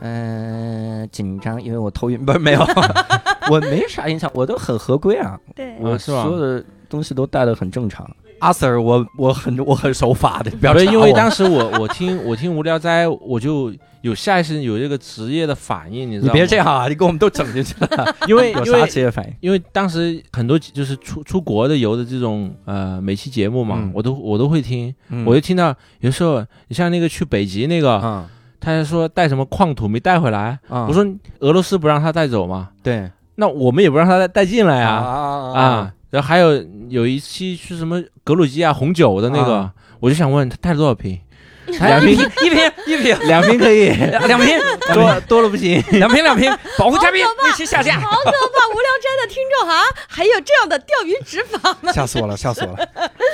[SPEAKER 3] 嗯、紧张，因为我头晕，不是没有， (laughs) 我没啥印象，我都很合规啊，
[SPEAKER 6] 对
[SPEAKER 4] 我是吧
[SPEAKER 3] 所有的东西都带的很正常。阿 Sir，我我很我很守法的，不要
[SPEAKER 4] 不是
[SPEAKER 3] 查
[SPEAKER 4] 因为
[SPEAKER 3] 我
[SPEAKER 4] 当时我我听我听无聊斋，我就有下意识有这个职业的反应，你知道
[SPEAKER 3] 你
[SPEAKER 4] 吗？
[SPEAKER 3] 别这，样啊，你给我们都整进去 (laughs) 了，
[SPEAKER 4] 因为
[SPEAKER 3] 有
[SPEAKER 4] 因
[SPEAKER 3] 啥
[SPEAKER 4] 为
[SPEAKER 3] 职业反应？
[SPEAKER 4] 因为当时很多就是出出国的游的这种呃每期节目嘛，
[SPEAKER 3] 嗯
[SPEAKER 4] 我都我都会听，
[SPEAKER 3] 嗯
[SPEAKER 4] 我就听到有时候你像那个去北极那个，
[SPEAKER 3] 啊
[SPEAKER 4] 他还说带什么矿土没带回来，
[SPEAKER 3] 啊
[SPEAKER 4] 我说俄罗斯不让他带走嘛，
[SPEAKER 3] 对
[SPEAKER 4] 那我们也不让他带带进来啊
[SPEAKER 3] 啊
[SPEAKER 4] 啊，然后还有有一期是什么格鲁吉亚红酒的那个，
[SPEAKER 3] 啊
[SPEAKER 4] 我就想问他带了多少瓶，
[SPEAKER 3] 两瓶 (laughs) 一瓶一瓶
[SPEAKER 4] 两瓶
[SPEAKER 3] (laughs)
[SPEAKER 4] 可以，
[SPEAKER 3] 两瓶
[SPEAKER 4] 多多了不行。
[SPEAKER 3] 两瓶两瓶，保护嘉宾维持下架。
[SPEAKER 6] 好可怕！无聊斋的听众啊，还有这样的钓鱼执法
[SPEAKER 3] (laughs)
[SPEAKER 6] 吗？
[SPEAKER 3] 吓死我了，吓死我了！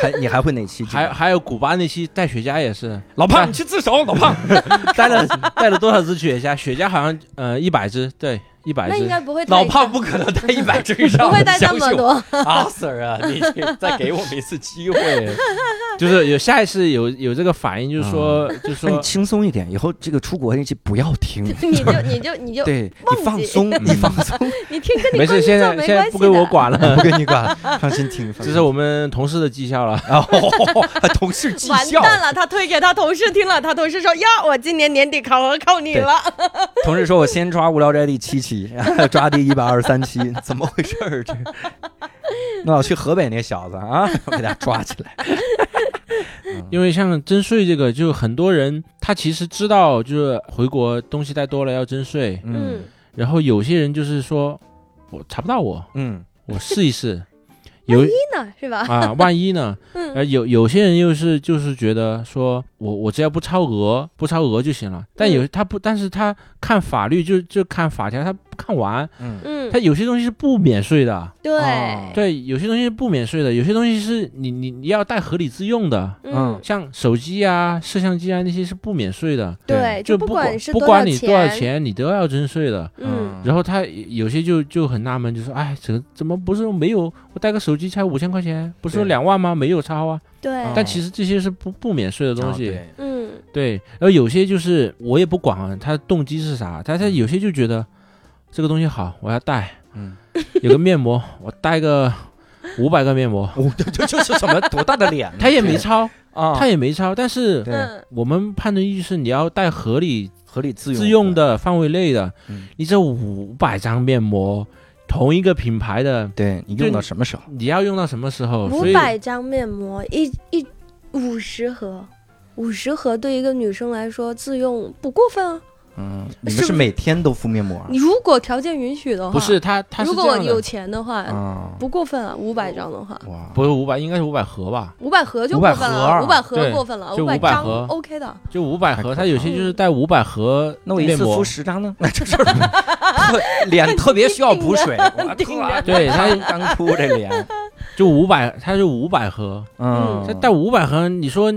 [SPEAKER 3] 还你还会哪期？
[SPEAKER 4] 还还有古巴那期带雪茄也是，
[SPEAKER 3] 老胖，你去自首，老胖。
[SPEAKER 4] 带了 (laughs) 带了多少只雪茄？雪茄好像呃一百只，对，一百
[SPEAKER 6] 那应
[SPEAKER 4] 只。
[SPEAKER 6] 该不会带
[SPEAKER 3] 老胖不可能带一百只以上，
[SPEAKER 6] 不会带那
[SPEAKER 3] (laughs)
[SPEAKER 6] 么
[SPEAKER 3] 相信我。
[SPEAKER 6] 多，。
[SPEAKER 3] 阿 Sir 啊，你再给我们一次机会。
[SPEAKER 4] 就是有下意识有有这个反应，就是说、就是
[SPEAKER 5] 那你
[SPEAKER 4] 说
[SPEAKER 5] 轻松一点，以后这个出国那期不要听
[SPEAKER 6] 你就你就你就
[SPEAKER 5] 对
[SPEAKER 6] 忘记
[SPEAKER 5] 你放
[SPEAKER 3] (laughs)
[SPEAKER 5] 松，你放松，
[SPEAKER 6] 你听跟你
[SPEAKER 4] 没
[SPEAKER 6] 工作
[SPEAKER 4] 事，现在
[SPEAKER 6] 没
[SPEAKER 4] 现在
[SPEAKER 6] 关系
[SPEAKER 4] 不归我
[SPEAKER 6] 的。
[SPEAKER 4] 管了，
[SPEAKER 5] (laughs) 不跟你管了，放心听。嗯
[SPEAKER 4] 这是我们同事的绩效了。
[SPEAKER 3] 然后同事绩
[SPEAKER 6] 完
[SPEAKER 3] 效，
[SPEAKER 6] 蛋了！他推给他同事听了，他同事说：“呀，我今年年底考核靠你了。
[SPEAKER 5] (laughs) 同事说，我先抓《无聊斋》第七期， (laughs) 然后抓第一百二十三
[SPEAKER 3] (laughs)
[SPEAKER 5] 期，怎么回事儿？这
[SPEAKER 3] 那我去河北那小子啊， (laughs) 我给他抓起
[SPEAKER 5] (laughs)
[SPEAKER 3] 来。
[SPEAKER 4] 因为像征税这个，就很多人他其实知道，就是回国东西带多了要征税，”
[SPEAKER 3] 嗯
[SPEAKER 6] 嗯， (laughs)
[SPEAKER 4] 然后有些人就是说我查不到
[SPEAKER 5] (laughs)
[SPEAKER 4] 我，
[SPEAKER 3] 嗯，
[SPEAKER 4] 我试一试。有
[SPEAKER 6] 真的是吧？
[SPEAKER 4] 啊，万一呢？
[SPEAKER 6] (laughs) 嗯，
[SPEAKER 4] 呃，有有些人又是就是觉得说我我只要不超额，不超额就行了。但有他不，但是他看法律就就看法条，他不看完，
[SPEAKER 6] 嗯
[SPEAKER 4] 他，啊有些东西是不免税的。
[SPEAKER 6] 对，
[SPEAKER 3] 哦
[SPEAKER 4] 对，有些东西是不免税的，有些东西是你你你要带合理自用的，
[SPEAKER 6] 嗯，
[SPEAKER 4] 像手机啊、摄像机啊那些是不免税的，
[SPEAKER 6] 对，
[SPEAKER 4] 就
[SPEAKER 6] 哎不
[SPEAKER 4] 管
[SPEAKER 6] 是
[SPEAKER 4] 不
[SPEAKER 6] 多
[SPEAKER 4] 管你多少，钱，你都要征税的。
[SPEAKER 6] 嗯，
[SPEAKER 4] 然后他有些就就很纳闷，就说：“哎，怎怎么不是没有？我带个手机才五千块钱，不是说
[SPEAKER 3] 对
[SPEAKER 4] 两万吗？没有超啊。
[SPEAKER 6] 对，
[SPEAKER 4] 但其实这些是不不免税的东
[SPEAKER 3] 啊
[SPEAKER 4] 西，
[SPEAKER 3] 对
[SPEAKER 6] 嗯，
[SPEAKER 4] 对。然后有些就是我也不管啊他动机是啥，但是有些就觉得这个东西好，我要带。
[SPEAKER 3] 嗯，
[SPEAKER 4] 有个面膜，我带 (laughs) 个五百个面膜，
[SPEAKER 3] 我哦 (laughs) 这这这是什么多大的脸呢？
[SPEAKER 4] 他也没超，
[SPEAKER 3] 啊，
[SPEAKER 4] (laughs) 他也没超，但是
[SPEAKER 3] 对
[SPEAKER 6] 嗯，
[SPEAKER 4] 我们判断依据是你要带合理
[SPEAKER 3] 合理自
[SPEAKER 4] 自用的范围内的
[SPEAKER 3] 嗯，
[SPEAKER 4] 你这五百张面膜，同一个品牌的，
[SPEAKER 5] 对你用到什么时候？
[SPEAKER 4] 你要用到什么时候？
[SPEAKER 6] 五
[SPEAKER 4] 哦所以
[SPEAKER 6] 百张面膜，一一五十盒，五十盒对一个女生来说自用不过分啊。 (laughs)
[SPEAKER 5] 嗯，你们
[SPEAKER 6] 是不
[SPEAKER 5] 是
[SPEAKER 6] 是
[SPEAKER 5] 每天都敷面膜啊？
[SPEAKER 6] 你如果条件允许的话，
[SPEAKER 4] 不是他，他是
[SPEAKER 6] 如
[SPEAKER 4] 这
[SPEAKER 6] 果
[SPEAKER 4] 样
[SPEAKER 6] 有
[SPEAKER 4] 的，
[SPEAKER 6] 钱的话，
[SPEAKER 5] 啊，
[SPEAKER 6] 不过分啊，五百张的话。
[SPEAKER 5] 哇，
[SPEAKER 4] 不是五百，应该是五百盒吧？
[SPEAKER 6] 五百盒就过
[SPEAKER 5] 500
[SPEAKER 6] 分
[SPEAKER 5] 盒啊
[SPEAKER 6] 了，五百盒
[SPEAKER 4] 对
[SPEAKER 6] 过分了，
[SPEAKER 4] 就
[SPEAKER 6] 百
[SPEAKER 4] 500
[SPEAKER 6] 张
[SPEAKER 4] 盒
[SPEAKER 6] OK 的，
[SPEAKER 4] 就五百
[SPEAKER 5] 太可
[SPEAKER 4] 盒，
[SPEAKER 5] 怕
[SPEAKER 4] 他有些就是带五百盒
[SPEAKER 5] 那我一
[SPEAKER 4] 面
[SPEAKER 5] 次
[SPEAKER 4] 膜
[SPEAKER 5] 敷，十张
[SPEAKER 6] (laughs)
[SPEAKER 5] 呢？
[SPEAKER 3] 特脸特别需要补
[SPEAKER 6] (laughs)
[SPEAKER 3] 水，我
[SPEAKER 6] 顶
[SPEAKER 3] 特
[SPEAKER 6] 着
[SPEAKER 4] 对他
[SPEAKER 3] (laughs) 刚出这脸，
[SPEAKER 4] 就五百，他就五百盒，
[SPEAKER 5] 嗯
[SPEAKER 4] 他，带五百盒，你说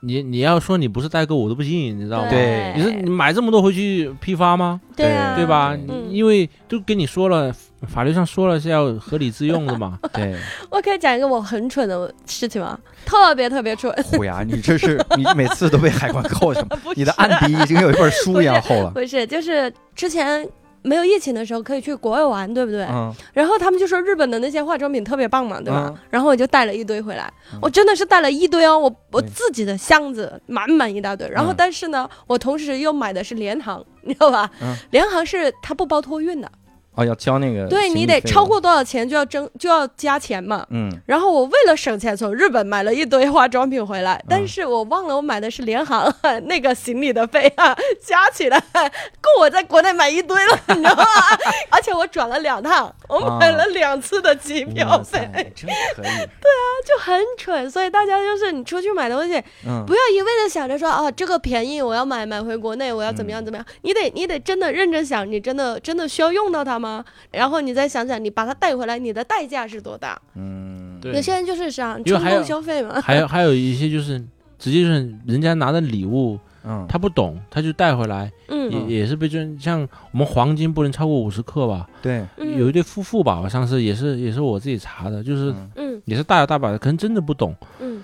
[SPEAKER 4] 你你要说你不是代购，我都不信，你知道吗？
[SPEAKER 5] 对
[SPEAKER 4] 你说你买这么多回去批发吗？
[SPEAKER 6] 对啊，
[SPEAKER 4] 对吧？
[SPEAKER 6] 嗯
[SPEAKER 4] 因为都跟你说了，法律上说了是要合理自用的
[SPEAKER 6] (laughs)
[SPEAKER 4] 嘛。
[SPEAKER 5] 对，
[SPEAKER 6] 我可以讲一个我很蠢的事情吗？特别特别蠢，
[SPEAKER 5] 虎牙，你这是你每次都被海关扣什么？
[SPEAKER 6] (laughs) 不
[SPEAKER 5] 你的案底已经有一本书一样厚了。
[SPEAKER 6] (laughs) 不是，就是之前没有疫情的时候可以去国外玩，对不对？
[SPEAKER 5] 嗯，
[SPEAKER 6] 然后他们就说日本的那些化妆品特别棒嘛，对吧？
[SPEAKER 5] 嗯
[SPEAKER 6] 然后我就带了一堆回来，
[SPEAKER 5] 嗯
[SPEAKER 6] 我真的是带了一堆哦，我我
[SPEAKER 5] 对
[SPEAKER 6] 自己的箱子满满一大堆。然后
[SPEAKER 5] 嗯
[SPEAKER 6] 但是呢，我同时又买的是联航，你知道吧？
[SPEAKER 5] 嗯呃
[SPEAKER 6] 联航是它不包托运的。
[SPEAKER 3] 哦，要交那个
[SPEAKER 6] 对
[SPEAKER 3] 行
[SPEAKER 6] 你
[SPEAKER 3] 李
[SPEAKER 6] 得
[SPEAKER 3] 费
[SPEAKER 6] 超
[SPEAKER 3] 用，
[SPEAKER 6] 过多少钱就要征就要加钱嘛。
[SPEAKER 3] 嗯，
[SPEAKER 6] 然后我为了省钱，从日本买了一堆化妆品回来，但
[SPEAKER 4] 嗯
[SPEAKER 6] 是我忘了我买的是联航那个行李的费啊，加起来够我在国内买一堆了，你知
[SPEAKER 4] (laughs)
[SPEAKER 6] 道吗？而且我转了两趟，我买
[SPEAKER 4] 啊
[SPEAKER 6] 了两次的机票
[SPEAKER 3] 哇
[SPEAKER 6] 费，
[SPEAKER 3] 塞，嗯真可以，
[SPEAKER 6] 就很蠢。所以大家就是你出去买东西，
[SPEAKER 3] 嗯
[SPEAKER 6] 不要一味的想着说啊这个便宜我要买买回国内我要
[SPEAKER 4] 嗯
[SPEAKER 6] 怎么样怎么样，你得你得真的认真想，你真的真的需要用到它吗？然后你再想想你把它带回来，你的代价是多大？
[SPEAKER 3] 嗯，
[SPEAKER 4] 对
[SPEAKER 6] 有些人就是想
[SPEAKER 4] 因为
[SPEAKER 6] 冲
[SPEAKER 4] 还有
[SPEAKER 6] 动消费嘛。
[SPEAKER 4] 还有还有一些就是直接就是人家拿的礼物，
[SPEAKER 3] 嗯，
[SPEAKER 4] 他不懂，他就带回来，也
[SPEAKER 6] 嗯，
[SPEAKER 4] 也是被尊。像我们黄金不能超过五十克吧？
[SPEAKER 3] 对，
[SPEAKER 6] 嗯
[SPEAKER 4] 有一对夫妇吧，我上次也是也是我自己查的，就是
[SPEAKER 3] 嗯
[SPEAKER 6] 嗯
[SPEAKER 4] 也是大摇大摆的，可能真的不懂。
[SPEAKER 6] 嗯，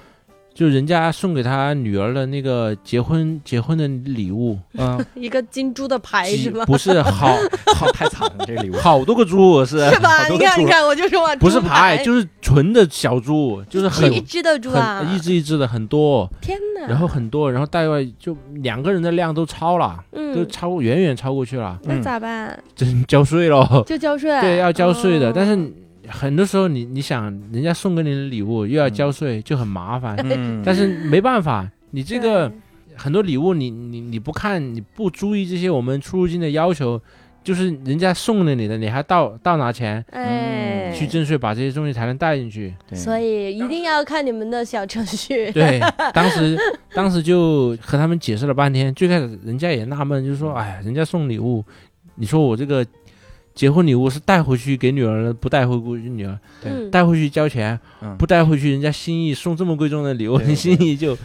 [SPEAKER 4] 就人家送给他女儿的那个结婚结婚的礼物，
[SPEAKER 3] 嗯，
[SPEAKER 6] 一个金珠的牌
[SPEAKER 4] 几
[SPEAKER 6] 哎是
[SPEAKER 4] (laughs)
[SPEAKER 6] 吗？
[SPEAKER 4] 不是
[SPEAKER 6] (laughs)
[SPEAKER 4] 好，
[SPEAKER 3] 好，太惨了，这个礼物
[SPEAKER 4] 好多个猪是
[SPEAKER 6] 是吧？
[SPEAKER 4] 啊好多
[SPEAKER 6] 你
[SPEAKER 4] 个
[SPEAKER 6] 看，
[SPEAKER 4] 猪
[SPEAKER 6] 你看，我就说嘛，
[SPEAKER 4] 不是
[SPEAKER 6] 猪
[SPEAKER 4] 牌，就是纯的小猪，就是很
[SPEAKER 6] 一只的猪嗯啊
[SPEAKER 4] 很！一只一只的很多，
[SPEAKER 6] 天哪！
[SPEAKER 4] 然后很多，然后大概就两个人的量都超了，都
[SPEAKER 6] 嗯，
[SPEAKER 4] 超过远远超过去了，
[SPEAKER 6] 那咋办？
[SPEAKER 4] 真交
[SPEAKER 6] (laughs)
[SPEAKER 4] 税咯。
[SPEAKER 6] 就交税？
[SPEAKER 4] 嗯
[SPEAKER 6] 啊
[SPEAKER 4] 对，要交税的，
[SPEAKER 6] 哦
[SPEAKER 4] 但是很多时候你你想，人家送给你的礼物又要
[SPEAKER 6] 嗯
[SPEAKER 4] 交税，就很麻烦。
[SPEAKER 3] 嗯，
[SPEAKER 4] 但是没办法，你这
[SPEAKER 6] 嗯
[SPEAKER 4] 个很多礼物你，你你不看，你不注意这些我们出入境的要求，就是人家送了你的，你还倒倒拿钱
[SPEAKER 6] 对哎，
[SPEAKER 4] 嗯去征税，把这些东西才能带进去。
[SPEAKER 3] 对
[SPEAKER 6] 所以一定要看你们的小程序。
[SPEAKER 4] 对，当时当时就和他们解释了半天，最开始人家也纳闷，就说：“哎呀，人家送礼物，你说我这个结婚礼物是带回去给女儿的，不带回去女儿，
[SPEAKER 3] 对
[SPEAKER 6] 嗯 (laughs)
[SPEAKER 4] 带回去交钱，
[SPEAKER 3] 嗯
[SPEAKER 4] 不带回去人家心意送这么贵重的礼物，
[SPEAKER 3] 对
[SPEAKER 4] 你心意就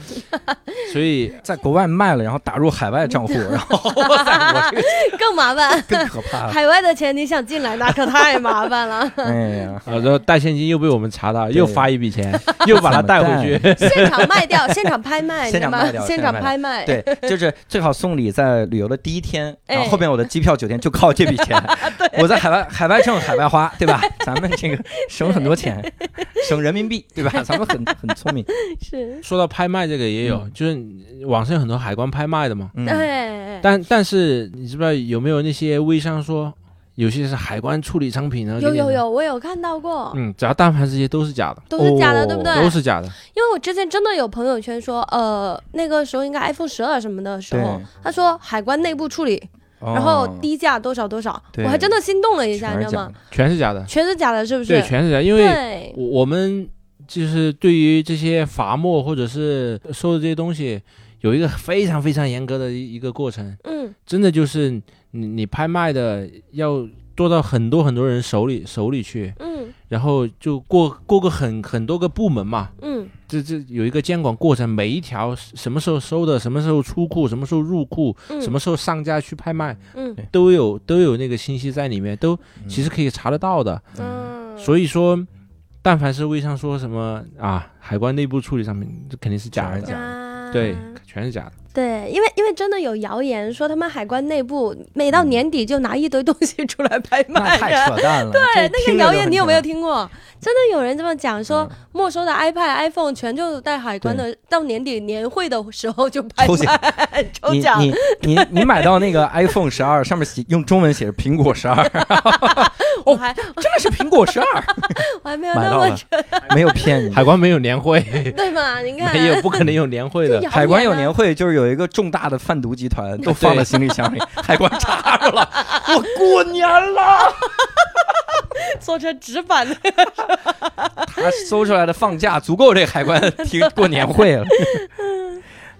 [SPEAKER 4] 所以
[SPEAKER 3] 在国外卖了，然后打入海外
[SPEAKER 6] (laughs)
[SPEAKER 3] 账户，然后哇塞，我这个
[SPEAKER 6] 更麻烦。
[SPEAKER 3] 更可怕
[SPEAKER 4] 啊
[SPEAKER 3] 了，
[SPEAKER 6] 海外的钱你想进来，那可太麻烦
[SPEAKER 4] (laughs)
[SPEAKER 6] 了。
[SPEAKER 3] (laughs) 哎呀，
[SPEAKER 4] 啊，然后带现金又被我们查到，又
[SPEAKER 3] 对
[SPEAKER 4] 发一笔钱，又把它带回去。
[SPEAKER 6] (laughs) 现场卖掉，现场拍卖，你
[SPEAKER 4] (laughs)
[SPEAKER 6] 知道吗
[SPEAKER 3] 现场卖掉
[SPEAKER 6] 现场拍卖。
[SPEAKER 3] 对，就是最好送礼在旅游的第一天，
[SPEAKER 6] 哎
[SPEAKER 3] 然后后面我的机票、酒店就靠这笔钱。我在海外海外挣，海外花，对吧？咱们这个省很多钱，省人民币，对吧？咱们很很聪明。
[SPEAKER 6] 是，
[SPEAKER 4] 说到拍卖这个也有，
[SPEAKER 6] 嗯
[SPEAKER 4] 就是网上有很多海关拍卖的嘛，
[SPEAKER 3] 嗯，
[SPEAKER 6] 哎，
[SPEAKER 4] 但但是你知不知道有没有那些微商说有些是海关处理商品呢？
[SPEAKER 6] 有
[SPEAKER 4] 给你
[SPEAKER 6] 有
[SPEAKER 4] 的，
[SPEAKER 6] 有，我有看到过，
[SPEAKER 4] 嗯，只要但凡这些都是假的，
[SPEAKER 6] 都是假的，
[SPEAKER 3] 哦
[SPEAKER 6] 对不对？
[SPEAKER 4] 都是假的，
[SPEAKER 6] 因为我之前真的有朋友圈说，呃，那个时候应该 iPhone 十二什么的时候
[SPEAKER 3] 对，哦
[SPEAKER 6] 他说海关内部处理，然后低价多少多少，
[SPEAKER 3] 对
[SPEAKER 6] 我还真的心动了一下，
[SPEAKER 3] 全
[SPEAKER 6] 你
[SPEAKER 3] 是
[SPEAKER 6] 知道
[SPEAKER 3] 假
[SPEAKER 6] 吗？
[SPEAKER 3] 的
[SPEAKER 4] 全是假的，
[SPEAKER 6] 全是假的，是不是？
[SPEAKER 4] 对，全是假的，因为
[SPEAKER 6] 对
[SPEAKER 4] 我我们就是对于这些罚没或者是收的这些东西，有一个非常非常严格的一一个过程，
[SPEAKER 6] 嗯
[SPEAKER 4] 真的就是你你拍卖的要做到很多很多人手里手里去，
[SPEAKER 6] 嗯
[SPEAKER 4] 然后就过过个很很多个部门嘛，
[SPEAKER 6] 嗯
[SPEAKER 4] 这这有一个监管过程，每一条什么时候收的，什么时候出库，什么时候入库，
[SPEAKER 6] 嗯，
[SPEAKER 4] 什么？时候上架去拍卖，
[SPEAKER 6] 嗯
[SPEAKER 4] 都有都有那个信息在里面，都其实可以查得到的。
[SPEAKER 6] 嗯，
[SPEAKER 4] 所以说，但凡是微商说什么啊，海关内部处理上面，这肯定是假
[SPEAKER 3] 全是
[SPEAKER 4] 的，
[SPEAKER 3] 嗯假
[SPEAKER 6] 啊
[SPEAKER 4] 对，全是假的。
[SPEAKER 6] 对，因为因为真的有谣言说他们海关内部每到年底就拿一堆东西出来拍
[SPEAKER 3] 嗯那
[SPEAKER 6] 卖，
[SPEAKER 3] 太扯淡了。
[SPEAKER 6] (laughs) 对，
[SPEAKER 3] 对
[SPEAKER 6] 那个谣言你有没有？听过？真的有人这么讲说，
[SPEAKER 3] 嗯
[SPEAKER 6] 没收的 iPad、iPhone 全就在海关的，到年底年会的时候就拍
[SPEAKER 3] 抽奖
[SPEAKER 6] 卖抽
[SPEAKER 3] 你
[SPEAKER 6] 奖。
[SPEAKER 3] 你你你买到那个 iPhone 十二，上面写用中文写着苹果十二，
[SPEAKER 6] 我还
[SPEAKER 3] 真的是苹果十二，
[SPEAKER 6] 我还没有
[SPEAKER 3] 买
[SPEAKER 6] 那
[SPEAKER 3] 到
[SPEAKER 6] 么
[SPEAKER 3] 了， (laughs) 没有骗你。
[SPEAKER 4] 海关没有年会，
[SPEAKER 3] (laughs)
[SPEAKER 6] 对啊嘛？你看，
[SPEAKER 4] 没有不可能有年会
[SPEAKER 6] 这 (laughs)
[SPEAKER 4] 的。
[SPEAKER 6] 谣
[SPEAKER 3] 海关有
[SPEAKER 6] 言
[SPEAKER 3] 年
[SPEAKER 6] 啊
[SPEAKER 3] 会，就是有一个重大的贩毒集团 (laughs) 都放
[SPEAKER 4] 对
[SPEAKER 3] 到行李箱里，海关查着 (laughs) 了，我过年了。
[SPEAKER 6] 做成纸
[SPEAKER 3] (laughs)
[SPEAKER 6] 板的，
[SPEAKER 3] 他搜出来的放假足够这海关听过年会 (laughs) 了。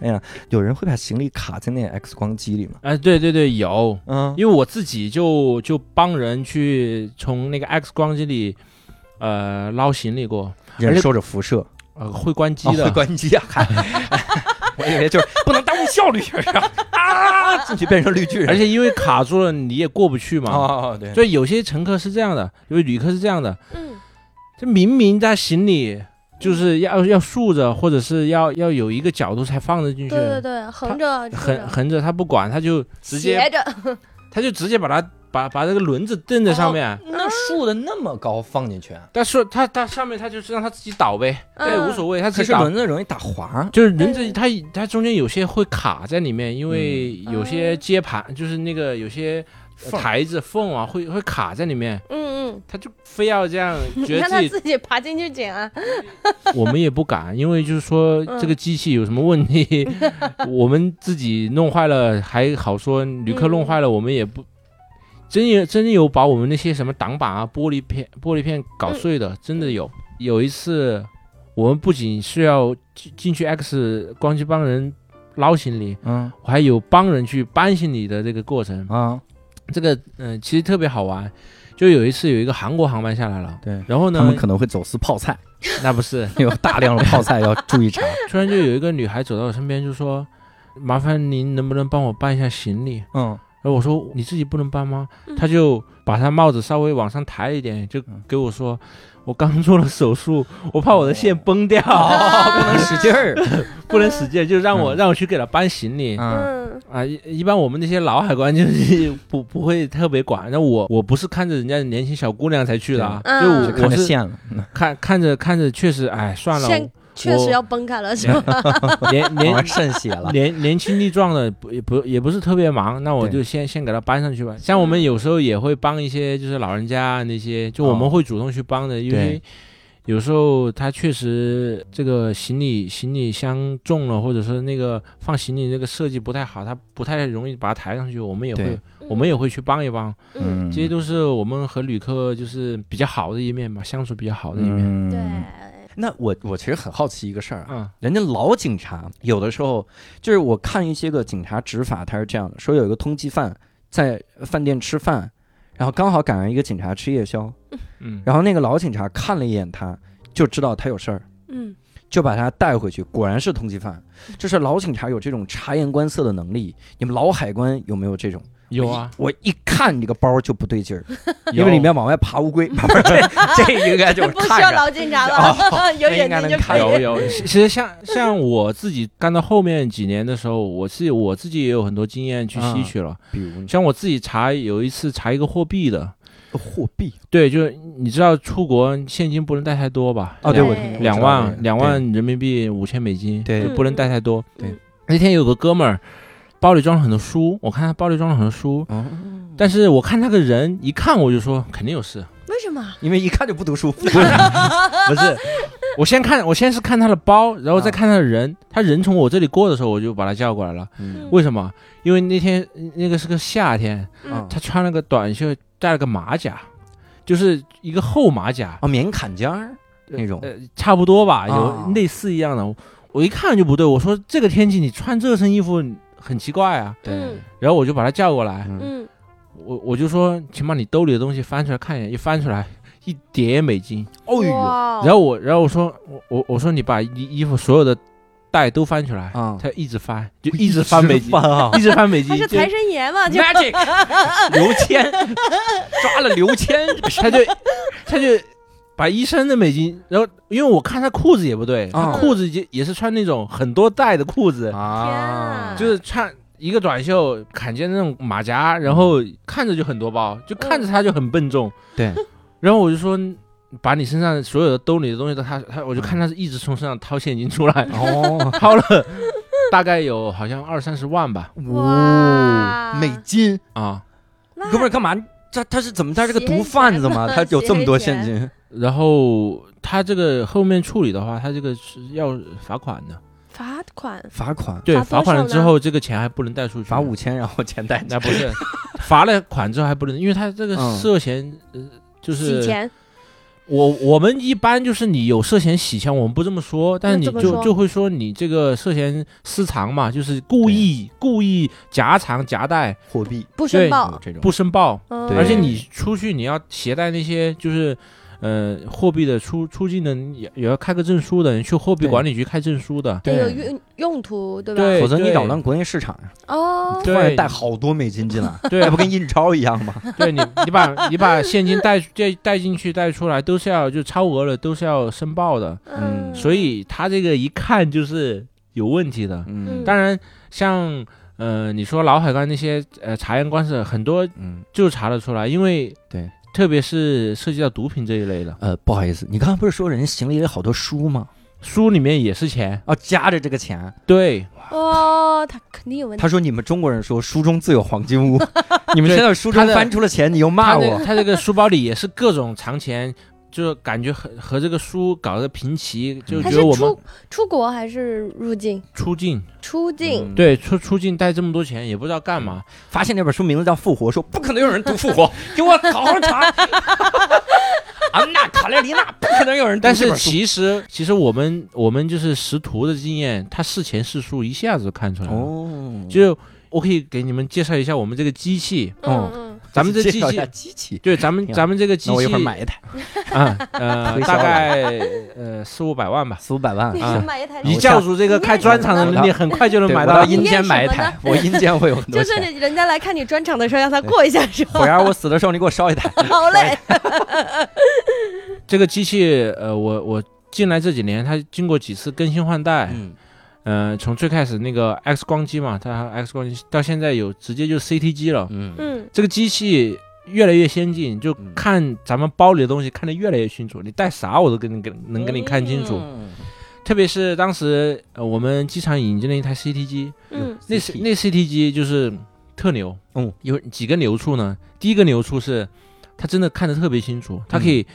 [SPEAKER 3] 哎呀，有人会把行李卡在那 X 光机里吗？
[SPEAKER 4] 啊，对对对，有，
[SPEAKER 3] 嗯，
[SPEAKER 4] 因为我自己就就帮人去从那个 X 光机里，呃，捞行李过，
[SPEAKER 3] 人受着辐射，
[SPEAKER 4] 呃，会关机
[SPEAKER 3] 哦
[SPEAKER 4] 的，
[SPEAKER 3] 会关机啊！嗨 (laughs) 我以为就是不能耽误效率，然后 (laughs) 啊，进去变成绿巨人。
[SPEAKER 4] 而且因为卡住了，你也过不去嘛。
[SPEAKER 3] 哦，对，
[SPEAKER 4] 所以有些乘客是这样的，有些旅客是这样的，
[SPEAKER 6] 嗯
[SPEAKER 4] 这明明在行李就是要要竖着，或者是要要有一个角度才放得进去，
[SPEAKER 6] 对对对，横着竖
[SPEAKER 4] 横
[SPEAKER 6] 着
[SPEAKER 4] 横着他不管，他就直
[SPEAKER 6] 斜
[SPEAKER 4] 接
[SPEAKER 3] (laughs)
[SPEAKER 6] 着，
[SPEAKER 4] 他就直接把它把把这个轮子蹬在
[SPEAKER 6] 哦
[SPEAKER 4] 上面。
[SPEAKER 3] 那竖的那么高放进去啊，
[SPEAKER 4] 但是它它上面它就是让它自己倒呗，
[SPEAKER 6] 嗯
[SPEAKER 4] 对，无所谓，它
[SPEAKER 3] 可
[SPEAKER 4] 自己
[SPEAKER 3] 是
[SPEAKER 4] 倒。
[SPEAKER 3] 轮子容易打滑。
[SPEAKER 4] 就是轮
[SPEAKER 6] 对
[SPEAKER 4] 子，它
[SPEAKER 6] 哦
[SPEAKER 4] 它中间有些会卡在里面，因为有些接盘，就是那个有些
[SPEAKER 7] 缝
[SPEAKER 4] 台子缝啊，会会卡在里面，
[SPEAKER 6] 嗯嗯，
[SPEAKER 4] 他就非要这
[SPEAKER 6] (laughs)
[SPEAKER 4] 样，觉
[SPEAKER 6] 你
[SPEAKER 4] 得
[SPEAKER 6] 看他
[SPEAKER 4] 自己
[SPEAKER 6] 自己爬进去捡啊，
[SPEAKER 4] 我们也不敢，因为就是说
[SPEAKER 6] 嗯
[SPEAKER 4] 这个机器有什么
[SPEAKER 6] (laughs)
[SPEAKER 4] 问题，我们自己弄坏了还好说，旅客
[SPEAKER 6] 嗯
[SPEAKER 4] 弄坏了我们也不。真有真有把我们那些什么挡板啊、玻璃片、玻璃片
[SPEAKER 6] 嗯
[SPEAKER 4] 搞碎的，真的有。有一次，我们不仅是要进进去 X 光机帮人捞行李，
[SPEAKER 8] 嗯
[SPEAKER 4] 我还有帮人去搬行李的这个过程。
[SPEAKER 8] 啊，
[SPEAKER 4] 这个嗯、其实特别好玩。就有一次有一个韩国航班下来了，
[SPEAKER 8] 对
[SPEAKER 4] 然后
[SPEAKER 8] 他们
[SPEAKER 4] 呢，
[SPEAKER 8] 可能会走私泡菜，
[SPEAKER 4] 那不是，
[SPEAKER 8] (laughs) 有大量的泡菜要注意查。
[SPEAKER 4] 突然就有一个女孩走到我身边，就说：“麻烦您能不能帮我搬一下行李
[SPEAKER 8] 嗯，？”
[SPEAKER 4] 然后我说：“你自己不能搬吗
[SPEAKER 6] 嗯？”
[SPEAKER 4] 她就把她帽子稍微往上抬一点，就
[SPEAKER 8] 嗯
[SPEAKER 4] 给我说：“我刚做了手术，我怕我的
[SPEAKER 8] 哦
[SPEAKER 4] 线崩掉，
[SPEAKER 8] 不能使劲儿。
[SPEAKER 4] 不能使劲，就让我
[SPEAKER 8] 嗯
[SPEAKER 4] 让我去给她搬行李。”
[SPEAKER 8] 嗯
[SPEAKER 6] 嗯
[SPEAKER 4] 啊，一一般我们那些老海关就是 (laughs) 不不会特别管。那我我不是看着人家年轻小姑娘才去的啊，
[SPEAKER 6] 嗯
[SPEAKER 4] 就
[SPEAKER 6] 就
[SPEAKER 4] 我
[SPEAKER 8] 看
[SPEAKER 4] 我
[SPEAKER 8] 着
[SPEAKER 4] 是
[SPEAKER 8] 线了，嗯
[SPEAKER 4] 看看着看着，确实，哎，算了，
[SPEAKER 6] 线确实
[SPEAKER 4] 我
[SPEAKER 6] 要崩开了是吧？
[SPEAKER 8] (laughs)
[SPEAKER 4] 年
[SPEAKER 3] 往
[SPEAKER 4] 年
[SPEAKER 3] 上渗血了。
[SPEAKER 4] 年年轻力壮的不也不也不是特别忙，那我
[SPEAKER 8] 对
[SPEAKER 4] 就先先给他搬上去吧。像我们有时候也会帮一些就是老人家啊那些，就我们会主动去帮的，因为
[SPEAKER 8] 哦对
[SPEAKER 4] 有时候他确实这个行李行李箱重了，或者说那个放行李那个设计不太好，他不太容易把它抬上去，我们也会
[SPEAKER 8] 对
[SPEAKER 4] 我们也会去帮一帮。
[SPEAKER 6] 嗯，
[SPEAKER 4] 这些都是我们和旅客就是比较好的一面吧，相处比较好的一面。
[SPEAKER 8] 嗯
[SPEAKER 6] 对，
[SPEAKER 3] 那我我其实很好奇一个事儿啊，
[SPEAKER 4] 嗯
[SPEAKER 3] 人家老警察有的时候就是我看一些个警察执法，他是这样的，说有一个通缉犯在饭店吃饭，然后刚好赶上一个警察吃夜宵，
[SPEAKER 4] 嗯，
[SPEAKER 3] 然后那个老警察看了一眼他，就知道他有事儿，
[SPEAKER 6] 嗯
[SPEAKER 3] 就把他带回去，果然是通缉犯。就是老警察有这种察言观色的能力，你们老海关有没有这种？
[SPEAKER 4] 有啊，
[SPEAKER 3] 我一看这个包就不对
[SPEAKER 4] (laughs)
[SPEAKER 3] 劲儿，
[SPEAKER 4] 有
[SPEAKER 3] 因为里面往外爬乌龟， (laughs) 不是这这应该
[SPEAKER 6] (laughs)
[SPEAKER 3] 就是
[SPEAKER 6] 不需要
[SPEAKER 3] 看着。
[SPEAKER 6] 老警察吧？ (laughs) 有
[SPEAKER 3] 那
[SPEAKER 6] 眼
[SPEAKER 3] 应该
[SPEAKER 6] 睛就
[SPEAKER 3] 能
[SPEAKER 6] 可
[SPEAKER 3] 看
[SPEAKER 6] 以
[SPEAKER 3] 到。
[SPEAKER 4] 有有，其其实像像我自己干到后面几年的时候，我自己我自己也有很多经验去
[SPEAKER 3] 嗯
[SPEAKER 4] 吸取了。
[SPEAKER 3] 比如呃
[SPEAKER 4] 像我自己查，有一次查一个货币的，
[SPEAKER 3] 货币
[SPEAKER 4] 对，就是你知道出国现金不能带太多吧？
[SPEAKER 3] 哦，对，我
[SPEAKER 6] 对
[SPEAKER 4] 两
[SPEAKER 3] 我知道这
[SPEAKER 4] 万
[SPEAKER 3] 个
[SPEAKER 4] 两万人民币，五千美金，
[SPEAKER 3] 对嗯
[SPEAKER 4] 就不能带太多。
[SPEAKER 3] 对，
[SPEAKER 4] 那天有个哥们儿。包里装了很多书，我看他包里装了很多书，
[SPEAKER 3] 哦
[SPEAKER 4] 但是我看那个人一看我就说肯定有事，
[SPEAKER 6] 为
[SPEAKER 3] (laughs)
[SPEAKER 6] 什么？
[SPEAKER 3] 因为一看就不读
[SPEAKER 4] (laughs)
[SPEAKER 3] 书，
[SPEAKER 4] 不是，
[SPEAKER 3] (laughs)
[SPEAKER 4] (laughs) 我先看，我先是看他的包，然后再看他的人。他人从我这里过的时候，我就把他叫过来了。
[SPEAKER 6] 嗯
[SPEAKER 4] 为什么？因为那天那个是个夏天，
[SPEAKER 6] 嗯
[SPEAKER 3] 啊
[SPEAKER 4] 他穿了个短袖，戴了个马甲，就是一个厚马甲，
[SPEAKER 3] 啊，棉坎肩儿那种，
[SPEAKER 4] 呃，差不多吧，
[SPEAKER 3] 啊
[SPEAKER 4] 有类似一样的。我一看就不对，我说这个天气你穿这身衣服很奇怪啊。
[SPEAKER 6] 嗯
[SPEAKER 4] 然后我就把他叫过来，
[SPEAKER 3] 嗯
[SPEAKER 6] 嗯，
[SPEAKER 4] 我我就说，请把你兜里的东西翻出来看一眼。一翻出来，一叠美金。
[SPEAKER 3] 哦呦，
[SPEAKER 6] 哇
[SPEAKER 4] 然后我，然后我说，我我我说你把衣衣服所有的袋都翻出来，
[SPEAKER 3] 啊，
[SPEAKER 4] 他一直翻，
[SPEAKER 3] (laughs)
[SPEAKER 4] 就一直翻美金，
[SPEAKER 3] 翻啊，
[SPEAKER 4] (laughs) 一直翻美金
[SPEAKER 6] 他是，
[SPEAKER 4] 就
[SPEAKER 6] 财神爷嘛，就
[SPEAKER 3] (laughs) 刘谦抓了刘
[SPEAKER 4] (laughs)
[SPEAKER 3] 谦，
[SPEAKER 4] 他就他就把一身的美金，然后因为我看他裤子也不对，他
[SPEAKER 3] 啊
[SPEAKER 4] 裤子也也是穿那种很多袋的裤子，
[SPEAKER 6] 天啊
[SPEAKER 4] 就是穿。一个短袖，坎肩那种马甲，然后看着就很多包，就看着他就很笨重。
[SPEAKER 3] 嗯对，
[SPEAKER 4] 然后我就说，把你身上所有的兜里的东西都他他，我就看他是一直从身上掏现金出来，
[SPEAKER 3] 哦，
[SPEAKER 4] 掏了大概有好像二三十万吧。
[SPEAKER 6] 哇
[SPEAKER 3] 哦美金，
[SPEAKER 4] 啊，
[SPEAKER 3] 哥们儿干嘛？他他是怎么？他是个毒贩子吗？
[SPEAKER 6] 洗黑
[SPEAKER 3] 他
[SPEAKER 6] 钱
[SPEAKER 3] 有这么多现金？
[SPEAKER 4] 然后他这个后面处理的话，他这个是要罚款的，
[SPEAKER 6] 罚款，
[SPEAKER 3] 罚款，
[SPEAKER 4] 对，
[SPEAKER 6] 罚多
[SPEAKER 4] 罚款了
[SPEAKER 6] 少呢
[SPEAKER 4] 之后，这个钱还不能带出去，
[SPEAKER 3] 罚五，千，然后钱带
[SPEAKER 4] 那不是，罚了款之后还不能，因为他这个
[SPEAKER 3] 嗯
[SPEAKER 4] 涉嫌，呃，就
[SPEAKER 6] 洗
[SPEAKER 4] 是
[SPEAKER 6] 钱，
[SPEAKER 4] 我我们一般就是你有涉嫌洗钱，我们不这么说，但是
[SPEAKER 6] 那
[SPEAKER 4] 你
[SPEAKER 6] 怎么
[SPEAKER 4] 就
[SPEAKER 6] 说
[SPEAKER 4] 就会说你这个涉嫌私藏嘛，就是故意故意夹藏夹带
[SPEAKER 3] 货币
[SPEAKER 6] 不申报，
[SPEAKER 3] 这种，
[SPEAKER 4] 不申报，
[SPEAKER 6] 嗯
[SPEAKER 3] 对
[SPEAKER 4] 而且你出去你要携带那些就是。呃，货币的出出境的你也也要开个证书的，你去货币
[SPEAKER 3] 对
[SPEAKER 4] 管理局开证书的。
[SPEAKER 6] 得有用用途，对吧？
[SPEAKER 4] 对
[SPEAKER 3] 否则你扰乱国内市场啊！
[SPEAKER 6] 哦，
[SPEAKER 3] 突
[SPEAKER 4] 对
[SPEAKER 3] 然带好多美金进来，
[SPEAKER 4] 对
[SPEAKER 3] 那不跟印钞一样 (laughs) 吗？
[SPEAKER 4] 对你，你把你把现金带带带进去、带出来，都是要就超额了，都是要申报的。
[SPEAKER 3] 嗯
[SPEAKER 4] 所以他这个一看就是有问题的。
[SPEAKER 3] 嗯
[SPEAKER 4] 当然，像呃，你说老海关那些呃察言观色，很多
[SPEAKER 3] 嗯，
[SPEAKER 4] 就查得出来，因为
[SPEAKER 3] 对，
[SPEAKER 4] 特别是涉及到毒品这一类的。
[SPEAKER 3] 呃，不好意思，你刚刚不是说人家行李里好多书吗？
[SPEAKER 4] 书里面也是钱，
[SPEAKER 3] 哦，夹着这个钱。
[SPEAKER 4] 对，
[SPEAKER 6] 哦，他肯定有问题
[SPEAKER 3] 他。说：“你们中国人说书中自有黄金 (laughs) 屋，你们现
[SPEAKER 4] 对
[SPEAKER 3] 在书
[SPEAKER 4] 他
[SPEAKER 3] 中
[SPEAKER 4] 的
[SPEAKER 3] 翻出了钱，你又骂
[SPEAKER 4] 他那
[SPEAKER 3] 我。
[SPEAKER 4] 他这个书包里也是各种藏钱，就感觉和和这个书搞得平齐，就
[SPEAKER 6] 他
[SPEAKER 4] 觉
[SPEAKER 6] 是
[SPEAKER 4] 得我们
[SPEAKER 6] 出出国还是入境？
[SPEAKER 4] 出境，
[SPEAKER 6] 出
[SPEAKER 3] 嗯
[SPEAKER 6] 境，
[SPEAKER 4] 对出出境带这么多钱也不知道干嘛，
[SPEAKER 3] 发现那本书名字叫《复活》，说不可能有人读《复活》， (laughs) 给我好好查。安娜·卡列尼娜，不可能有人读
[SPEAKER 4] 但
[SPEAKER 3] 这
[SPEAKER 4] 是
[SPEAKER 3] 本书。
[SPEAKER 4] 其实其实我们我们就是识图的经验，他是钱是书一下子就看出来了。
[SPEAKER 3] 哦，
[SPEAKER 4] 就我可以给你们介绍一下我们这个
[SPEAKER 3] (laughs)
[SPEAKER 4] 机器，
[SPEAKER 6] 嗯
[SPEAKER 3] 哦
[SPEAKER 6] 嗯，
[SPEAKER 4] 咱们这
[SPEAKER 3] 介
[SPEAKER 4] 机
[SPEAKER 3] 绍一下
[SPEAKER 4] 器，
[SPEAKER 3] 机器，
[SPEAKER 4] 对，咱们
[SPEAKER 3] 挺好
[SPEAKER 4] 咱们这个机
[SPEAKER 3] 那我一
[SPEAKER 4] 器
[SPEAKER 3] 会儿买一台，
[SPEAKER 4] 啊，呃，
[SPEAKER 3] (laughs) 推销
[SPEAKER 4] 大
[SPEAKER 3] 我
[SPEAKER 4] 概呃四五百万吧。
[SPEAKER 3] 四五百万
[SPEAKER 6] 你。
[SPEAKER 4] 啊
[SPEAKER 6] 是买一台
[SPEAKER 4] 以
[SPEAKER 3] 一
[SPEAKER 4] 教主这个开专场的能力，很快就能
[SPEAKER 3] 对
[SPEAKER 4] 买
[SPEAKER 3] 我到
[SPEAKER 4] 到
[SPEAKER 3] 阴
[SPEAKER 6] 你
[SPEAKER 3] 间
[SPEAKER 6] 念
[SPEAKER 3] 买一
[SPEAKER 6] 什么
[SPEAKER 3] 台
[SPEAKER 6] 呢，
[SPEAKER 3] 我阴间会有很多
[SPEAKER 6] (laughs) 就是
[SPEAKER 3] 钱。
[SPEAKER 6] 人家来看你专场的时候，让他过一下是
[SPEAKER 3] 火
[SPEAKER 6] 吧？
[SPEAKER 3] 焰，我死的时候你给我烧一台。
[SPEAKER 6] 好嘞，
[SPEAKER 4] 这个机器。呃，我我进来这几年，它经过几次更新换代，
[SPEAKER 3] 嗯，
[SPEAKER 4] 呃，从最开始那个 X 光机嘛，它 X 光机到现在有直接就 CT 机了。
[SPEAKER 3] 嗯，
[SPEAKER 6] 嗯，
[SPEAKER 4] 这个机器越来越先进，就
[SPEAKER 3] 嗯
[SPEAKER 4] 看咱们包里的东西看得越来越清楚，你带啥我都给你给能给你看清楚。
[SPEAKER 3] 嗯
[SPEAKER 4] 特别是当时呃我们机场引进了一台 CT 机，
[SPEAKER 6] 嗯，
[SPEAKER 4] 那
[SPEAKER 3] CT
[SPEAKER 4] 那 CT 机就是特牛，
[SPEAKER 3] 嗯，
[SPEAKER 4] 有几个牛处呢？第一个牛处是它真的看得特别清楚，它可以，
[SPEAKER 3] 嗯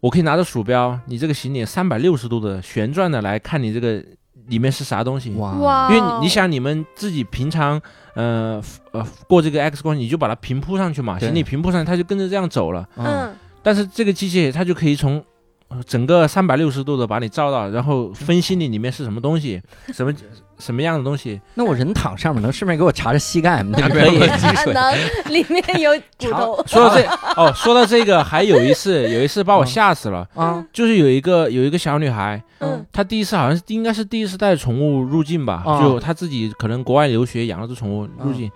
[SPEAKER 4] 我可以拿着鼠标，你这个行点三百六十度的旋转的来看你这个里面是啥东西。
[SPEAKER 3] 哇
[SPEAKER 6] 嗯哇，哦
[SPEAKER 4] 因为你你，想你们自己平常，呃呃过这个 X 光，你就把它平铺上去嘛，
[SPEAKER 3] 对
[SPEAKER 4] 行李平铺上去，它就跟着这样走了。
[SPEAKER 3] 嗯，
[SPEAKER 6] 嗯，
[SPEAKER 4] 但是这个机器它就可以从呃整个三百六十度的把你照到，然后分
[SPEAKER 3] 嗯
[SPEAKER 4] 析你里面是什么东西，什么什么样的东西。
[SPEAKER 3] 那我人躺上面能顺便给我查查膝盖吗？那
[SPEAKER 4] 啊
[SPEAKER 3] 边
[SPEAKER 6] (laughs)
[SPEAKER 4] 可以
[SPEAKER 3] 有积
[SPEAKER 6] 可
[SPEAKER 3] 水。
[SPEAKER 6] 能嗯里面有骨
[SPEAKER 4] (laughs)
[SPEAKER 6] 头，
[SPEAKER 4] 说到这
[SPEAKER 3] 啊
[SPEAKER 4] 哦，说到这个，还有一
[SPEAKER 3] (laughs)
[SPEAKER 4] 次，有一次把我吓死了，
[SPEAKER 3] 啊，
[SPEAKER 4] 就是有一个有一个小女孩，
[SPEAKER 6] 嗯
[SPEAKER 4] 她第一次好像是应该是第一次带宠物入境吧，
[SPEAKER 3] 啊
[SPEAKER 4] 就她自己可能国外留学养了只宠物入境，
[SPEAKER 3] 嗯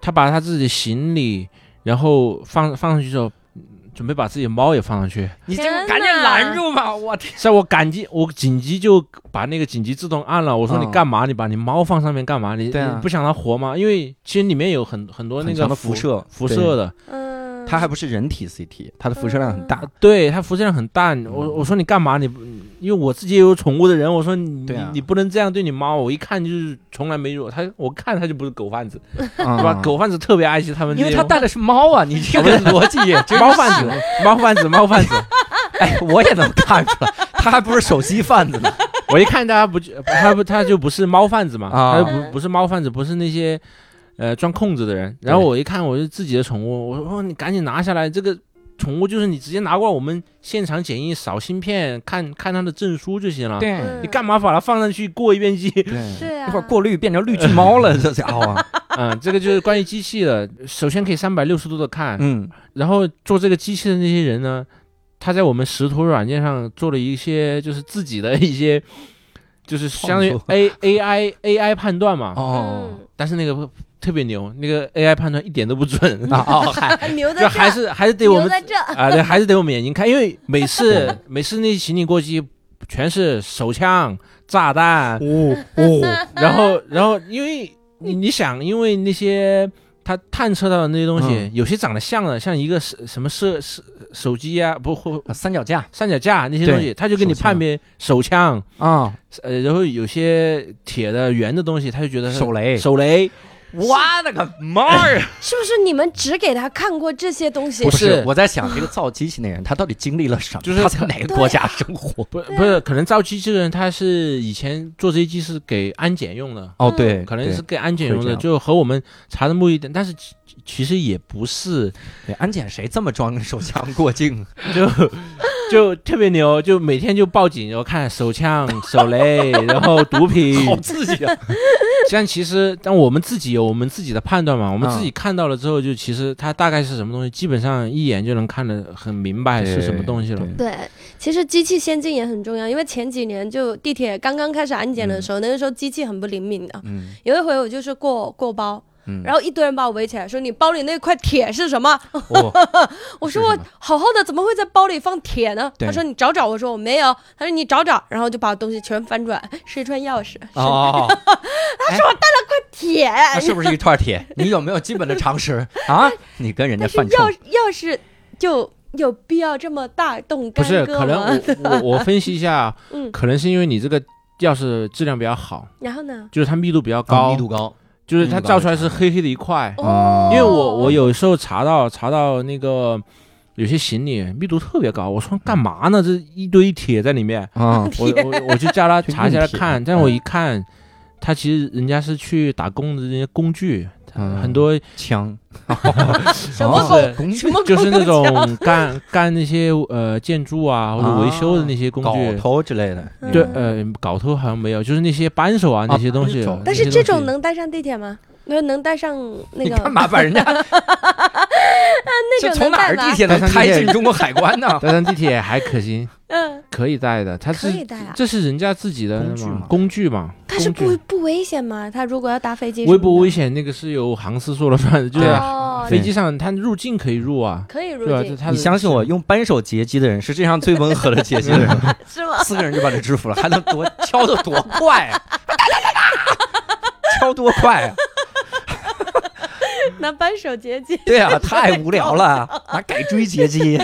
[SPEAKER 4] 她把她自己行李然后放放上去之后。准备把自己的猫也放上去，
[SPEAKER 3] 你这
[SPEAKER 6] 天
[SPEAKER 3] 个赶紧
[SPEAKER 6] 哪
[SPEAKER 3] 拦住嘛！我天，
[SPEAKER 4] 在我赶紧，我紧急就把那个紧急自动按了。我说
[SPEAKER 3] 啊
[SPEAKER 4] 你干嘛？你把你猫放上面干嘛？你
[SPEAKER 3] 对啊
[SPEAKER 4] 你不想它活吗？因为其实里面有很很多那
[SPEAKER 3] 很
[SPEAKER 4] 个
[SPEAKER 3] 强的辐射
[SPEAKER 4] 辐
[SPEAKER 3] 对
[SPEAKER 4] 射的，
[SPEAKER 6] 嗯，
[SPEAKER 3] 它还不是人体 CT，它的辐射量很大
[SPEAKER 4] 啊。对它辐射量很大，
[SPEAKER 3] 嗯
[SPEAKER 4] 我我说你干嘛？你不因为我自己也有宠物的人，我说你、
[SPEAKER 3] 对啊
[SPEAKER 4] 你不能这样对你猫。我一看就是从来没有它，我看它就不是狗贩子，
[SPEAKER 3] 对
[SPEAKER 6] 嗯
[SPEAKER 4] 对吧？，狗贩子特别爱惜它们这
[SPEAKER 3] 啊因为
[SPEAKER 4] 种，
[SPEAKER 3] 它带的是猫啊，你这个逻辑也真
[SPEAKER 4] 猫
[SPEAKER 3] 是
[SPEAKER 4] 贩子，猫贩子，猫贩子。
[SPEAKER 3] 哎，我也能看出来，它还不是手机贩子呢。
[SPEAKER 4] 我一看它不就 (laughs) 它不它就不是猫贩子嘛，
[SPEAKER 3] 啊
[SPEAKER 4] 它就不不是猫贩子，不是那些呃钻空子的人。然后我一看我是自己的宠物，我说、哦、你赶紧拿下来这个。宠物就是你直接拿过来，我们现场检疫扫芯片，看看它的证书就行了。
[SPEAKER 6] 嗯
[SPEAKER 4] 你干嘛把它放上去过一遍机？
[SPEAKER 3] 对，
[SPEAKER 6] 对啊，
[SPEAKER 3] 啊一会儿过滤变成绿巨猫了，啊这家伙。
[SPEAKER 6] (laughs)
[SPEAKER 3] (laughs)
[SPEAKER 4] 嗯，这个就是关于机器的。首先可以三百六十度的看，
[SPEAKER 3] 嗯，
[SPEAKER 4] 然后做这个机器的那些人呢，他在我们识图软件上做了一些就是自己的一些，就是相当于
[SPEAKER 3] 创
[SPEAKER 4] A (laughs) A I A I 判断嘛。
[SPEAKER 6] 嗯
[SPEAKER 3] 哦，
[SPEAKER 4] 但是那个特别牛，那个 A I 判断一点都不准，
[SPEAKER 3] 啊哦，嗨，
[SPEAKER 6] (laughs) 嗯，牛在
[SPEAKER 4] 就
[SPEAKER 6] 这，
[SPEAKER 4] 还是还是得我
[SPEAKER 6] 牛
[SPEAKER 4] 们
[SPEAKER 6] 在这，
[SPEAKER 4] 啊，对，还是得我们眼睛看，因为每次每次那些行李过机全是手枪、炸弹，
[SPEAKER 3] (laughs) 哦哦，
[SPEAKER 4] 然后，然后，因为你你想，因为那些他探测到的那些东西，
[SPEAKER 3] 嗯
[SPEAKER 4] 有些长得像的，像一个什什么摄摄手机啊，不或
[SPEAKER 3] 三脚架
[SPEAKER 4] 三脚架那些东西，他就给你
[SPEAKER 3] 手枪
[SPEAKER 4] 判别手枪，
[SPEAKER 3] 啊，
[SPEAKER 4] 呃，然后有些铁的圆的东西，他就觉得是
[SPEAKER 3] 手雷。
[SPEAKER 4] 手雷
[SPEAKER 3] 我的个妈呀！
[SPEAKER 6] 是不是你们只给他看过这些东西
[SPEAKER 3] 不？
[SPEAKER 4] 是
[SPEAKER 3] 是，我在想这个造机器那人，他到底经历了什么？
[SPEAKER 4] 就是
[SPEAKER 3] 他在哪个国家生
[SPEAKER 4] (laughs)
[SPEAKER 3] 活？
[SPEAKER 4] 不不是，可能造机器人他是以前做这些机是给安检用的。
[SPEAKER 3] 哦，
[SPEAKER 6] 嗯
[SPEAKER 3] 对，
[SPEAKER 4] 可能是
[SPEAKER 3] 对
[SPEAKER 4] 给安检用
[SPEAKER 3] 会这
[SPEAKER 4] 的，
[SPEAKER 3] 样
[SPEAKER 4] 就和我们查的目的一点，但是其其实也不是，
[SPEAKER 3] 对安检谁这么装手枪过境？
[SPEAKER 4] 就
[SPEAKER 6] (laughs)
[SPEAKER 4] 就特别牛，就每天就报警，然后看手枪、手雷，然后毒品。
[SPEAKER 3] 好刺激啊！
[SPEAKER 4] 但其实，但我们自己有我们自己的判断
[SPEAKER 6] 啊
[SPEAKER 4] 嘛，我们
[SPEAKER 3] 嗯
[SPEAKER 4] 自己看到了之后，就其实它大概是什么东西，基本上一眼就能看得很明白是什么东西了
[SPEAKER 3] 哎对。对
[SPEAKER 6] 对，其实机器先进也很重要，因为前几年就地铁刚刚开始安检的时候，那个时候机器很不灵敏的。
[SPEAKER 3] 嗯
[SPEAKER 6] 有一回我就是过过包，
[SPEAKER 3] 嗯
[SPEAKER 6] 然后一堆人把我围起来，说你包里那块铁是什么？
[SPEAKER 3] 哦，
[SPEAKER 6] 我
[SPEAKER 3] 是
[SPEAKER 6] 说我
[SPEAKER 3] 什么
[SPEAKER 6] 好好的怎么会在包里放铁呢？
[SPEAKER 3] 对
[SPEAKER 6] 他说你找找，我说我没有，他说你找找，然后就把我东西全翻出来，是一串钥匙，
[SPEAKER 3] 哦，
[SPEAKER 6] 铁，
[SPEAKER 3] 那是不是一啊串铁？你有没有基本的常识啊？你跟人家
[SPEAKER 6] 但是
[SPEAKER 3] 犯冲
[SPEAKER 6] 钥钥匙就有必要这么大动
[SPEAKER 4] 不
[SPEAKER 6] 干
[SPEAKER 4] 是，
[SPEAKER 6] 戈
[SPEAKER 4] 可能
[SPEAKER 6] 吗？
[SPEAKER 4] 我我我分析一下，
[SPEAKER 6] (laughs) 嗯，
[SPEAKER 4] 可能是因为你这个钥匙质量比较好，
[SPEAKER 6] (laughs) 然后呢？
[SPEAKER 4] 就是它密度比较
[SPEAKER 3] 高
[SPEAKER 4] 高，
[SPEAKER 3] 啊密度高，
[SPEAKER 4] 就是它照出来是黑黑的一块。
[SPEAKER 6] 哦，
[SPEAKER 4] 因为我
[SPEAKER 6] (laughs)
[SPEAKER 4] 我有时候查到查到那个有些行李密度特别高，我说干嘛呢？这一堆铁在里面，
[SPEAKER 3] 嗯
[SPEAKER 9] 啊，
[SPEAKER 4] (laughs) 我我我去叫他
[SPEAKER 9] 去
[SPEAKER 4] 查一下
[SPEAKER 9] 硬
[SPEAKER 4] 来
[SPEAKER 9] 铁
[SPEAKER 4] 看，但我一看，他其实人家是去打工的那些工具，
[SPEAKER 3] 嗯
[SPEAKER 4] 很多
[SPEAKER 3] 枪哦
[SPEAKER 6] 什么狗
[SPEAKER 4] 是
[SPEAKER 3] 工具
[SPEAKER 6] 什么狗
[SPEAKER 4] 就是那
[SPEAKER 6] 都讲
[SPEAKER 4] 种 (laughs) 干干那些呃建筑啊或者维修的那些工
[SPEAKER 3] 镐
[SPEAKER 4] 具。
[SPEAKER 3] 头之类的，
[SPEAKER 6] 嗯
[SPEAKER 4] 对，呃，镐头好像没有，就是那些扳手啊，那些东西
[SPEAKER 3] 扳手。
[SPEAKER 6] 但
[SPEAKER 4] 那
[SPEAKER 6] 是这
[SPEAKER 4] 些东
[SPEAKER 6] 种
[SPEAKER 3] (laughs)
[SPEAKER 4] 西
[SPEAKER 6] 能带上地铁吗？那能带上那
[SPEAKER 9] 你
[SPEAKER 6] 个啊
[SPEAKER 9] 干嘛把人
[SPEAKER 6] (laughs)
[SPEAKER 9] 家
[SPEAKER 6] 那
[SPEAKER 9] 就
[SPEAKER 6] 种
[SPEAKER 9] 从哪
[SPEAKER 6] 能带
[SPEAKER 9] 儿
[SPEAKER 6] 吗
[SPEAKER 9] 地？铁能
[SPEAKER 4] 带上
[SPEAKER 9] 开
[SPEAKER 4] 地铁
[SPEAKER 9] 进中国海关呢？
[SPEAKER 4] 搭上地铁还可行，
[SPEAKER 6] 嗯，
[SPEAKER 4] 可以带的。它
[SPEAKER 6] 可以
[SPEAKER 4] 是
[SPEAKER 6] 带啊。
[SPEAKER 4] 这是人家自己的
[SPEAKER 3] 工具嘛
[SPEAKER 4] 工具嘛，
[SPEAKER 6] 但是
[SPEAKER 4] 工
[SPEAKER 6] 不
[SPEAKER 4] 具
[SPEAKER 6] 不危险吗？他如果要搭飞机，
[SPEAKER 4] 危不危？险？那个是由航司说了算的，
[SPEAKER 3] 啊
[SPEAKER 4] 就是
[SPEAKER 6] 哦，
[SPEAKER 4] 飞机上它入境可以入啊，
[SPEAKER 6] 可以入
[SPEAKER 4] 对吧？
[SPEAKER 6] 境
[SPEAKER 3] (laughs)
[SPEAKER 4] 它
[SPEAKER 3] 你相信我，用扳手截击的人是世界上最温和的截击的人，
[SPEAKER 6] 是吗？ (laughs)
[SPEAKER 3] 四个人就把他制服了，还能多敲的多快啊， (laughs) 敲多快啊！
[SPEAKER 6] 拿扳手截击，
[SPEAKER 3] 对啊，太无聊了，拿改锥截击，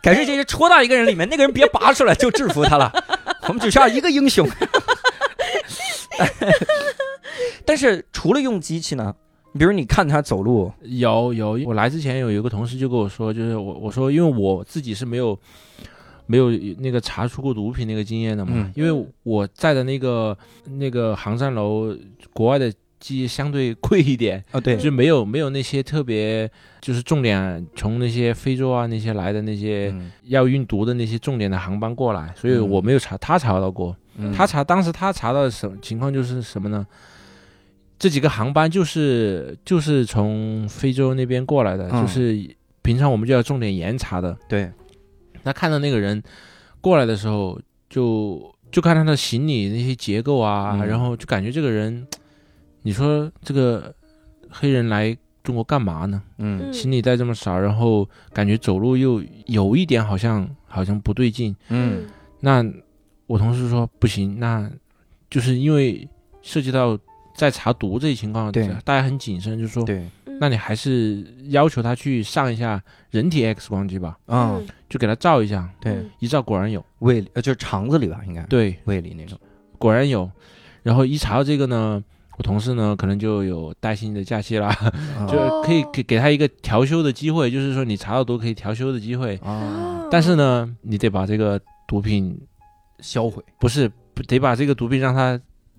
[SPEAKER 3] 改锥截击戳到一个人里面，那个人别拔出来就制服他了。我们只需要一个英雄。 (laughs) 但是除了用机器呢，你比如你看他走路，
[SPEAKER 4] 有有，我来之前有一个同事就跟我说，就是我我说，因为我自己是没有没有那个查出过毒品那个经验的嘛，
[SPEAKER 3] 嗯
[SPEAKER 4] 因为我在的那个那个航站楼，国外的机相对贵一点，
[SPEAKER 9] 哦
[SPEAKER 3] 啊，对
[SPEAKER 4] 就没有没有那些特别就是重点从那些非洲啊那些来的那些要运毒的那些重点的航班过来，所以
[SPEAKER 3] 嗯
[SPEAKER 4] 我没有查，他查到过，他查当时他查到的什么情况就是什么呢？这几个航班就是就是从非洲那边过来的，
[SPEAKER 3] 嗯
[SPEAKER 4] 就是平常我们就要重点严查的。
[SPEAKER 3] 对，
[SPEAKER 4] 他看到那个人过来的时候，就就看他的行李那些结构啊，
[SPEAKER 3] 嗯
[SPEAKER 4] 然后就感觉这个人，你说这个黑人来中国干嘛呢？
[SPEAKER 3] 嗯
[SPEAKER 6] 嗯
[SPEAKER 4] 行李带这么少，然后感觉走路又有一点好像好像不对劲，
[SPEAKER 3] 嗯，
[SPEAKER 4] 那我同事说不行，那就是因为涉及到在查毒这一情况，
[SPEAKER 3] 对
[SPEAKER 4] 大家很谨慎，就说
[SPEAKER 3] 对，
[SPEAKER 6] 嗯
[SPEAKER 4] 那你还是要求他去上一下人体 X 光机吧，
[SPEAKER 3] 啊、
[SPEAKER 6] 嗯
[SPEAKER 4] 就给他照一下，
[SPEAKER 3] 对
[SPEAKER 6] 嗯，
[SPEAKER 4] 一照果然有，
[SPEAKER 3] 胃里呃就是肠子里吧，应该
[SPEAKER 4] 对，
[SPEAKER 3] 胃里那种，
[SPEAKER 4] 果然有，然后一查到这个呢。我同事呢，可能就有带薪的假期啦，
[SPEAKER 3] 啊
[SPEAKER 4] 就是可以
[SPEAKER 6] 哦
[SPEAKER 4] 给给他一个调休的机会，就是说你查到毒可以调休的机会，
[SPEAKER 3] 啊，
[SPEAKER 6] 哦
[SPEAKER 4] 嗯但是呢，你得把这个毒品
[SPEAKER 3] 销毁
[SPEAKER 4] 不是不得把这个毒品让它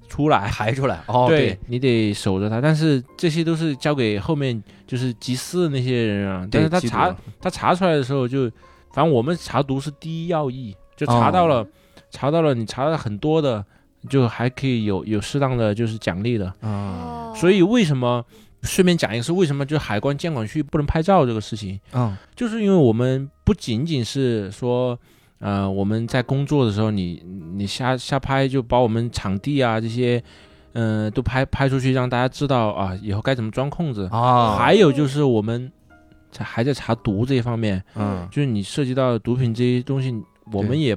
[SPEAKER 4] 出来，
[SPEAKER 3] 排出来哦，
[SPEAKER 4] 对你得守着他，但是这些都是交给后面就是集思的那些人啊。
[SPEAKER 3] 对
[SPEAKER 4] 但是他
[SPEAKER 3] 缉毒
[SPEAKER 4] 查他查出来的时候就，反正我们查毒是第一要义，就查
[SPEAKER 3] 哦
[SPEAKER 4] 到了，查到了，你查到很多的，就还可以有有适当的就是奖励的。
[SPEAKER 3] 啊
[SPEAKER 6] 哦
[SPEAKER 4] 所以为什么顺便讲一个是为什么就海关监管区不能拍照这个事情，
[SPEAKER 3] 嗯
[SPEAKER 4] 就是因为我们不仅仅是说，呃，我们在工作的时候你，你瞎瞎拍，就把我们场地啊这些，嗯、都拍拍出去，让大家知道啊，以后该怎么钻空子。
[SPEAKER 3] 啊，
[SPEAKER 4] 还有就是我们在还在查毒这一方面，
[SPEAKER 3] 嗯
[SPEAKER 4] 就是你涉及到毒品这些东西，我
[SPEAKER 3] 对
[SPEAKER 4] 们也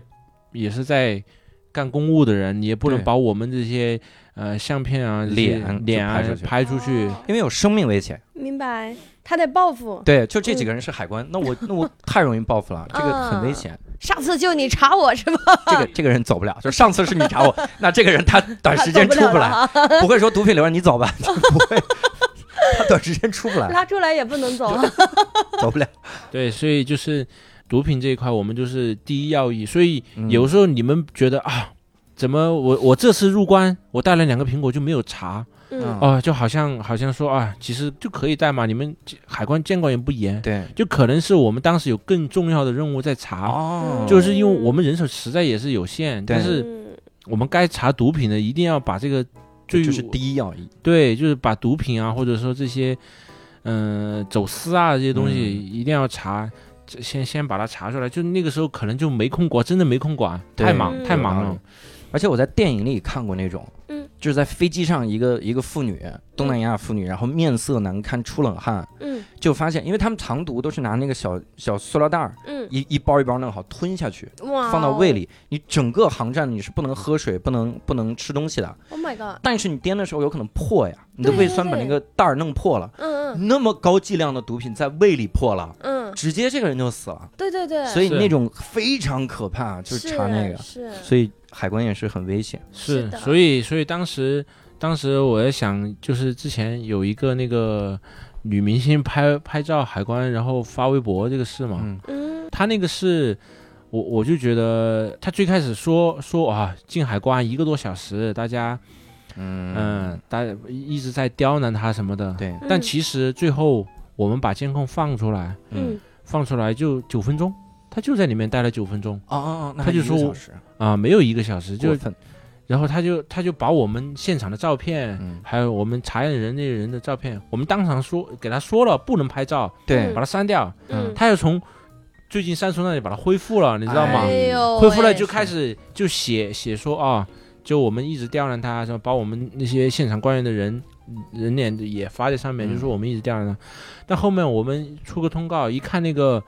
[SPEAKER 4] 也是在干公务的人，你也不能
[SPEAKER 3] 对
[SPEAKER 4] 把我们这些呃相片啊、这些
[SPEAKER 3] 脸就
[SPEAKER 4] 脸啊
[SPEAKER 3] 拍出去
[SPEAKER 4] 拍出去。
[SPEAKER 6] 哦
[SPEAKER 3] 因为有生命危险，嗯
[SPEAKER 6] 明白，他得报复，
[SPEAKER 3] 对，就这几个人是海关，那我那我太容易报复了，这个很危险，
[SPEAKER 6] 上次就你查我是吧？
[SPEAKER 3] 这个这个人走不了，就上次是你查我， (laughs) 那这个人他短时间
[SPEAKER 6] 他
[SPEAKER 3] 出
[SPEAKER 6] 走
[SPEAKER 3] 不
[SPEAKER 6] 了
[SPEAKER 3] 来，
[SPEAKER 6] 啊，
[SPEAKER 3] 不会说毒品流让你走吧， (laughs) 就不会，他短时间出不 (laughs) 来，
[SPEAKER 6] 拉出来也不能走。啊
[SPEAKER 3] 走不了，
[SPEAKER 4] 对，所以就是毒品这一块，我们就是第一要义。所以
[SPEAKER 3] 嗯
[SPEAKER 4] 有时候你们觉得啊，怎么我我这次入关，我带了两个苹果就没有查
[SPEAKER 6] 嗯，
[SPEAKER 4] 啊、就好像好像说啊，其实就可以带嘛，你们海关监管也不严，
[SPEAKER 3] 对
[SPEAKER 4] 就可能是我们当时有更重要的任务在查，
[SPEAKER 3] 哦
[SPEAKER 4] 啊就是因为我们人手实在也是有限，
[SPEAKER 3] 对
[SPEAKER 4] 但是
[SPEAKER 6] 嗯
[SPEAKER 4] 我们该查毒品的一定要把这个最
[SPEAKER 3] 就是第一要义，
[SPEAKER 4] 对，就是把毒品啊，或者说这些，嗯、走私啊这些东西，
[SPEAKER 3] 嗯
[SPEAKER 4] 一定要查，这先先把它查出来。就那个时候可能就没空管，真的没空管，
[SPEAKER 3] 对
[SPEAKER 4] 太忙、
[SPEAKER 6] 嗯
[SPEAKER 4] 太忙
[SPEAKER 3] 有道
[SPEAKER 4] 了
[SPEAKER 3] 理。而且我在电影里看过那种，
[SPEAKER 6] 嗯，
[SPEAKER 3] 就是在飞机上一个一个妇女，东南亚妇女，然后面色难看，出冷汗，
[SPEAKER 6] 嗯
[SPEAKER 3] 就发现，因为他们藏毒都是拿那个小小塑料袋儿
[SPEAKER 6] 嗯，
[SPEAKER 3] 一一包一包弄好吞下去，
[SPEAKER 6] 哇，
[SPEAKER 3] 放到胃。里，你整个航站你是不能喝水，不能不能吃东西的，
[SPEAKER 6] Oh my god！
[SPEAKER 3] 但是你颠的时候有可能破呀，你的
[SPEAKER 6] 对
[SPEAKER 3] 胃
[SPEAKER 6] 对
[SPEAKER 3] 酸把
[SPEAKER 6] 对
[SPEAKER 3] 那个袋儿弄破了。
[SPEAKER 6] 嗯
[SPEAKER 3] 那么高剂量的毒品在胃里破了，
[SPEAKER 6] 嗯
[SPEAKER 5] 直接这个人就死了。
[SPEAKER 6] 对对对，
[SPEAKER 5] 所以
[SPEAKER 4] 是
[SPEAKER 5] 那种非常可怕，就是查那个，
[SPEAKER 6] 是
[SPEAKER 5] 所以海关也是很危险。
[SPEAKER 6] 是的
[SPEAKER 4] 所以所以当时当时我在想，就是之前有一个那个女明星拍拍照海关，然后发微博这个事嘛，
[SPEAKER 5] 嗯，
[SPEAKER 6] 嗯
[SPEAKER 4] 她那个是。我我就觉得，她最开始说说啊，进海关一个多小时，大家嗯、大家一直在刁难她什么的。
[SPEAKER 5] 对，
[SPEAKER 4] 但
[SPEAKER 6] 嗯
[SPEAKER 4] 其实最后我们把监控放出来，
[SPEAKER 6] 嗯
[SPEAKER 4] 放出来就九分钟，她就在里面待了九分钟
[SPEAKER 5] 哦哦哦，那
[SPEAKER 4] 他就
[SPEAKER 5] 还一个
[SPEAKER 4] 说
[SPEAKER 5] 小时
[SPEAKER 4] 啊、没有一个小时，就
[SPEAKER 5] 过分，
[SPEAKER 4] 然后他就他就把我们现场的照片，
[SPEAKER 5] 嗯，
[SPEAKER 4] 还有我们查验人那人的照片，我们当场说给他说了不能拍照，
[SPEAKER 5] 对
[SPEAKER 4] 把，它删掉，
[SPEAKER 6] 嗯，
[SPEAKER 4] 他又从最近删除那里把它恢复了，你知道吗？
[SPEAKER 6] 哎呦喂，
[SPEAKER 4] 恢复了就开始就写写说啊，就我们一直刁难他，什么把我们那些现场官员的人人脸也发在上面，
[SPEAKER 5] 嗯
[SPEAKER 4] 就说我们一直刁难他。但后面我们出个通告，一看那个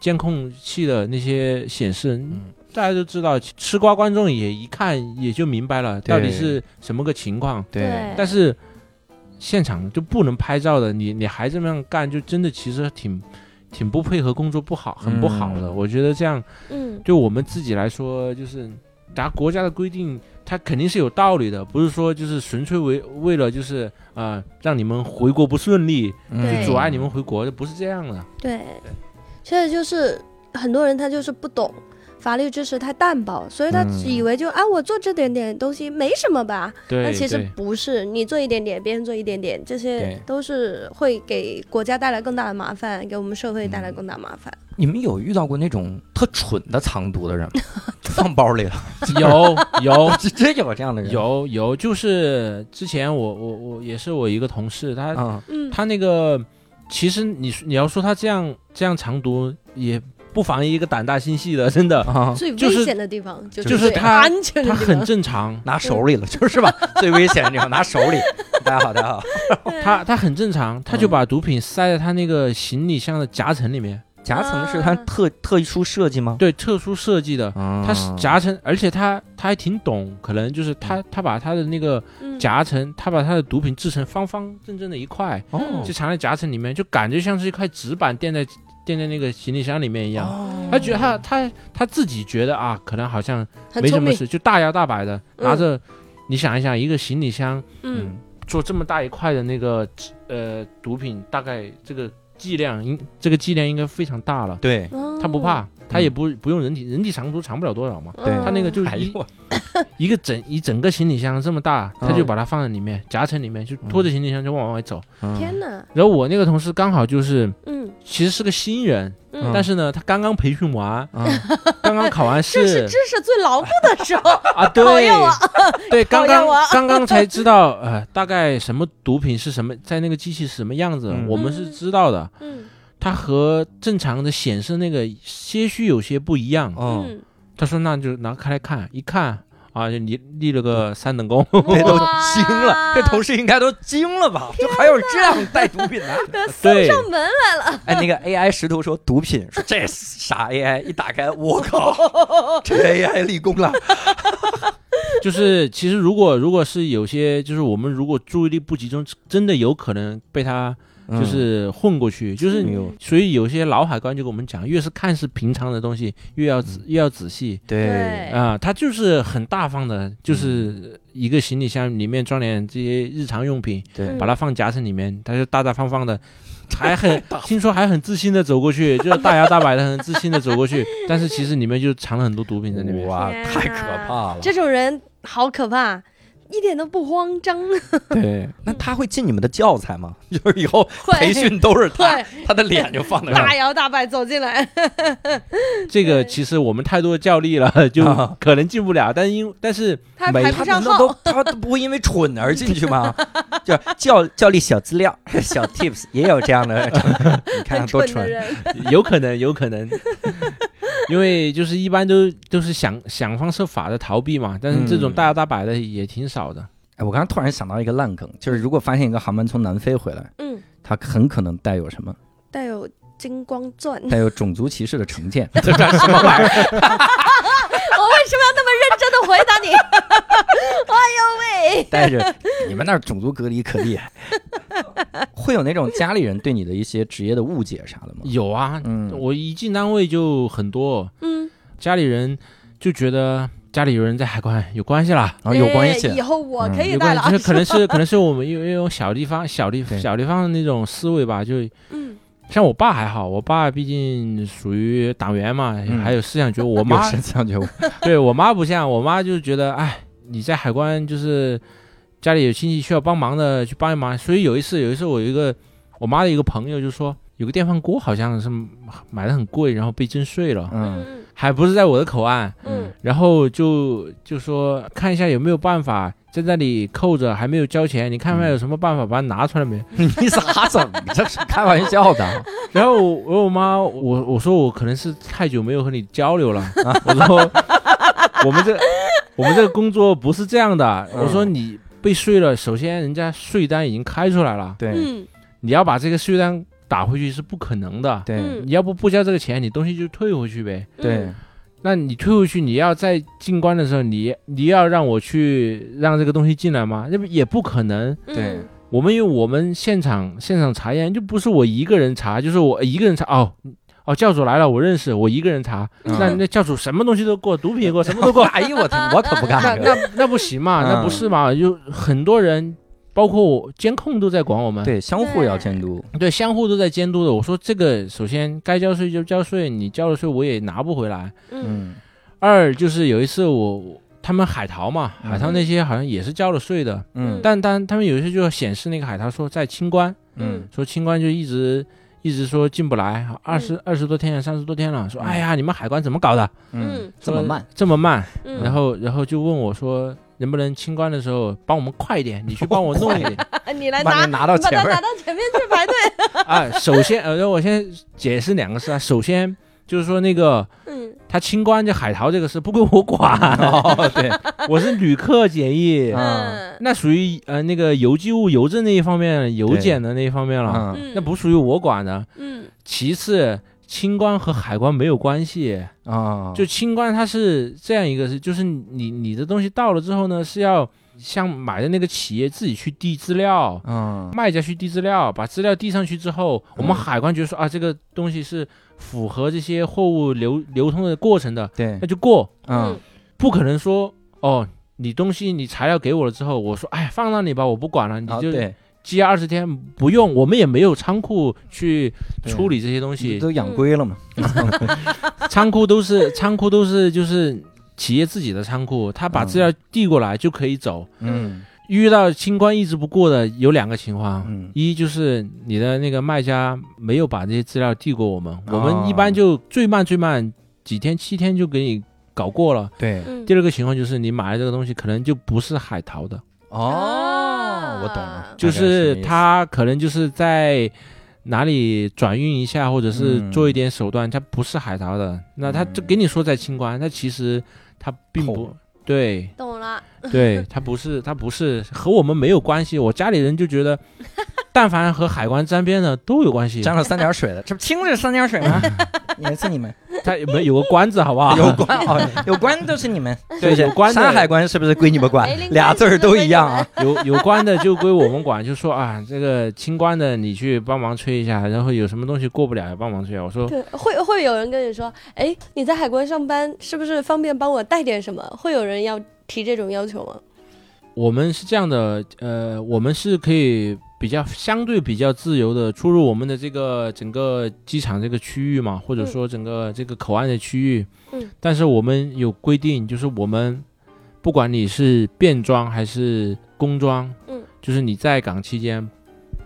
[SPEAKER 4] 监控器的那些显示，
[SPEAKER 6] 嗯
[SPEAKER 4] 大家都知道，吃瓜观众也一看也就明白了
[SPEAKER 5] 对
[SPEAKER 4] 到底是什么个情况。
[SPEAKER 6] 哎
[SPEAKER 5] 对，
[SPEAKER 4] 但是现场就不能拍照的，你你还这么样干，就真的其实挺挺不配合工作，不好，很不好的。
[SPEAKER 5] 嗯
[SPEAKER 4] 我觉得这样。
[SPEAKER 6] 嗯
[SPEAKER 4] 对我们自己来说，就是拿国家的规定，它肯定是有道理的，不是说就是纯粹为为了就是啊、呃让你们回国不顺利，
[SPEAKER 5] 嗯
[SPEAKER 6] 嗯对
[SPEAKER 4] 就阻碍你们回国，不是这样的。
[SPEAKER 6] 对，现在就是很多人他就是不懂。法律知识太淡薄，所以他
[SPEAKER 5] 嗯
[SPEAKER 6] 以为就、啊，我做这点点东西没什么吧？
[SPEAKER 4] 对
[SPEAKER 6] 但其 (laughs) 实不是，你做一点点，别人做一点点，这些
[SPEAKER 5] 对
[SPEAKER 6] 都是会给国家带来更大的麻烦，给我们社会带来
[SPEAKER 4] 嗯
[SPEAKER 6] 更大麻烦。
[SPEAKER 5] 你们有遇到过那种特蠢的藏毒的人
[SPEAKER 6] (laughs)
[SPEAKER 5] 吗？放包里了，
[SPEAKER 4] 有
[SPEAKER 3] (laughs)
[SPEAKER 4] 有
[SPEAKER 5] 这 (laughs) 真哦有这样的人，
[SPEAKER 4] 有有，就是之前我我我也是我一个同事，他、
[SPEAKER 5] 啊，
[SPEAKER 6] 嗯，
[SPEAKER 4] 他那个其实你你要说他这样这样长读也。不妨一个胆大心细的，
[SPEAKER 6] (laughs)
[SPEAKER 4] 真的，
[SPEAKER 5] 啊，
[SPEAKER 6] 最
[SPEAKER 4] 就是
[SPEAKER 6] 危险的地方就是
[SPEAKER 4] 就是
[SPEAKER 6] 最
[SPEAKER 4] 他
[SPEAKER 6] 安全的
[SPEAKER 4] 他
[SPEAKER 6] 地
[SPEAKER 4] 很
[SPEAKER 6] 方。
[SPEAKER 4] 正常，
[SPEAKER 5] 拿手里了，就是 (laughs) 吧？最危险的地方拿手里。大家好，大家好，
[SPEAKER 6] 对
[SPEAKER 4] 他他很
[SPEAKER 5] 嗯
[SPEAKER 4] 正常，他就把毒品塞在他那个行李箱的夹层里面，
[SPEAKER 5] 夹层是它
[SPEAKER 6] 啊
[SPEAKER 5] 特特殊设计吗？
[SPEAKER 4] 对，特殊设计的，
[SPEAKER 5] 嗯啊
[SPEAKER 4] 它是夹层，而且他他还挺懂，可能就是他他把他的那个
[SPEAKER 6] 嗯
[SPEAKER 4] 夹层，他把他的毒品制成方方正正的一块，
[SPEAKER 5] 哦
[SPEAKER 4] 就藏在夹层里面，就感觉像是一块纸板垫在垫在那个行李箱里面一样。
[SPEAKER 5] 哦
[SPEAKER 4] 他觉得他他他自己觉得啊，可能好像
[SPEAKER 6] 很
[SPEAKER 4] 没什
[SPEAKER 6] 聪
[SPEAKER 4] 么
[SPEAKER 6] 明，
[SPEAKER 4] 事，就大摇大摆的
[SPEAKER 6] 嗯
[SPEAKER 4] 拿着，你想一想，一个行李箱
[SPEAKER 6] 嗯，
[SPEAKER 4] 做这么大一块的那个呃毒品，大概这个剂量应这个剂量应该非常大了。
[SPEAKER 5] 对，
[SPEAKER 4] 嗯
[SPEAKER 6] 哦
[SPEAKER 4] 他不怕，他也不不用人体人体长度长不了多少嘛。
[SPEAKER 6] 哦，
[SPEAKER 5] 对
[SPEAKER 4] 他那
[SPEAKER 6] 嗯
[SPEAKER 4] 个
[SPEAKER 1] 哎
[SPEAKER 4] 就是一、一个整一整个行李箱这么大，
[SPEAKER 6] 嗯
[SPEAKER 4] 他就把它放在里面夹层里面，就拖着行李箱就往外走。
[SPEAKER 5] 嗯
[SPEAKER 6] 天哪，
[SPEAKER 4] 然后我那个同事刚好就是
[SPEAKER 6] 嗯，
[SPEAKER 4] 其实是个新人，
[SPEAKER 6] 嗯
[SPEAKER 4] 但是呢他刚刚培训完，
[SPEAKER 5] 啊，
[SPEAKER 4] 刚刚考完
[SPEAKER 6] 这是
[SPEAKER 4] 试
[SPEAKER 6] 知识最牢固的时候，
[SPEAKER 4] 啊，
[SPEAKER 6] 讨
[SPEAKER 4] 对
[SPEAKER 6] 厌我，
[SPEAKER 4] (laughs) 对，刚
[SPEAKER 6] 讨厌
[SPEAKER 4] 刚
[SPEAKER 6] 我 (laughs)
[SPEAKER 4] 刚刚才知道呃大概什么毒品是什么，在那个机器是什么样子，
[SPEAKER 5] 嗯
[SPEAKER 4] 我们是知道的。
[SPEAKER 6] 嗯
[SPEAKER 4] 它和正常的显示那个些许有些不一样。
[SPEAKER 5] 哦，
[SPEAKER 4] (laughs)
[SPEAKER 6] 嗯，
[SPEAKER 4] 他说那就拿开来看，一看啊，就立立
[SPEAKER 5] 嗯
[SPEAKER 4] 了个三等功。 (laughs)
[SPEAKER 5] 这都
[SPEAKER 6] 哇
[SPEAKER 5] 惊了，这同事应该都惊了吧？就还有这样带毒品的？
[SPEAKER 4] 对，
[SPEAKER 6] 上门了，
[SPEAKER 5] (laughs) 哎，那个 AI 石头说毒
[SPEAKER 3] (laughs)
[SPEAKER 5] 品，说这傻 AI 一打开，我靠，
[SPEAKER 3] (laughs)
[SPEAKER 5] 这 AI 立功了，
[SPEAKER 4] 就是其实如果如果是有些就是我们如果注意力不集中，真的有可能被他
[SPEAKER 3] 嗯
[SPEAKER 4] 就是混过去，就是
[SPEAKER 5] 嗯
[SPEAKER 4] 你。所以有些老海关就跟我们讲，越是看似平常的东西，越要
[SPEAKER 5] 嗯
[SPEAKER 4] 仔越要仔细
[SPEAKER 5] 对
[SPEAKER 6] 对
[SPEAKER 4] 啊、他就是很大方的，就是一个行李箱里面装点这些日常用品，
[SPEAKER 6] 嗯
[SPEAKER 3] 嗯
[SPEAKER 5] 对
[SPEAKER 4] 把它放夹层里面，他就大大方方的，
[SPEAKER 5] (laughs)
[SPEAKER 4] 还很听说还很自信的走过去，就是大摇大摆的，很自信的走过去，但是其实里面就藏了很多毒品在里面。
[SPEAKER 5] 哇，
[SPEAKER 6] 天哪
[SPEAKER 5] 太可怕了。
[SPEAKER 6] 这种人好可怕，一点都不慌
[SPEAKER 4] (laughs)
[SPEAKER 6] 张，
[SPEAKER 5] 对，那他会进你们的教材吗？ (laughs) 就是以后培
[SPEAKER 6] (laughs) 会
[SPEAKER 5] 训都是他，
[SPEAKER 6] 会
[SPEAKER 5] 他的脸就放在那 (laughs)
[SPEAKER 3] 嗯
[SPEAKER 6] (laughs) 大
[SPEAKER 5] 儿。
[SPEAKER 6] 摇大摆走进来，
[SPEAKER 4] 这个其实我们太多教力
[SPEAKER 5] (laughs)
[SPEAKER 4] 了，就
[SPEAKER 5] 啊
[SPEAKER 4] 可能进不了，但因但是
[SPEAKER 6] 他
[SPEAKER 5] 没
[SPEAKER 6] 排
[SPEAKER 5] 他
[SPEAKER 6] 不上
[SPEAKER 5] 难
[SPEAKER 6] (laughs)
[SPEAKER 5] 道都
[SPEAKER 6] 号，
[SPEAKER 5] 他都不会因为蠢而进去吗？ (laughs) 就是教教力小资料、 (laughs) 小 tips 也有这样
[SPEAKER 6] (laughs)
[SPEAKER 5] 的，你看多
[SPEAKER 6] 的
[SPEAKER 5] 蠢。
[SPEAKER 6] 人，
[SPEAKER 4] 有可能，有可能，因为就是一般都都是想想方设法的逃避嘛，但是这种
[SPEAKER 5] 嗯
[SPEAKER 4] 大摇大摆的也挺
[SPEAKER 5] (laughs)
[SPEAKER 4] 少的。
[SPEAKER 3] 哎，我刚刚突然想到一个烂梗，就是如果发现一个航班从南非回来，
[SPEAKER 6] (laughs) 嗯，
[SPEAKER 3] 它很可能带有什么？
[SPEAKER 6] 带有金光钻， (laughs)
[SPEAKER 3] (laughs) 带有种族歧视的成见。
[SPEAKER 6] 我哦为什么要那么认真的回答你？ (laughs) 哎呦喂！
[SPEAKER 3] (laughs) 带着你们那儿种族隔离可厉害，
[SPEAKER 5] 会
[SPEAKER 3] 有那种家里人对你的一些职业的误解啥的吗？
[SPEAKER 4] (laughs) 有啊，
[SPEAKER 3] 嗯
[SPEAKER 4] 我一进单位就很多，
[SPEAKER 6] 嗯，
[SPEAKER 4] 家里人就觉得家里有人在海关有关系啦。
[SPEAKER 3] 啊，有关系嗯
[SPEAKER 6] 哎以后我可以
[SPEAKER 4] 有
[SPEAKER 6] 带
[SPEAKER 4] 关
[SPEAKER 6] 了
[SPEAKER 4] 系，
[SPEAKER 6] 啊，
[SPEAKER 4] 就是可能是 (laughs) 可能是我们有有小地方小地
[SPEAKER 3] 对
[SPEAKER 4] 小地方的那种思维吧，就
[SPEAKER 6] 嗯，
[SPEAKER 4] 像我爸还好，我爸毕竟属于党员嘛，
[SPEAKER 3] 嗯
[SPEAKER 4] 还有思想觉悟。我
[SPEAKER 3] 有
[SPEAKER 4] 妈 (laughs)
[SPEAKER 3] 神像 (laughs) 觉悟，
[SPEAKER 4] 对我妈不像，我妈就觉得，哎，你在海关就是家里有亲戚需要帮忙的，去帮一忙。所以有一次，有一次我有一个我妈的一个朋友就说，有个电饭锅好像是买的很贵，然后被征税了，
[SPEAKER 3] 嗯
[SPEAKER 6] 嗯
[SPEAKER 4] 还不是在我的口岸，
[SPEAKER 6] 嗯
[SPEAKER 4] 然后就就说看一下有没有办法在那里扣着，还没有交钱，你看看有什么办法把它拿出来没？ (laughs)
[SPEAKER 3] 你咋整？你这是开玩笑的？
[SPEAKER 4] 然后我我我妈我我说我可能是太久没有和你交流了， (laughs) 我说我们这我们这个工作不是这样的，
[SPEAKER 3] 嗯
[SPEAKER 4] 我说你被税了，首先人家税单已经开出来了，
[SPEAKER 3] 对
[SPEAKER 6] 嗯
[SPEAKER 4] 你要把这个税单打回去是不可能的，
[SPEAKER 3] 对
[SPEAKER 6] 嗯
[SPEAKER 4] 你要不不交这个钱，你东西就退回去呗。
[SPEAKER 3] 对，
[SPEAKER 4] 那你退回去，你要在进关的时候，你你要让我去让这个东西进来吗？那不也不可能。
[SPEAKER 6] 嗯
[SPEAKER 3] 对
[SPEAKER 4] 我们有我们现场现场查验，就不是我一个人查，就是我一个人查哦。哦，教主来了，我认识，我一个人查。
[SPEAKER 3] 嗯
[SPEAKER 4] 那那教主什么东西都过，毒
[SPEAKER 3] (laughs)
[SPEAKER 4] 品也过，什么都过，
[SPEAKER 3] 哎呦我天，我可不干
[SPEAKER 4] 那
[SPEAKER 3] 这个。
[SPEAKER 4] 那那不行嘛，
[SPEAKER 3] 嗯
[SPEAKER 4] 那不是嘛？就很多人，包括我监控都在管我们，
[SPEAKER 3] 对，相互要监督。
[SPEAKER 4] 对，相互都在监督的。我说这个，首先该交税就交税，你交了税我也拿不回来。
[SPEAKER 6] 嗯
[SPEAKER 3] 嗯
[SPEAKER 4] 二就是有一次我他们海淘嘛，
[SPEAKER 3] 嗯
[SPEAKER 4] 海淘那些好像也是交了税的，
[SPEAKER 3] 嗯
[SPEAKER 4] 但但他们有一些就要显示那个海淘说在清关，
[SPEAKER 3] 嗯
[SPEAKER 4] 说清关就一直一直说进不来，二十二十多天了，啊三十多天了，说
[SPEAKER 3] 嗯
[SPEAKER 4] 哎呀，你们海关怎么搞的？
[SPEAKER 3] 嗯，
[SPEAKER 6] 嗯
[SPEAKER 5] 这么慢，
[SPEAKER 4] 这么慢，
[SPEAKER 6] 嗯，
[SPEAKER 4] 然后然后就问我说能不能清关的时候帮我们快一点，你去帮
[SPEAKER 3] (laughs)
[SPEAKER 4] 我弄一
[SPEAKER 3] 哦
[SPEAKER 4] 点
[SPEAKER 6] 啊你来
[SPEAKER 3] 把
[SPEAKER 6] 拿
[SPEAKER 3] 你，哎拿到
[SPEAKER 6] 你把
[SPEAKER 3] 前
[SPEAKER 6] 它
[SPEAKER 3] 面
[SPEAKER 6] 拿
[SPEAKER 3] 儿。
[SPEAKER 6] 到前面去排队。
[SPEAKER 4] 啊。首先，呃，让我先解释两个事啊，首先就是说那个。
[SPEAKER 6] 嗯
[SPEAKER 4] 他清关这海淘这个事不归我管，
[SPEAKER 3] (laughs) 哦，对，
[SPEAKER 4] (laughs) 我是旅客检疫，
[SPEAKER 3] 啊
[SPEAKER 6] 嗯
[SPEAKER 4] 那属于呃那个邮寄物邮政那一方面，邮检的那一方面了，
[SPEAKER 3] 嗯
[SPEAKER 6] 嗯，
[SPEAKER 4] 那不属于我管的。
[SPEAKER 6] 嗯
[SPEAKER 4] 其次，清关和海关没有关系，
[SPEAKER 3] 啊，
[SPEAKER 4] 就清关它是这样一个事，就是你你的东西到了之后呢，是要像买的那个企业自己去递资料，
[SPEAKER 3] 嗯
[SPEAKER 4] 卖家去递资料，把资料递上去之后，我们海关觉得说啊这个东西是符合这些货物流流通的过程的，
[SPEAKER 3] 对
[SPEAKER 4] 那，就过，
[SPEAKER 3] 嗯
[SPEAKER 4] 不可能说哦。你东西你材料给我了之后，我说哎放那里吧，我不管了，你
[SPEAKER 3] 啊
[SPEAKER 4] 就
[SPEAKER 3] 对，
[SPEAKER 4] 积压二十天不用，我们也没有仓库去处理这些东西，
[SPEAKER 3] 都养龟了嘛，
[SPEAKER 4] (laughs) 仓库都是仓库都是就是企业自己的仓库，他把资料递过来就可以走。
[SPEAKER 3] 嗯
[SPEAKER 4] 遇到清关一直不过的有两个情况，
[SPEAKER 3] 嗯
[SPEAKER 4] 一就是你的那个卖家没有把这些资料递过我们，我
[SPEAKER 3] 哦
[SPEAKER 4] 们一般就最慢最慢几天七天就给你搞过了。
[SPEAKER 3] 对，
[SPEAKER 6] 嗯
[SPEAKER 4] 第二个情况就是你买的这个东西可能就不是海淘的，
[SPEAKER 3] 哦，我懂了，
[SPEAKER 4] 就
[SPEAKER 3] 大概什
[SPEAKER 4] 是
[SPEAKER 3] 么意思，
[SPEAKER 4] 他可能就是在哪里转运一下，或者是
[SPEAKER 3] 嗯
[SPEAKER 4] 做一点手段，他不是海淘的，那他就给你说在清关，他其实他并
[SPEAKER 3] 偷
[SPEAKER 4] 不。对
[SPEAKER 6] 懂了，
[SPEAKER 4] 对，他不是，他不是和我们没有关系。我家里人就觉得，但凡和海关沾边的都有关系。
[SPEAKER 3] 沾了三点水的，这不清着三点水
[SPEAKER 4] (laughs)
[SPEAKER 3] 吗？也是你们
[SPEAKER 4] 他有没有有个关字，好不好？
[SPEAKER 3] 有关哦，有关都是你们，
[SPEAKER 4] 啊 (laughs) 对
[SPEAKER 3] 是不是
[SPEAKER 4] 有关的
[SPEAKER 3] 山海关是不是归你们管
[SPEAKER 6] 梅林？关
[SPEAKER 3] 俩字儿都一样啊。
[SPEAKER 4] 有有关的就归我们管，就说啊，这个清关的你去帮忙催一下，然后有什么东西过不了也帮忙催啊。我说
[SPEAKER 6] 对，会会有人跟你说，哎，你在海关上班，是不是方便帮我带点什么？会有人要提这种要求吗？
[SPEAKER 4] 我们是这样的，呃，我们是可以比较相对比较自由的出入我们的这个整个机场这个区域嘛，或者说整个这个口岸的区域。
[SPEAKER 6] 嗯。
[SPEAKER 4] 但是我们有规定，就是我们不管你是便装还是工装，
[SPEAKER 6] 嗯，
[SPEAKER 4] 就是你在港期间，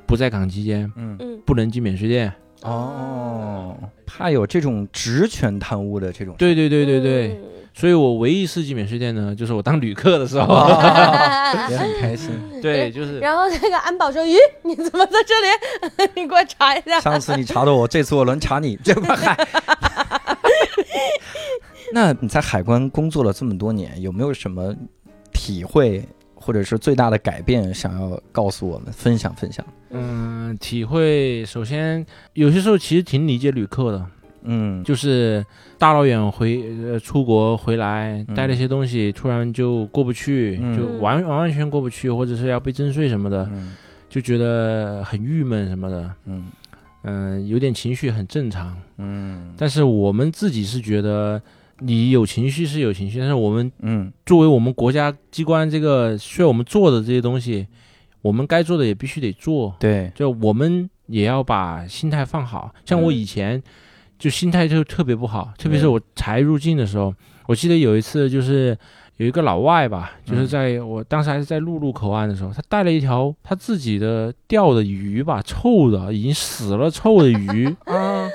[SPEAKER 4] 不在港期间
[SPEAKER 3] 嗯，
[SPEAKER 6] 嗯，
[SPEAKER 4] 不能进免税店。
[SPEAKER 3] 哦，怕有这种职权贪污的这种，
[SPEAKER 4] 对对对对对，
[SPEAKER 6] 嗯，
[SPEAKER 4] 所以我唯一是进免税店呢，就是我当旅客的时候。 (laughs)
[SPEAKER 3] 也很开心。
[SPEAKER 4] 对，就是。
[SPEAKER 6] 嗯 (laughs) 然后那个安保说：“咦，你怎么在这里？ (laughs) 你给我查一下。
[SPEAKER 3] 上次你查到我，这次我轮查你，这块嗨。 (laughs) 那你在海关工作了这么多年，有没有什么体会，或者是最大的改变，想要告诉我们分享分享？
[SPEAKER 4] 嗯，体会首先有些时候其实挺理解旅客的，
[SPEAKER 3] 嗯，
[SPEAKER 4] 就是大老远回呃出国回来
[SPEAKER 3] 嗯
[SPEAKER 4] 带了一些东西，突然就过不去，
[SPEAKER 3] 嗯
[SPEAKER 4] 就完完完全全过不去，或者是要被征税什么的。
[SPEAKER 3] 嗯
[SPEAKER 4] 就觉得很郁闷什么的，
[SPEAKER 3] 嗯
[SPEAKER 4] 嗯、有点情绪很正常。
[SPEAKER 3] 嗯
[SPEAKER 4] 但是我们自己是觉得你有情绪是有情绪，但是我们
[SPEAKER 3] 嗯
[SPEAKER 4] 作为我们国家机关这个需要我们做的这些东西，我们该做的也必须得做，
[SPEAKER 3] 对，
[SPEAKER 4] 就我们也要把心态放好。像
[SPEAKER 3] 嗯
[SPEAKER 4] 我以前就心态就特别不好，特别是我才入境的时候，我记得有一次就是有一个老外吧，就是在我当时还是在陆路口岸的时候，他带了一条他自己的钓的鱼吧，臭的已经死了臭的鱼啊。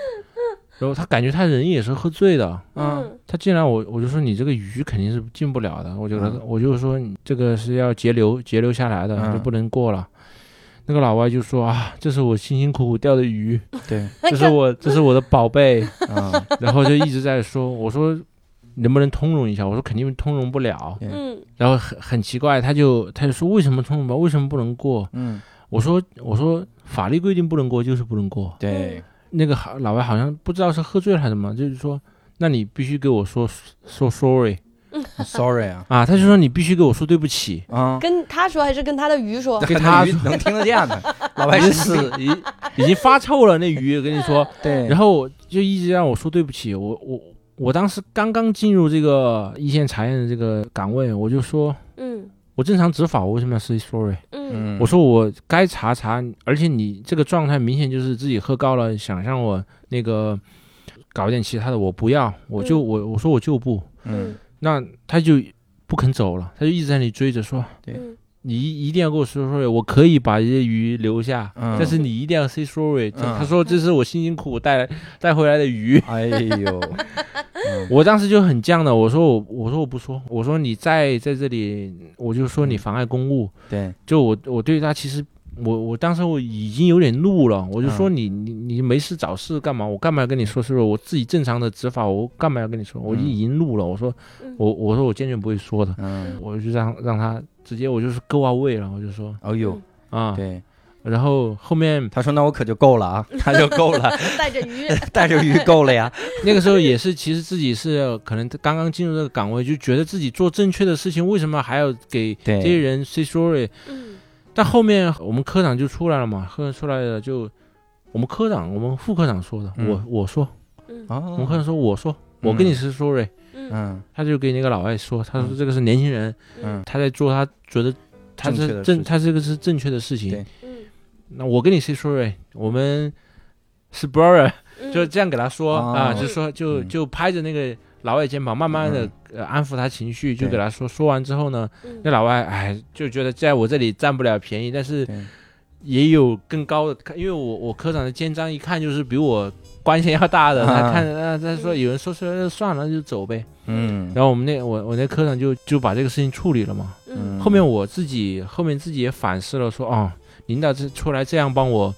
[SPEAKER 4] 然后他感觉他人也是喝醉的，啊，
[SPEAKER 6] 嗯
[SPEAKER 4] 他进来我我就说你这个鱼肯定是进不了的，我就、
[SPEAKER 3] 嗯
[SPEAKER 4] 我就说你这个是要截流截流下来的，
[SPEAKER 3] 嗯
[SPEAKER 4] 就不能过了。那个老外就说啊，这是我辛辛苦苦钓的鱼，
[SPEAKER 6] 嗯
[SPEAKER 4] 这是我这是我的宝贝，
[SPEAKER 3] 嗯
[SPEAKER 4] 然后就一直在说， (laughs) 我说能不能通融一下？我说肯定通融不了。
[SPEAKER 3] 对
[SPEAKER 6] 嗯
[SPEAKER 4] 然后很很奇怪，他就他就说为什么通融不了？为什么不能过？
[SPEAKER 3] 嗯，
[SPEAKER 4] 我说我说法律规定不能过就是不能过。
[SPEAKER 3] 对，
[SPEAKER 4] 那个好老外好像不知道是喝醉了还是什么，就是说那你必须给我说说 sorry
[SPEAKER 3] ，sorry 啊，
[SPEAKER 4] 啊，他就说你必须给我说对不起。
[SPEAKER 3] 啊，
[SPEAKER 6] 跟他说还是跟他的鱼说？
[SPEAKER 4] 跟他
[SPEAKER 3] 那鱼能听得见的，老外
[SPEAKER 4] 已经
[SPEAKER 3] 是
[SPEAKER 4] 死， (laughs) 已已经发臭了那鱼，我跟你说，
[SPEAKER 3] 对，
[SPEAKER 4] 然后就一直让我说对不起，我我我当时刚刚进入这个一线查验的这个岗位，我就说
[SPEAKER 6] 嗯
[SPEAKER 4] 我正常执法，我为什么要 say sorry？、
[SPEAKER 3] 嗯，
[SPEAKER 6] 嗯
[SPEAKER 4] 我说我该查查，而且你这个状态明显就是自己喝高了，想让我那个搞点其他的，我不要，我就、
[SPEAKER 6] 嗯
[SPEAKER 4] 我我说我就不，
[SPEAKER 3] 嗯，
[SPEAKER 4] 那他就不肯走了，他就一直在那里追着说
[SPEAKER 3] 对
[SPEAKER 6] 嗯
[SPEAKER 4] 你一一定要跟我 say sorry，我可以把这些鱼留下，
[SPEAKER 3] 嗯
[SPEAKER 4] 但是你一定要 say sorry、这
[SPEAKER 3] 嗯
[SPEAKER 4] 他说这是我辛辛苦苦带来带回来的鱼。 (laughs)
[SPEAKER 3] 哎呦，
[SPEAKER 4] 我当时就很犟的，我说我我说我不说，我说你在在这里，我就说你妨碍公务。
[SPEAKER 3] 对，
[SPEAKER 4] 就我我对他其实我我当时我已经有点怒了，我就说
[SPEAKER 3] 嗯
[SPEAKER 4] 你、你你没事找事干嘛？我干嘛要跟你说是不是？我自己正常的执法，我干嘛要跟你说？
[SPEAKER 3] 嗯
[SPEAKER 4] 我已经怒了，我说
[SPEAKER 6] 嗯
[SPEAKER 4] 我我说我坚决不会说的，
[SPEAKER 3] 嗯，
[SPEAKER 4] 我就让让他直接我就是够啊喂了，我就说
[SPEAKER 3] 哦呦，
[SPEAKER 4] 啊，
[SPEAKER 3] 对，
[SPEAKER 4] 然后后面
[SPEAKER 3] 他说那我可就够了啊，他就够了，
[SPEAKER 6] 嗯带着鱼，
[SPEAKER 3] 带着鱼够了呀，
[SPEAKER 4] (laughs) 那个时候也是，其实自己是可能刚刚进入这个岗位，就觉得自己做正确的事情，为什么还要给
[SPEAKER 3] 对
[SPEAKER 4] 这些人 say sorry？
[SPEAKER 6] 嗯
[SPEAKER 4] 但后面我们科长就出来了嘛，科长出来了就我们科长，我们副科长说的，
[SPEAKER 3] 嗯
[SPEAKER 4] 我我说，
[SPEAKER 6] 嗯
[SPEAKER 4] 我们
[SPEAKER 3] 哦
[SPEAKER 4] 科，长说我说，我跟你 say sorry，、
[SPEAKER 6] 嗯
[SPEAKER 3] 嗯
[SPEAKER 4] 他就给那个老外说，他说这个是年轻人，
[SPEAKER 3] 嗯
[SPEAKER 4] 他在做他觉得他
[SPEAKER 3] 正确的
[SPEAKER 4] 是
[SPEAKER 3] 事情
[SPEAKER 4] 正，他这个是正确的事
[SPEAKER 3] 对
[SPEAKER 4] 情。
[SPEAKER 6] 嗯
[SPEAKER 4] 那我跟你 say sorry，我们是 brother。
[SPEAKER 6] 嗯，
[SPEAKER 4] 就这样给他说
[SPEAKER 3] 哦
[SPEAKER 4] 啊，就说就
[SPEAKER 3] 嗯
[SPEAKER 4] 就拍着那个老外肩膀，慢慢的安抚他情绪，就
[SPEAKER 3] 对
[SPEAKER 4] 给他说。说完之后呢，
[SPEAKER 6] 嗯
[SPEAKER 4] 那老外哎就觉得在我这里占不了便宜，但是
[SPEAKER 3] 对
[SPEAKER 4] 也有更高的，因为我我科长的肩章一看就是比我官衔要大的，他
[SPEAKER 3] 啊
[SPEAKER 4] 看啊他说有人说出来就算了就走呗。
[SPEAKER 3] 嗯，
[SPEAKER 4] 然后我们那我我那科长就就把这个事情处理了嘛。
[SPEAKER 6] 嗯
[SPEAKER 4] 后面我自己后面自己也反思了说，哦，领导这出来这样帮我，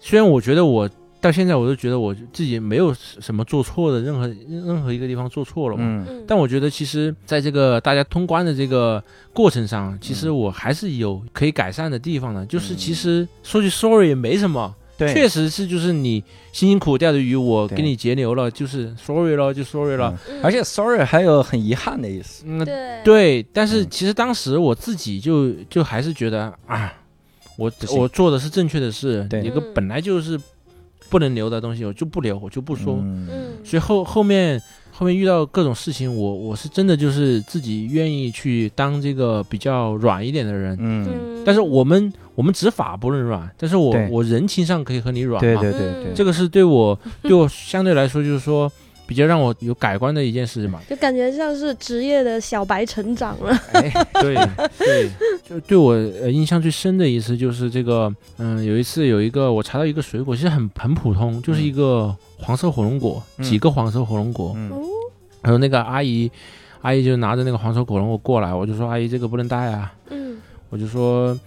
[SPEAKER 4] 虽然我觉得我到现在我都觉得我自己没有什么做错的任何任何一个地方做错了嘛，
[SPEAKER 3] 嗯
[SPEAKER 6] 嗯
[SPEAKER 4] 但我觉得其实在这个大家通关的这个过程上，其
[SPEAKER 3] 嗯
[SPEAKER 4] 实我还是有可以改善的地方的，就是其实说句 sorry 也没什么。
[SPEAKER 3] 对，
[SPEAKER 4] 确实是，就是你辛辛苦苦钓的鱼，我
[SPEAKER 3] 对
[SPEAKER 4] 给你截流了，就是 sorry 了，就 sorry 了。
[SPEAKER 6] 嗯
[SPEAKER 3] 而且 sorry 还有很遗憾的意思，
[SPEAKER 4] 嗯，
[SPEAKER 6] 对
[SPEAKER 4] 对，但是
[SPEAKER 3] 嗯
[SPEAKER 4] 其实当时我自己就就还是觉得啊，我
[SPEAKER 3] 不行
[SPEAKER 4] 我做的是正确的事，
[SPEAKER 3] 对
[SPEAKER 4] 一个
[SPEAKER 6] 嗯
[SPEAKER 4] 本来就是不能留的东西，我就不留，我就不
[SPEAKER 3] 不
[SPEAKER 4] 说。
[SPEAKER 3] 嗯
[SPEAKER 6] 嗯
[SPEAKER 4] 所以后后面后面遇到各种事情，我我是真的就是自己愿意去当这个比较软一点的人。
[SPEAKER 3] 嗯，
[SPEAKER 6] 嗯
[SPEAKER 4] 但是我们我们执法不能软，但是我
[SPEAKER 3] 对
[SPEAKER 4] 我人情上可以和你软嘛。
[SPEAKER 3] 对对对对，
[SPEAKER 6] 嗯
[SPEAKER 4] 这个是对我
[SPEAKER 3] (laughs)
[SPEAKER 4] 对我相对来说就是说比较让我有改观的一件事嘛。
[SPEAKER 6] 就感觉像是职业的小白成长了。
[SPEAKER 3] 哎，
[SPEAKER 4] (laughs) 对对，就对我呃印象最深的一次就是这个，嗯，有一次有一个我查到一个水果，其实很很普通，就是一个黄色火龙果，
[SPEAKER 3] 嗯
[SPEAKER 4] 几个黄色火龙果，
[SPEAKER 3] 嗯
[SPEAKER 4] 然后那个阿姨，阿姨就拿着那个黄色火龙果过来，我就说阿姨这个不能带啊，
[SPEAKER 6] 嗯
[SPEAKER 4] 我就说。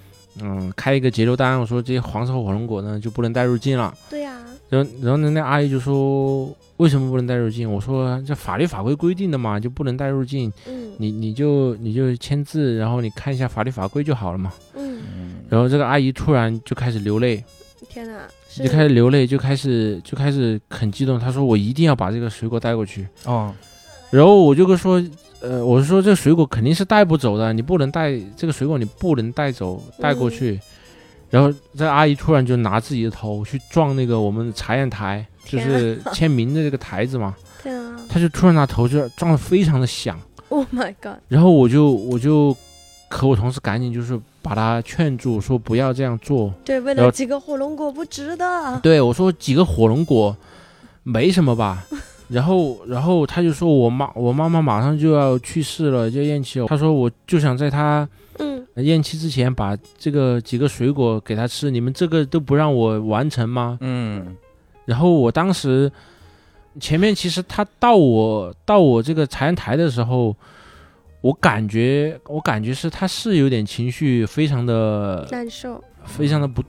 [SPEAKER 4] 嗯，开一个截流单，我说这些黄色火龙果呢就不能带入境了。
[SPEAKER 6] 对呀、
[SPEAKER 4] 然后，然后呢，那阿姨就说为什么不能带入境？我说这法律法规规定的嘛，就不能带入境。
[SPEAKER 6] 嗯
[SPEAKER 4] 你你就你就签字，然后你看一下法律法规就好了嘛。
[SPEAKER 6] 嗯，
[SPEAKER 4] 然后这个阿姨突然就开始流泪，
[SPEAKER 6] 天哪，是
[SPEAKER 4] 就开始流泪，就开始就开始很激动。她说我一定要把这个水果带过去。
[SPEAKER 3] 哦，
[SPEAKER 4] 然后我就跟说，呃，我是说
[SPEAKER 6] 嗯
[SPEAKER 4] 这个水果肯定是带不走的，你不能带这个水果，你不能带走带过去。然后这阿姨突然就拿自己的头去撞那个我们查验台，就
[SPEAKER 6] 天啊
[SPEAKER 4] 是签名的这个台
[SPEAKER 6] (laughs)
[SPEAKER 4] 子嘛，
[SPEAKER 6] 天啊
[SPEAKER 4] 她就突然拿头就撞得非常的响，
[SPEAKER 6] ，Oh my god！
[SPEAKER 4] 然后我就我就和我同事赶紧就是把她劝住，说不要这样做。
[SPEAKER 6] 对，为
[SPEAKER 4] 然后
[SPEAKER 6] 了几个火龙果不值得。啊
[SPEAKER 4] 对我说几个火龙果没什么吧，然后然后她就说我妈我妈妈马上就要去世了，就咽气了。哦她说我就想在她
[SPEAKER 6] 嗯，
[SPEAKER 4] 咽气之前把这个几个水果给她吃，你们这个都不让我完成吗？
[SPEAKER 3] 嗯
[SPEAKER 4] 然后我当时前面其实他到我到我这个茶园台的时候，我感觉我感觉是他是有点情绪非常的
[SPEAKER 6] 难受。
[SPEAKER 4] 非常的不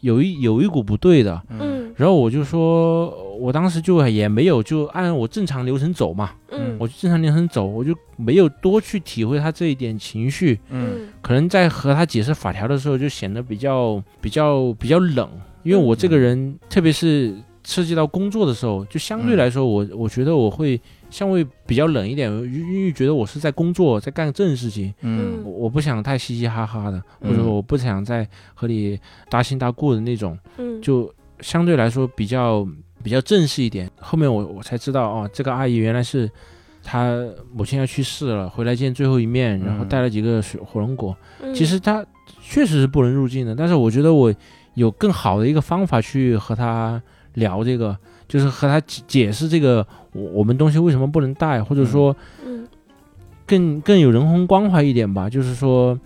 [SPEAKER 4] 有一有一股不对的，
[SPEAKER 6] 嗯
[SPEAKER 4] 然后我就说我当时就也没有就按我正常流程走嘛，
[SPEAKER 6] 嗯
[SPEAKER 4] 我就正常流程走，我就没有多去体会他这一点情绪，
[SPEAKER 3] 嗯
[SPEAKER 6] 嗯
[SPEAKER 4] 可能在和他解释法条的时候，就显得比较比较比较冷，因为我这个人，特别是涉及到工作的时候，就相对来说，我我觉得我会相对比较冷一点，因为觉得我是在工作，在干正事情，
[SPEAKER 3] 嗯
[SPEAKER 4] 我我不想太嘻嘻哈哈的，或
[SPEAKER 3] 嗯
[SPEAKER 4] 者我不想再和你大辛大故的那种，
[SPEAKER 6] 嗯，
[SPEAKER 4] 就相对来说比较比较正式一点。后面我我才知道哦，这个阿姨原来是她母亲要去世了，回来见最后一面，然后
[SPEAKER 3] 嗯
[SPEAKER 4] 带了几个水火龙果。
[SPEAKER 6] 嗯
[SPEAKER 4] 其实她确实是不能入境的，但是我觉得我有更好的一个方法去和她聊这个，就是和她解解释这个我我们东西为什么不能带，或者说
[SPEAKER 6] 嗯
[SPEAKER 4] 更更有人文关怀一点吧，就是说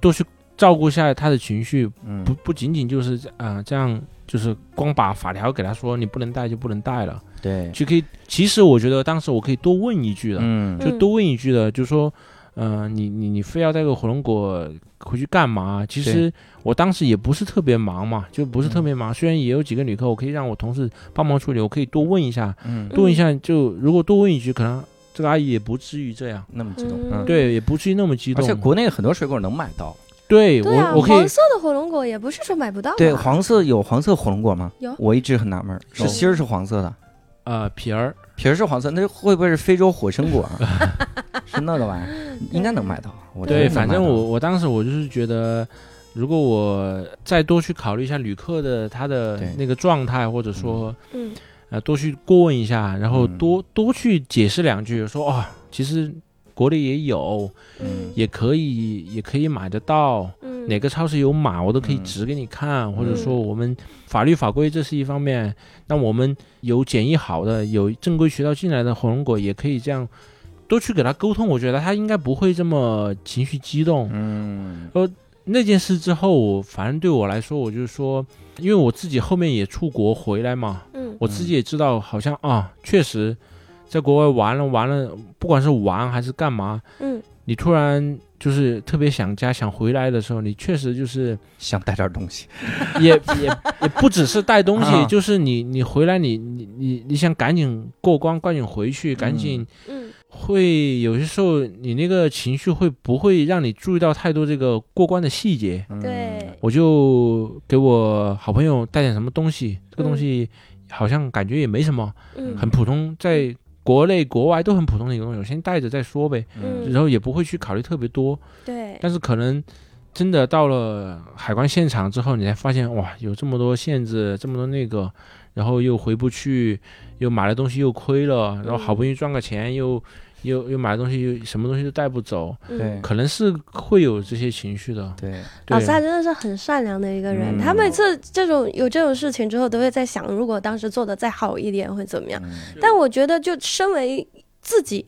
[SPEAKER 4] 多去照顾一下她的情绪，
[SPEAKER 3] 嗯
[SPEAKER 4] 不不仅仅就是啊、呃这样，就是光把法条给他说你不能带就不能带了，
[SPEAKER 3] 对
[SPEAKER 4] 就可以。其实我觉得当时我可以多问一句的，
[SPEAKER 3] 哎嗯
[SPEAKER 4] 就多问一句的，就说，呃，你你你非要带个火龙果回去干嘛？其实我当时也不是特别忙嘛，就不是
[SPEAKER 3] 嗯
[SPEAKER 4] 特别忙。虽然也有几个旅客，我可以让我同事帮忙处理，我可以多问一下，
[SPEAKER 3] 嗯
[SPEAKER 4] 多问一下就如果多问一句，可能这个阿姨也不至于这样，
[SPEAKER 3] 那么激动
[SPEAKER 6] 嗯
[SPEAKER 3] 嗯
[SPEAKER 4] 对，也不至于那么激
[SPEAKER 3] 而
[SPEAKER 4] 动
[SPEAKER 3] 且。国内很多水果能买到，
[SPEAKER 4] 对
[SPEAKER 6] 对啊，
[SPEAKER 4] 我我可以
[SPEAKER 6] 黄色的火龙果也不是说买不到吧。啊
[SPEAKER 5] 对，黄色有黄色火龙果吗？
[SPEAKER 6] 有
[SPEAKER 5] 我一直很纳闷儿，
[SPEAKER 6] 有
[SPEAKER 5] 是芯儿是黄色的，
[SPEAKER 4] 呃皮儿，
[SPEAKER 5] 皮儿是黄色，那会不会是非洲火参果啊？
[SPEAKER 3] (laughs)
[SPEAKER 5] 是那个玩意儿，应该能买到。我觉得
[SPEAKER 4] 对，
[SPEAKER 5] 能买
[SPEAKER 4] 反正
[SPEAKER 5] 到
[SPEAKER 4] 我我当时我就是觉得，如果我再多去考虑一下旅客的他的
[SPEAKER 5] 对
[SPEAKER 4] 那个状态，或者说、
[SPEAKER 6] 嗯
[SPEAKER 4] 呃多去过问一下，然后
[SPEAKER 5] 嗯
[SPEAKER 4] 多、多去解释两句，说哦，其实国内也有，
[SPEAKER 6] 嗯
[SPEAKER 4] 也可以也可以买得到，
[SPEAKER 6] 嗯
[SPEAKER 4] 哪个超市有码，我都可以
[SPEAKER 5] 嗯
[SPEAKER 4] 指给你看，或者说
[SPEAKER 6] 嗯
[SPEAKER 4] 我们法律法规这是一方面，那我们有检疫好的、有正规渠道进来的火龙果，也可以这样多去给他沟通。我觉得他应该不会这么情绪激动。呃
[SPEAKER 3] 嗯
[SPEAKER 4] 那件事之后，我反正对我来说，我就是说，因为我自己后面也出国回来嘛，
[SPEAKER 6] 嗯
[SPEAKER 4] 我自己也知道，好像啊，确实在国外玩了玩了，不管是玩还是干嘛，
[SPEAKER 6] 嗯
[SPEAKER 4] 你突然就是特别想家、想回来的时候，你确实就是。
[SPEAKER 5] 想带点东西，
[SPEAKER 4] 也也也不只是带东西，
[SPEAKER 5] 啊
[SPEAKER 4] 就是你你回来你你你你想赶紧过关，赶紧回去，赶紧
[SPEAKER 6] 嗯
[SPEAKER 4] 会有些时候你那个情绪会不会让你注意到太多这个过关的细节？
[SPEAKER 6] 对
[SPEAKER 4] 我就给我好朋友带点什么东西，这个
[SPEAKER 6] 嗯
[SPEAKER 4] 东西好像感觉也没什么，
[SPEAKER 6] 嗯
[SPEAKER 4] 很普通，在国内国外都很普通的一个东西，我先带着再说呗，
[SPEAKER 6] 嗯
[SPEAKER 4] 然后也不会去考虑特别多。
[SPEAKER 6] 对
[SPEAKER 4] 但是可能真的到了海关现场之后，你才发现哇，有这么多限制，这么多那个，然后又回不去，又买了东西又亏了，然后好不容易赚个钱又。又又买了东西，又什么东西都带不走，
[SPEAKER 6] 嗯
[SPEAKER 5] 对
[SPEAKER 4] 可能是会有这些情绪的。
[SPEAKER 5] 对，
[SPEAKER 6] 老
[SPEAKER 4] 对，
[SPEAKER 6] 萨真的是很善良的一个人，
[SPEAKER 3] 嗯
[SPEAKER 6] 他每次这种有这种事情之后，都会在想，如果当时做的再好一点会怎么样。
[SPEAKER 3] 嗯
[SPEAKER 5] 嗯
[SPEAKER 6] 但我觉得，就身为自己，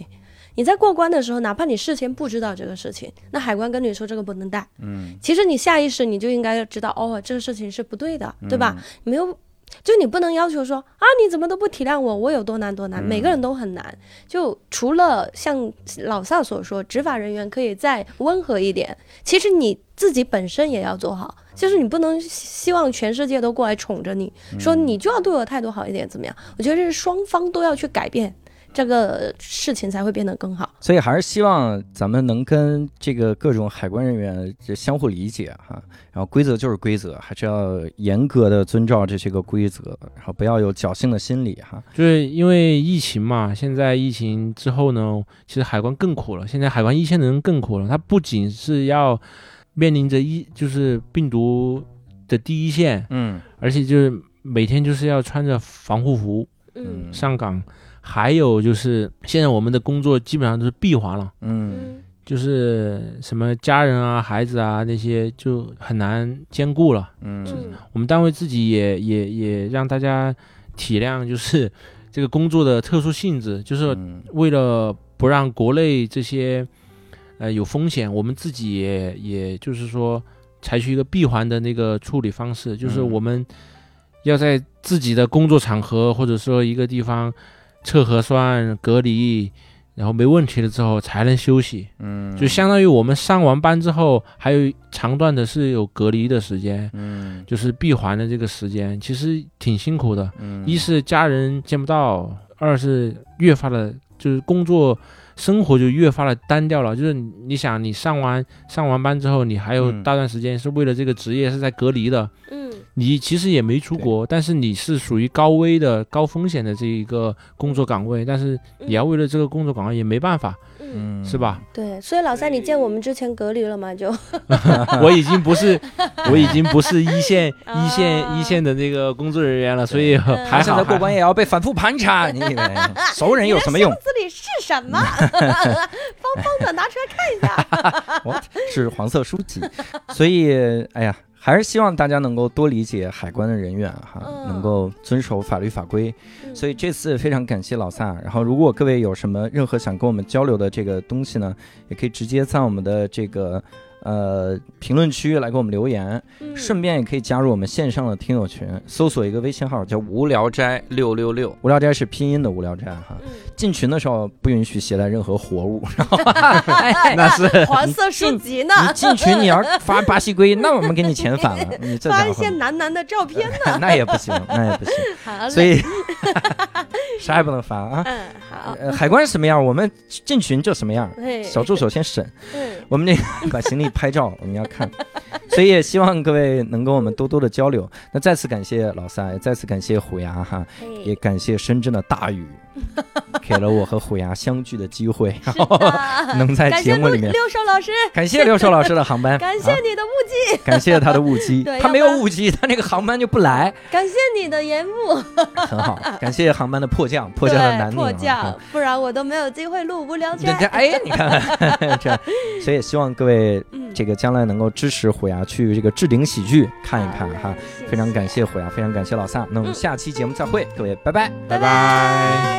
[SPEAKER 6] 你在过关的时候，哪怕你事先不知道这个事情，那海关跟你说这个不能带，
[SPEAKER 5] 嗯，
[SPEAKER 6] 其实你下意识你就应该知道，哦，这个事情是不对的，对吧？没有，就你不能要求说啊，你怎么都不体谅我，我有多难多难，每个人都很难。就除了像老萨所说，执法人员可以再温和一点，其实你自己本身也要做好，就是你不能希希望全世界都过来宠着你，说你就要对我态度好一点，怎么样？我觉得这是双方都要去改变。这个事情才会变得更好。
[SPEAKER 5] 所以还是希望咱们能跟这个各种海关人员这相互理解哈，然后规则就是规则，还是要严格的遵照这些个规则，然后不要有侥幸的心理哈。
[SPEAKER 4] 就是因为疫情嘛，现在疫情之后呢，其实海关更苦了。现在海关一线的人更苦了，他不仅是要面临着一就是病毒的第一线，
[SPEAKER 10] 嗯
[SPEAKER 4] 而且就是每天就是要穿着防护服
[SPEAKER 6] 嗯
[SPEAKER 4] 上岗。还有就是现在我们的工作基本上都是闭环了，
[SPEAKER 10] 嗯
[SPEAKER 6] 嗯
[SPEAKER 4] 就是什么家人啊、孩子啊那些就很难兼顾了。
[SPEAKER 10] 嗯
[SPEAKER 6] 嗯
[SPEAKER 4] 我们单位自己也也也让大家体谅，就是这个工作的特殊性质，就是
[SPEAKER 10] 嗯
[SPEAKER 4] 为了不让国内这些呃有风险，我们自己也也就是说采取一个闭环的那个处理方式，就是
[SPEAKER 10] 嗯
[SPEAKER 4] 我们要在自己的工作场合或者说一个地方测核酸隔离。然后没问题了之后才能休息，
[SPEAKER 10] 嗯，
[SPEAKER 4] 就相当于我们上完班之后，还有长段的是有隔离的时间，
[SPEAKER 10] 嗯
[SPEAKER 4] 就是闭环的这个时间，其实挺辛苦的。
[SPEAKER 10] 嗯
[SPEAKER 4] 一是家人见不到，二是越发的，就是工作生活就越发的单调了。就是你你想，你上完上完班之后，你还有
[SPEAKER 10] 嗯
[SPEAKER 4] 大段时间是为了这个职业是在隔离的，
[SPEAKER 6] 嗯
[SPEAKER 4] 你其实也没出国，但是你是属于高危的、高风险的这一个工作岗位，但是你要为了这个工作岗位也没办法，
[SPEAKER 6] 嗯，
[SPEAKER 10] 嗯
[SPEAKER 4] 是吧？ (laughs)
[SPEAKER 6] 对，所以老三，你见我们之前隔离了吗？就
[SPEAKER 4] 我已经不是，我已经不是一线一线
[SPEAKER 6] 啊
[SPEAKER 4] 一线的那个工作人员了，所以还
[SPEAKER 10] 还
[SPEAKER 4] 好
[SPEAKER 10] 现在
[SPEAKER 4] 还
[SPEAKER 10] 过
[SPEAKER 4] 好
[SPEAKER 10] 关也要被反复盘查，
[SPEAKER 5] (laughs)
[SPEAKER 10] 你以为嗯熟
[SPEAKER 3] 哎
[SPEAKER 10] 人有什么用？
[SPEAKER 6] 这里是什
[SPEAKER 3] (laughs)
[SPEAKER 6] 么？方方的，拿出来看一下。
[SPEAKER 3] 是黄色书籍，所以哎呀，还是希望大家能够多理解海关的人员哈，
[SPEAKER 6] 嗯
[SPEAKER 3] 能够遵守法律法规。 (laughs) 所以
[SPEAKER 6] 嗯
[SPEAKER 3] 这次非常感谢老萨。然后，如果各位有什么任何想跟我们交流的这个东西呢，也可以直接在我们的这个呃评论区来给我们留言，
[SPEAKER 6] 嗯
[SPEAKER 3] 顺便也可以加入我们线上的听友群，搜索一个微信号叫“无
[SPEAKER 1] 无聊斋六六六，
[SPEAKER 3] 无聊斋”是拼音的无聊斋哈。
[SPEAKER 6] 嗯
[SPEAKER 3] 进群的时候不允许携带任何活
[SPEAKER 6] (laughs)
[SPEAKER 3] 物，
[SPEAKER 6] 哎
[SPEAKER 4] 那是
[SPEAKER 6] 黄色书籍呢？
[SPEAKER 3] 你进群
[SPEAKER 6] (laughs)
[SPEAKER 3] 你要发巴西龟，那我们给你遣返了。你这
[SPEAKER 6] 发
[SPEAKER 3] 家
[SPEAKER 6] 一
[SPEAKER 3] 伙 (laughs)
[SPEAKER 6] 些，男男的照片。
[SPEAKER 3] 那也不行，那也不行。
[SPEAKER 6] 好嘞
[SPEAKER 3] 呃所以 (laughs) 啥也不能发啊。
[SPEAKER 6] 嗯好，
[SPEAKER 3] 呃，海关是什么样，我们进群就什么样。
[SPEAKER 6] 嘿
[SPEAKER 3] 小助手先审， (laughs)
[SPEAKER 6] 嗯
[SPEAKER 3] 我们那个把行李拍照，我们要看， (laughs) 所以也希望各位能跟我们多多的交流。那再次感谢老三，也再次感谢虎牙哈，
[SPEAKER 6] 嘿
[SPEAKER 3] 也感谢深圳的大
[SPEAKER 6] (laughs)
[SPEAKER 3] 雨，给了我和虎牙相聚的机会，然后
[SPEAKER 6] 啊
[SPEAKER 3] 能在节目里面
[SPEAKER 6] 感谢六六兽老师，
[SPEAKER 3] (laughs) 感谢刘寿老师的航班，
[SPEAKER 6] (laughs) 感谢
[SPEAKER 3] 啊
[SPEAKER 6] 你的误解，
[SPEAKER 3] 感谢他的误机
[SPEAKER 6] 对，
[SPEAKER 3] 他没有
[SPEAKER 6] 要不然
[SPEAKER 3] 误机，他那个航班就不来，
[SPEAKER 6] 感谢你的延误，
[SPEAKER 3] 很好，感谢航班的迫降，迫
[SPEAKER 6] 对，
[SPEAKER 3] 降的南宁
[SPEAKER 6] 迫
[SPEAKER 3] 啊。啊
[SPEAKER 6] 降，不然我都没有机会录无聊
[SPEAKER 3] 人
[SPEAKER 6] 斋
[SPEAKER 3] 家。哎，你看
[SPEAKER 6] (laughs)
[SPEAKER 3] 看这，所以也希望各位
[SPEAKER 6] 嗯
[SPEAKER 3] 这个将来能够支持虎牙去这个置顶喜剧看一看哈
[SPEAKER 6] 好嘞，
[SPEAKER 3] 非常感谢虎牙，非常感谢老萨，那我们
[SPEAKER 6] 嗯
[SPEAKER 3] 下期节目再会，各位拜拜。
[SPEAKER 6] 拜拜。